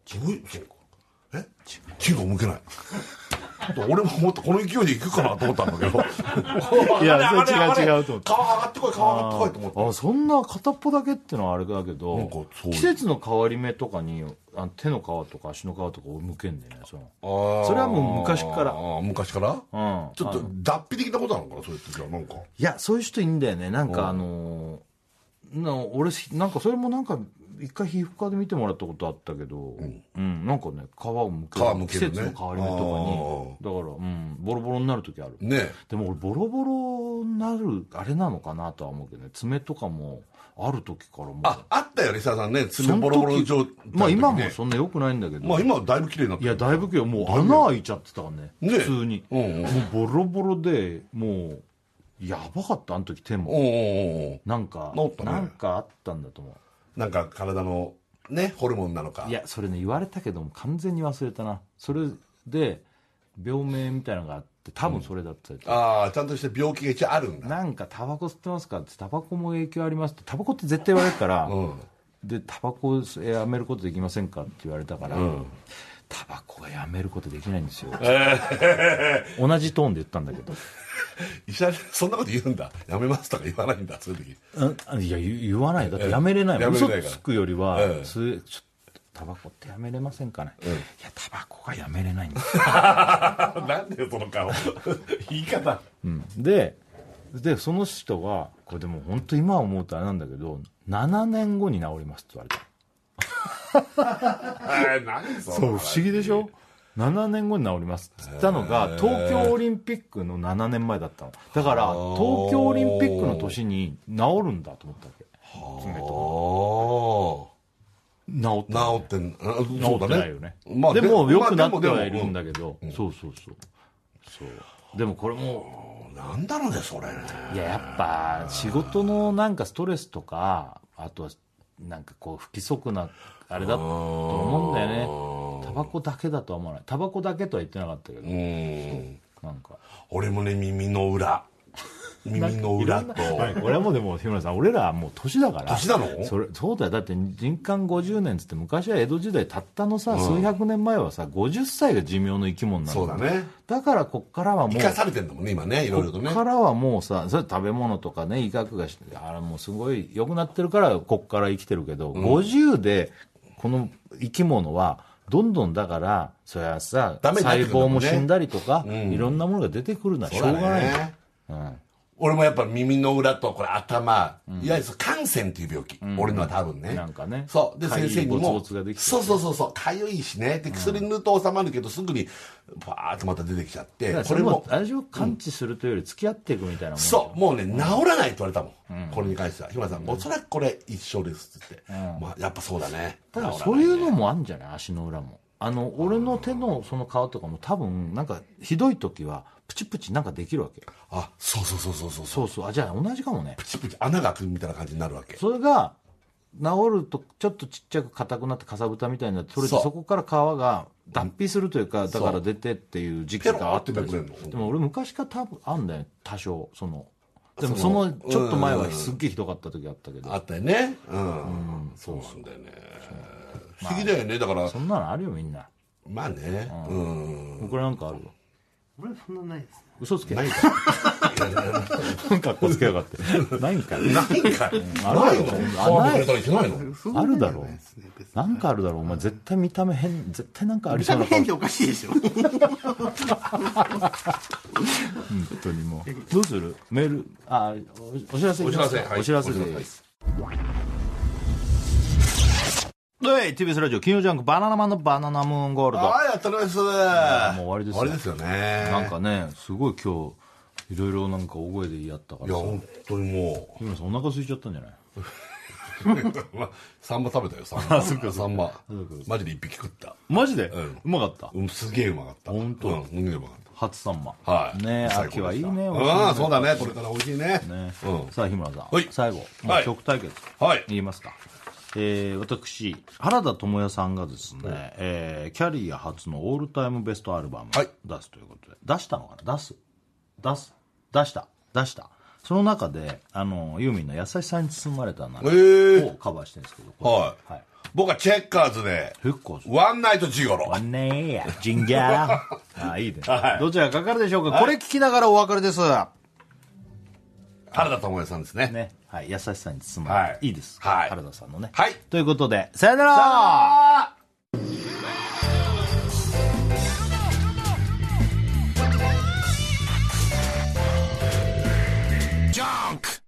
[SPEAKER 2] すごいそうえチンコ向けないあと俺ももっとこの勢いでいくかなと思ったんだけど
[SPEAKER 4] いや
[SPEAKER 2] あれ
[SPEAKER 4] それ違う
[SPEAKER 2] あれ
[SPEAKER 4] 違うと思って
[SPEAKER 2] 皮上がってこい皮上がってこいと思って
[SPEAKER 1] あそんな片っぽだけってのはあれだけ
[SPEAKER 2] なん
[SPEAKER 1] ど
[SPEAKER 2] かそう
[SPEAKER 1] 季節の変わり目とかにあ手の皮とか足の皮とかを向けんだよねそのそれはもう昔から
[SPEAKER 2] あー昔から
[SPEAKER 1] うん
[SPEAKER 2] ちょっと脱皮的なことなのかなそれってじゃあなんか
[SPEAKER 1] いやそういう人いいんだよねなんかあのーな俺なんかそれもなんか一回皮膚科で見てもらったことあったけど、うんなんかね皮をむけ
[SPEAKER 2] 皮むけるね
[SPEAKER 1] 季節の変わり目とかにだから、うん、ボロボロになる時ある、
[SPEAKER 2] ね
[SPEAKER 1] でも俺ボロボロになるあれなのかなとは思うけどね爪とかもある時からもう
[SPEAKER 2] ああったよリサさんね
[SPEAKER 1] そ
[SPEAKER 2] 爪
[SPEAKER 1] の時
[SPEAKER 2] ボロボロ状態の時ね
[SPEAKER 1] まあ今もそんな良くないんだけど、
[SPEAKER 2] まあ今はだいぶ綺麗になって
[SPEAKER 1] い
[SPEAKER 2] る
[SPEAKER 1] やだいぶけどもう穴開いちゃってたからね
[SPEAKER 2] ね
[SPEAKER 1] 普通に、
[SPEAKER 2] うんうん
[SPEAKER 1] もうボロボロでもうやばかったあの時手も
[SPEAKER 2] おうおうおう
[SPEAKER 1] なんか、
[SPEAKER 2] 治ったね
[SPEAKER 1] なんかあったんだと思
[SPEAKER 2] なんか体のねホルモンなのか
[SPEAKER 1] ういやそれね言われたけども完全に忘れたなそれで病名みたいなのがあって多分それだったよ、
[SPEAKER 2] ああちゃんとして病気が一応あるんだ
[SPEAKER 1] なんかタバコ吸ってますかってタバコも影響ありますってタバコって絶対言われ るから、
[SPEAKER 2] うん
[SPEAKER 1] でタバコやめることできませんかって言われたから、タバコがやめることできないんですよ、 同じトーンで言ったんだけど
[SPEAKER 2] 医者そんなこと言うんだやめますとか言わないんだそういう時
[SPEAKER 1] うんいや言言わないだってやめれないもん
[SPEAKER 2] やめれ
[SPEAKER 1] 嘘
[SPEAKER 2] ないから
[SPEAKER 1] つくよりは、
[SPEAKER 2] うん
[SPEAKER 1] すちょっとタバコってやめれませんかね、いやタバコがやめれないんです
[SPEAKER 2] あなんでその顔 言い方
[SPEAKER 1] うんででその人がこれでも本当今思うとあれなんだけど7年後に治りますって言われた
[SPEAKER 2] えー何その
[SPEAKER 1] そう不思議でしょ7年後に治りますって言ったのが東京オリンピックの7年前だったのだから東京オリンピックの年に治るんだと思ったわけ爪と
[SPEAKER 2] あ
[SPEAKER 1] 治った
[SPEAKER 2] あ治ってんあ
[SPEAKER 1] 治
[SPEAKER 2] そ
[SPEAKER 1] っ
[SPEAKER 2] うだ
[SPEAKER 1] て
[SPEAKER 2] ね
[SPEAKER 1] ないよね、
[SPEAKER 2] まあ
[SPEAKER 1] でも
[SPEAKER 2] で
[SPEAKER 1] 良くなっ
[SPEAKER 2] まあ
[SPEAKER 1] て
[SPEAKER 2] でも
[SPEAKER 1] はいるんだ
[SPEAKER 2] で
[SPEAKER 1] けど、そうそうそうそうでもこれも
[SPEAKER 2] もなんだろうねそれね
[SPEAKER 1] いややっぱ仕事のなんかストレスとかあとはなんかこう不規則なあれだと思うんだよねタバコだけだとは思わないタバコだけとは言ってなかったけ
[SPEAKER 2] う
[SPEAKER 1] ど
[SPEAKER 2] ん
[SPEAKER 1] なんか
[SPEAKER 2] 俺もね耳の裏耳の裏と
[SPEAKER 1] 俺はもうでも日村さん俺らはもう年だから
[SPEAKER 2] 年なの
[SPEAKER 1] それそうだよだって人間50年っつって昔は江戸時代たったのさ、数百年前はさ50歳が寿命の生き物なの
[SPEAKER 2] そうだね
[SPEAKER 1] だからこっからはも
[SPEAKER 2] 生
[SPEAKER 1] う
[SPEAKER 2] かされてんだもんね今ねいろいろと
[SPEAKER 1] こ
[SPEAKER 2] ね
[SPEAKER 1] っからはもうさそれ食べ物とかね医学がしあれもうすごい良くなってるからこっから生きてるけど、50でこの生き物はどんどんだからそりゃさ、
[SPEAKER 2] ダメになって
[SPEAKER 1] 細
[SPEAKER 2] くるも
[SPEAKER 1] 胞
[SPEAKER 2] ん
[SPEAKER 1] も
[SPEAKER 2] ね
[SPEAKER 1] 死んだりとか、
[SPEAKER 2] うん
[SPEAKER 1] いろんなものが出てくるのはしょ
[SPEAKER 2] そ
[SPEAKER 1] う
[SPEAKER 2] う
[SPEAKER 1] が
[SPEAKER 2] だね
[SPEAKER 1] ない、
[SPEAKER 2] 俺もやっぱ耳の裏とこれ頭、いわゆるその汗腺っていう病気、俺のは多分ね
[SPEAKER 1] なんかね
[SPEAKER 2] そうで
[SPEAKER 1] かゆ
[SPEAKER 2] 先
[SPEAKER 1] い
[SPEAKER 2] 生にも
[SPEAKER 1] ボツボツができて
[SPEAKER 2] そうそうそうそうかゆいしねで薬塗ると収まるけどすぐにバーッとまた出てきちゃって
[SPEAKER 1] だから
[SPEAKER 2] こ
[SPEAKER 1] そ
[SPEAKER 2] れ
[SPEAKER 1] れ
[SPEAKER 2] も
[SPEAKER 1] もあれを感知するというより付き合っていくみたいなもんでし
[SPEAKER 2] そ
[SPEAKER 1] ょ
[SPEAKER 2] うもうね治らないって言われたもん、これに関しては日村さん、おそらくこれ一生ですっつって、まあ、やっぱそうだね
[SPEAKER 1] ただ
[SPEAKER 2] 治ら
[SPEAKER 1] そう
[SPEAKER 2] ないいう
[SPEAKER 1] のもあんじゃない足の裏もあの俺の手のその皮とかも多分なんかひどい時はプチプチなんかできるわけ
[SPEAKER 2] あそうそうそうそうそうそう
[SPEAKER 1] そうそうあじゃあ同じかもね
[SPEAKER 2] プチプチ穴が開くみたいな感じになるわけ
[SPEAKER 1] それが治るとちょっとちっちゃく硬くなってかさぶたみたいになって取れて
[SPEAKER 2] そう
[SPEAKER 1] そこから皮が脱皮するというかだから出てっていう時期があったりする
[SPEAKER 2] ペロってめくれんの
[SPEAKER 1] でも俺昔から多分あんだよ多少そのでも
[SPEAKER 2] そ
[SPEAKER 1] そ
[SPEAKER 2] の
[SPEAKER 1] のちょっと前
[SPEAKER 2] う
[SPEAKER 1] は
[SPEAKER 2] ん
[SPEAKER 1] すっげえひどかった時あったけど
[SPEAKER 2] あったよねうん、そうなんだよね不思議だよねだから
[SPEAKER 1] そんなのあるよみんな
[SPEAKER 2] まあねうん
[SPEAKER 1] 僕らなんかあるよ
[SPEAKER 4] 俺そんなないです
[SPEAKER 1] 嘘つけ
[SPEAKER 2] ない
[SPEAKER 1] な
[SPEAKER 2] か
[SPEAKER 1] んかっこつけやがって ないんかい
[SPEAKER 2] ないんかい
[SPEAKER 1] あ
[SPEAKER 2] ない
[SPEAKER 1] る
[SPEAKER 2] の
[SPEAKER 1] よ
[SPEAKER 2] 触ってくれたりしないの
[SPEAKER 4] そんな
[SPEAKER 1] あるだろう
[SPEAKER 4] ないですね別に
[SPEAKER 1] なんかあるだろうお前絶対見た目変絶対なんかあり
[SPEAKER 4] 見
[SPEAKER 1] そ
[SPEAKER 4] た
[SPEAKER 1] う
[SPEAKER 4] 目
[SPEAKER 1] な
[SPEAKER 4] 変っておかしいでしょ
[SPEAKER 1] 本当にもうどうするメールあおお知らせいきますか
[SPEAKER 2] お
[SPEAKER 1] お
[SPEAKER 2] 知
[SPEAKER 1] 知
[SPEAKER 2] ら
[SPEAKER 1] ら
[SPEAKER 2] せ
[SPEAKER 1] せ
[SPEAKER 2] はい
[SPEAKER 1] ですはい TBS ラジオ金曜ジャンク「バナナマンのバナナムーンゴールド
[SPEAKER 2] ああやったですもう
[SPEAKER 1] もう終わりです
[SPEAKER 2] 終
[SPEAKER 1] よ
[SPEAKER 2] わりですよね」
[SPEAKER 1] なんかねすごい今日いろいろなんか大声で言い合ったか
[SPEAKER 2] いや
[SPEAKER 1] ら
[SPEAKER 2] 本当にも
[SPEAKER 1] 日村さんお腹空いちゃったんじゃないう
[SPEAKER 2] まあ サンマ食べたよサンマサンママジで一匹食った
[SPEAKER 1] マジで、うんまかった
[SPEAKER 2] うんすげえうまかった
[SPEAKER 1] 本当
[SPEAKER 2] うんすげえうまかっ
[SPEAKER 1] 初サンマ
[SPEAKER 2] たはい
[SPEAKER 1] ね
[SPEAKER 2] 最高でした
[SPEAKER 1] 秋はいいね
[SPEAKER 2] う
[SPEAKER 1] 美味しいね
[SPEAKER 2] んそうだねこれから美味しいね
[SPEAKER 1] ね
[SPEAKER 2] うん
[SPEAKER 1] さあ日村さん、
[SPEAKER 2] はい
[SPEAKER 1] 最後も
[SPEAKER 2] は
[SPEAKER 1] う
[SPEAKER 2] い
[SPEAKER 1] 曲対決、
[SPEAKER 2] はい
[SPEAKER 1] 言いますか、えー私原田知世さんがですね、えーキャリア初のオールタイムベストアルバム
[SPEAKER 2] はい
[SPEAKER 1] を出すということで、出したのかな出す出す出した出したその中であのユーミンの「優しさに包まれたなら」
[SPEAKER 2] えー
[SPEAKER 1] をカバーしてるんですけど
[SPEAKER 2] は
[SPEAKER 1] はい
[SPEAKER 2] 僕はチェッカーズで
[SPEAKER 1] 結構
[SPEAKER 2] ワンナイトジゴロ
[SPEAKER 1] わねえやジンギャ ラあいいね、
[SPEAKER 2] はい
[SPEAKER 1] どちらがかかるでしょうか、これ聞きながらお別れです
[SPEAKER 2] 原田智世さんですね
[SPEAKER 1] ね、はい、優しさに包まれて、、
[SPEAKER 2] はい
[SPEAKER 1] いです、
[SPEAKER 2] はい
[SPEAKER 1] 原田さんのね、
[SPEAKER 2] はい
[SPEAKER 1] ということでさよなら
[SPEAKER 2] ジャンク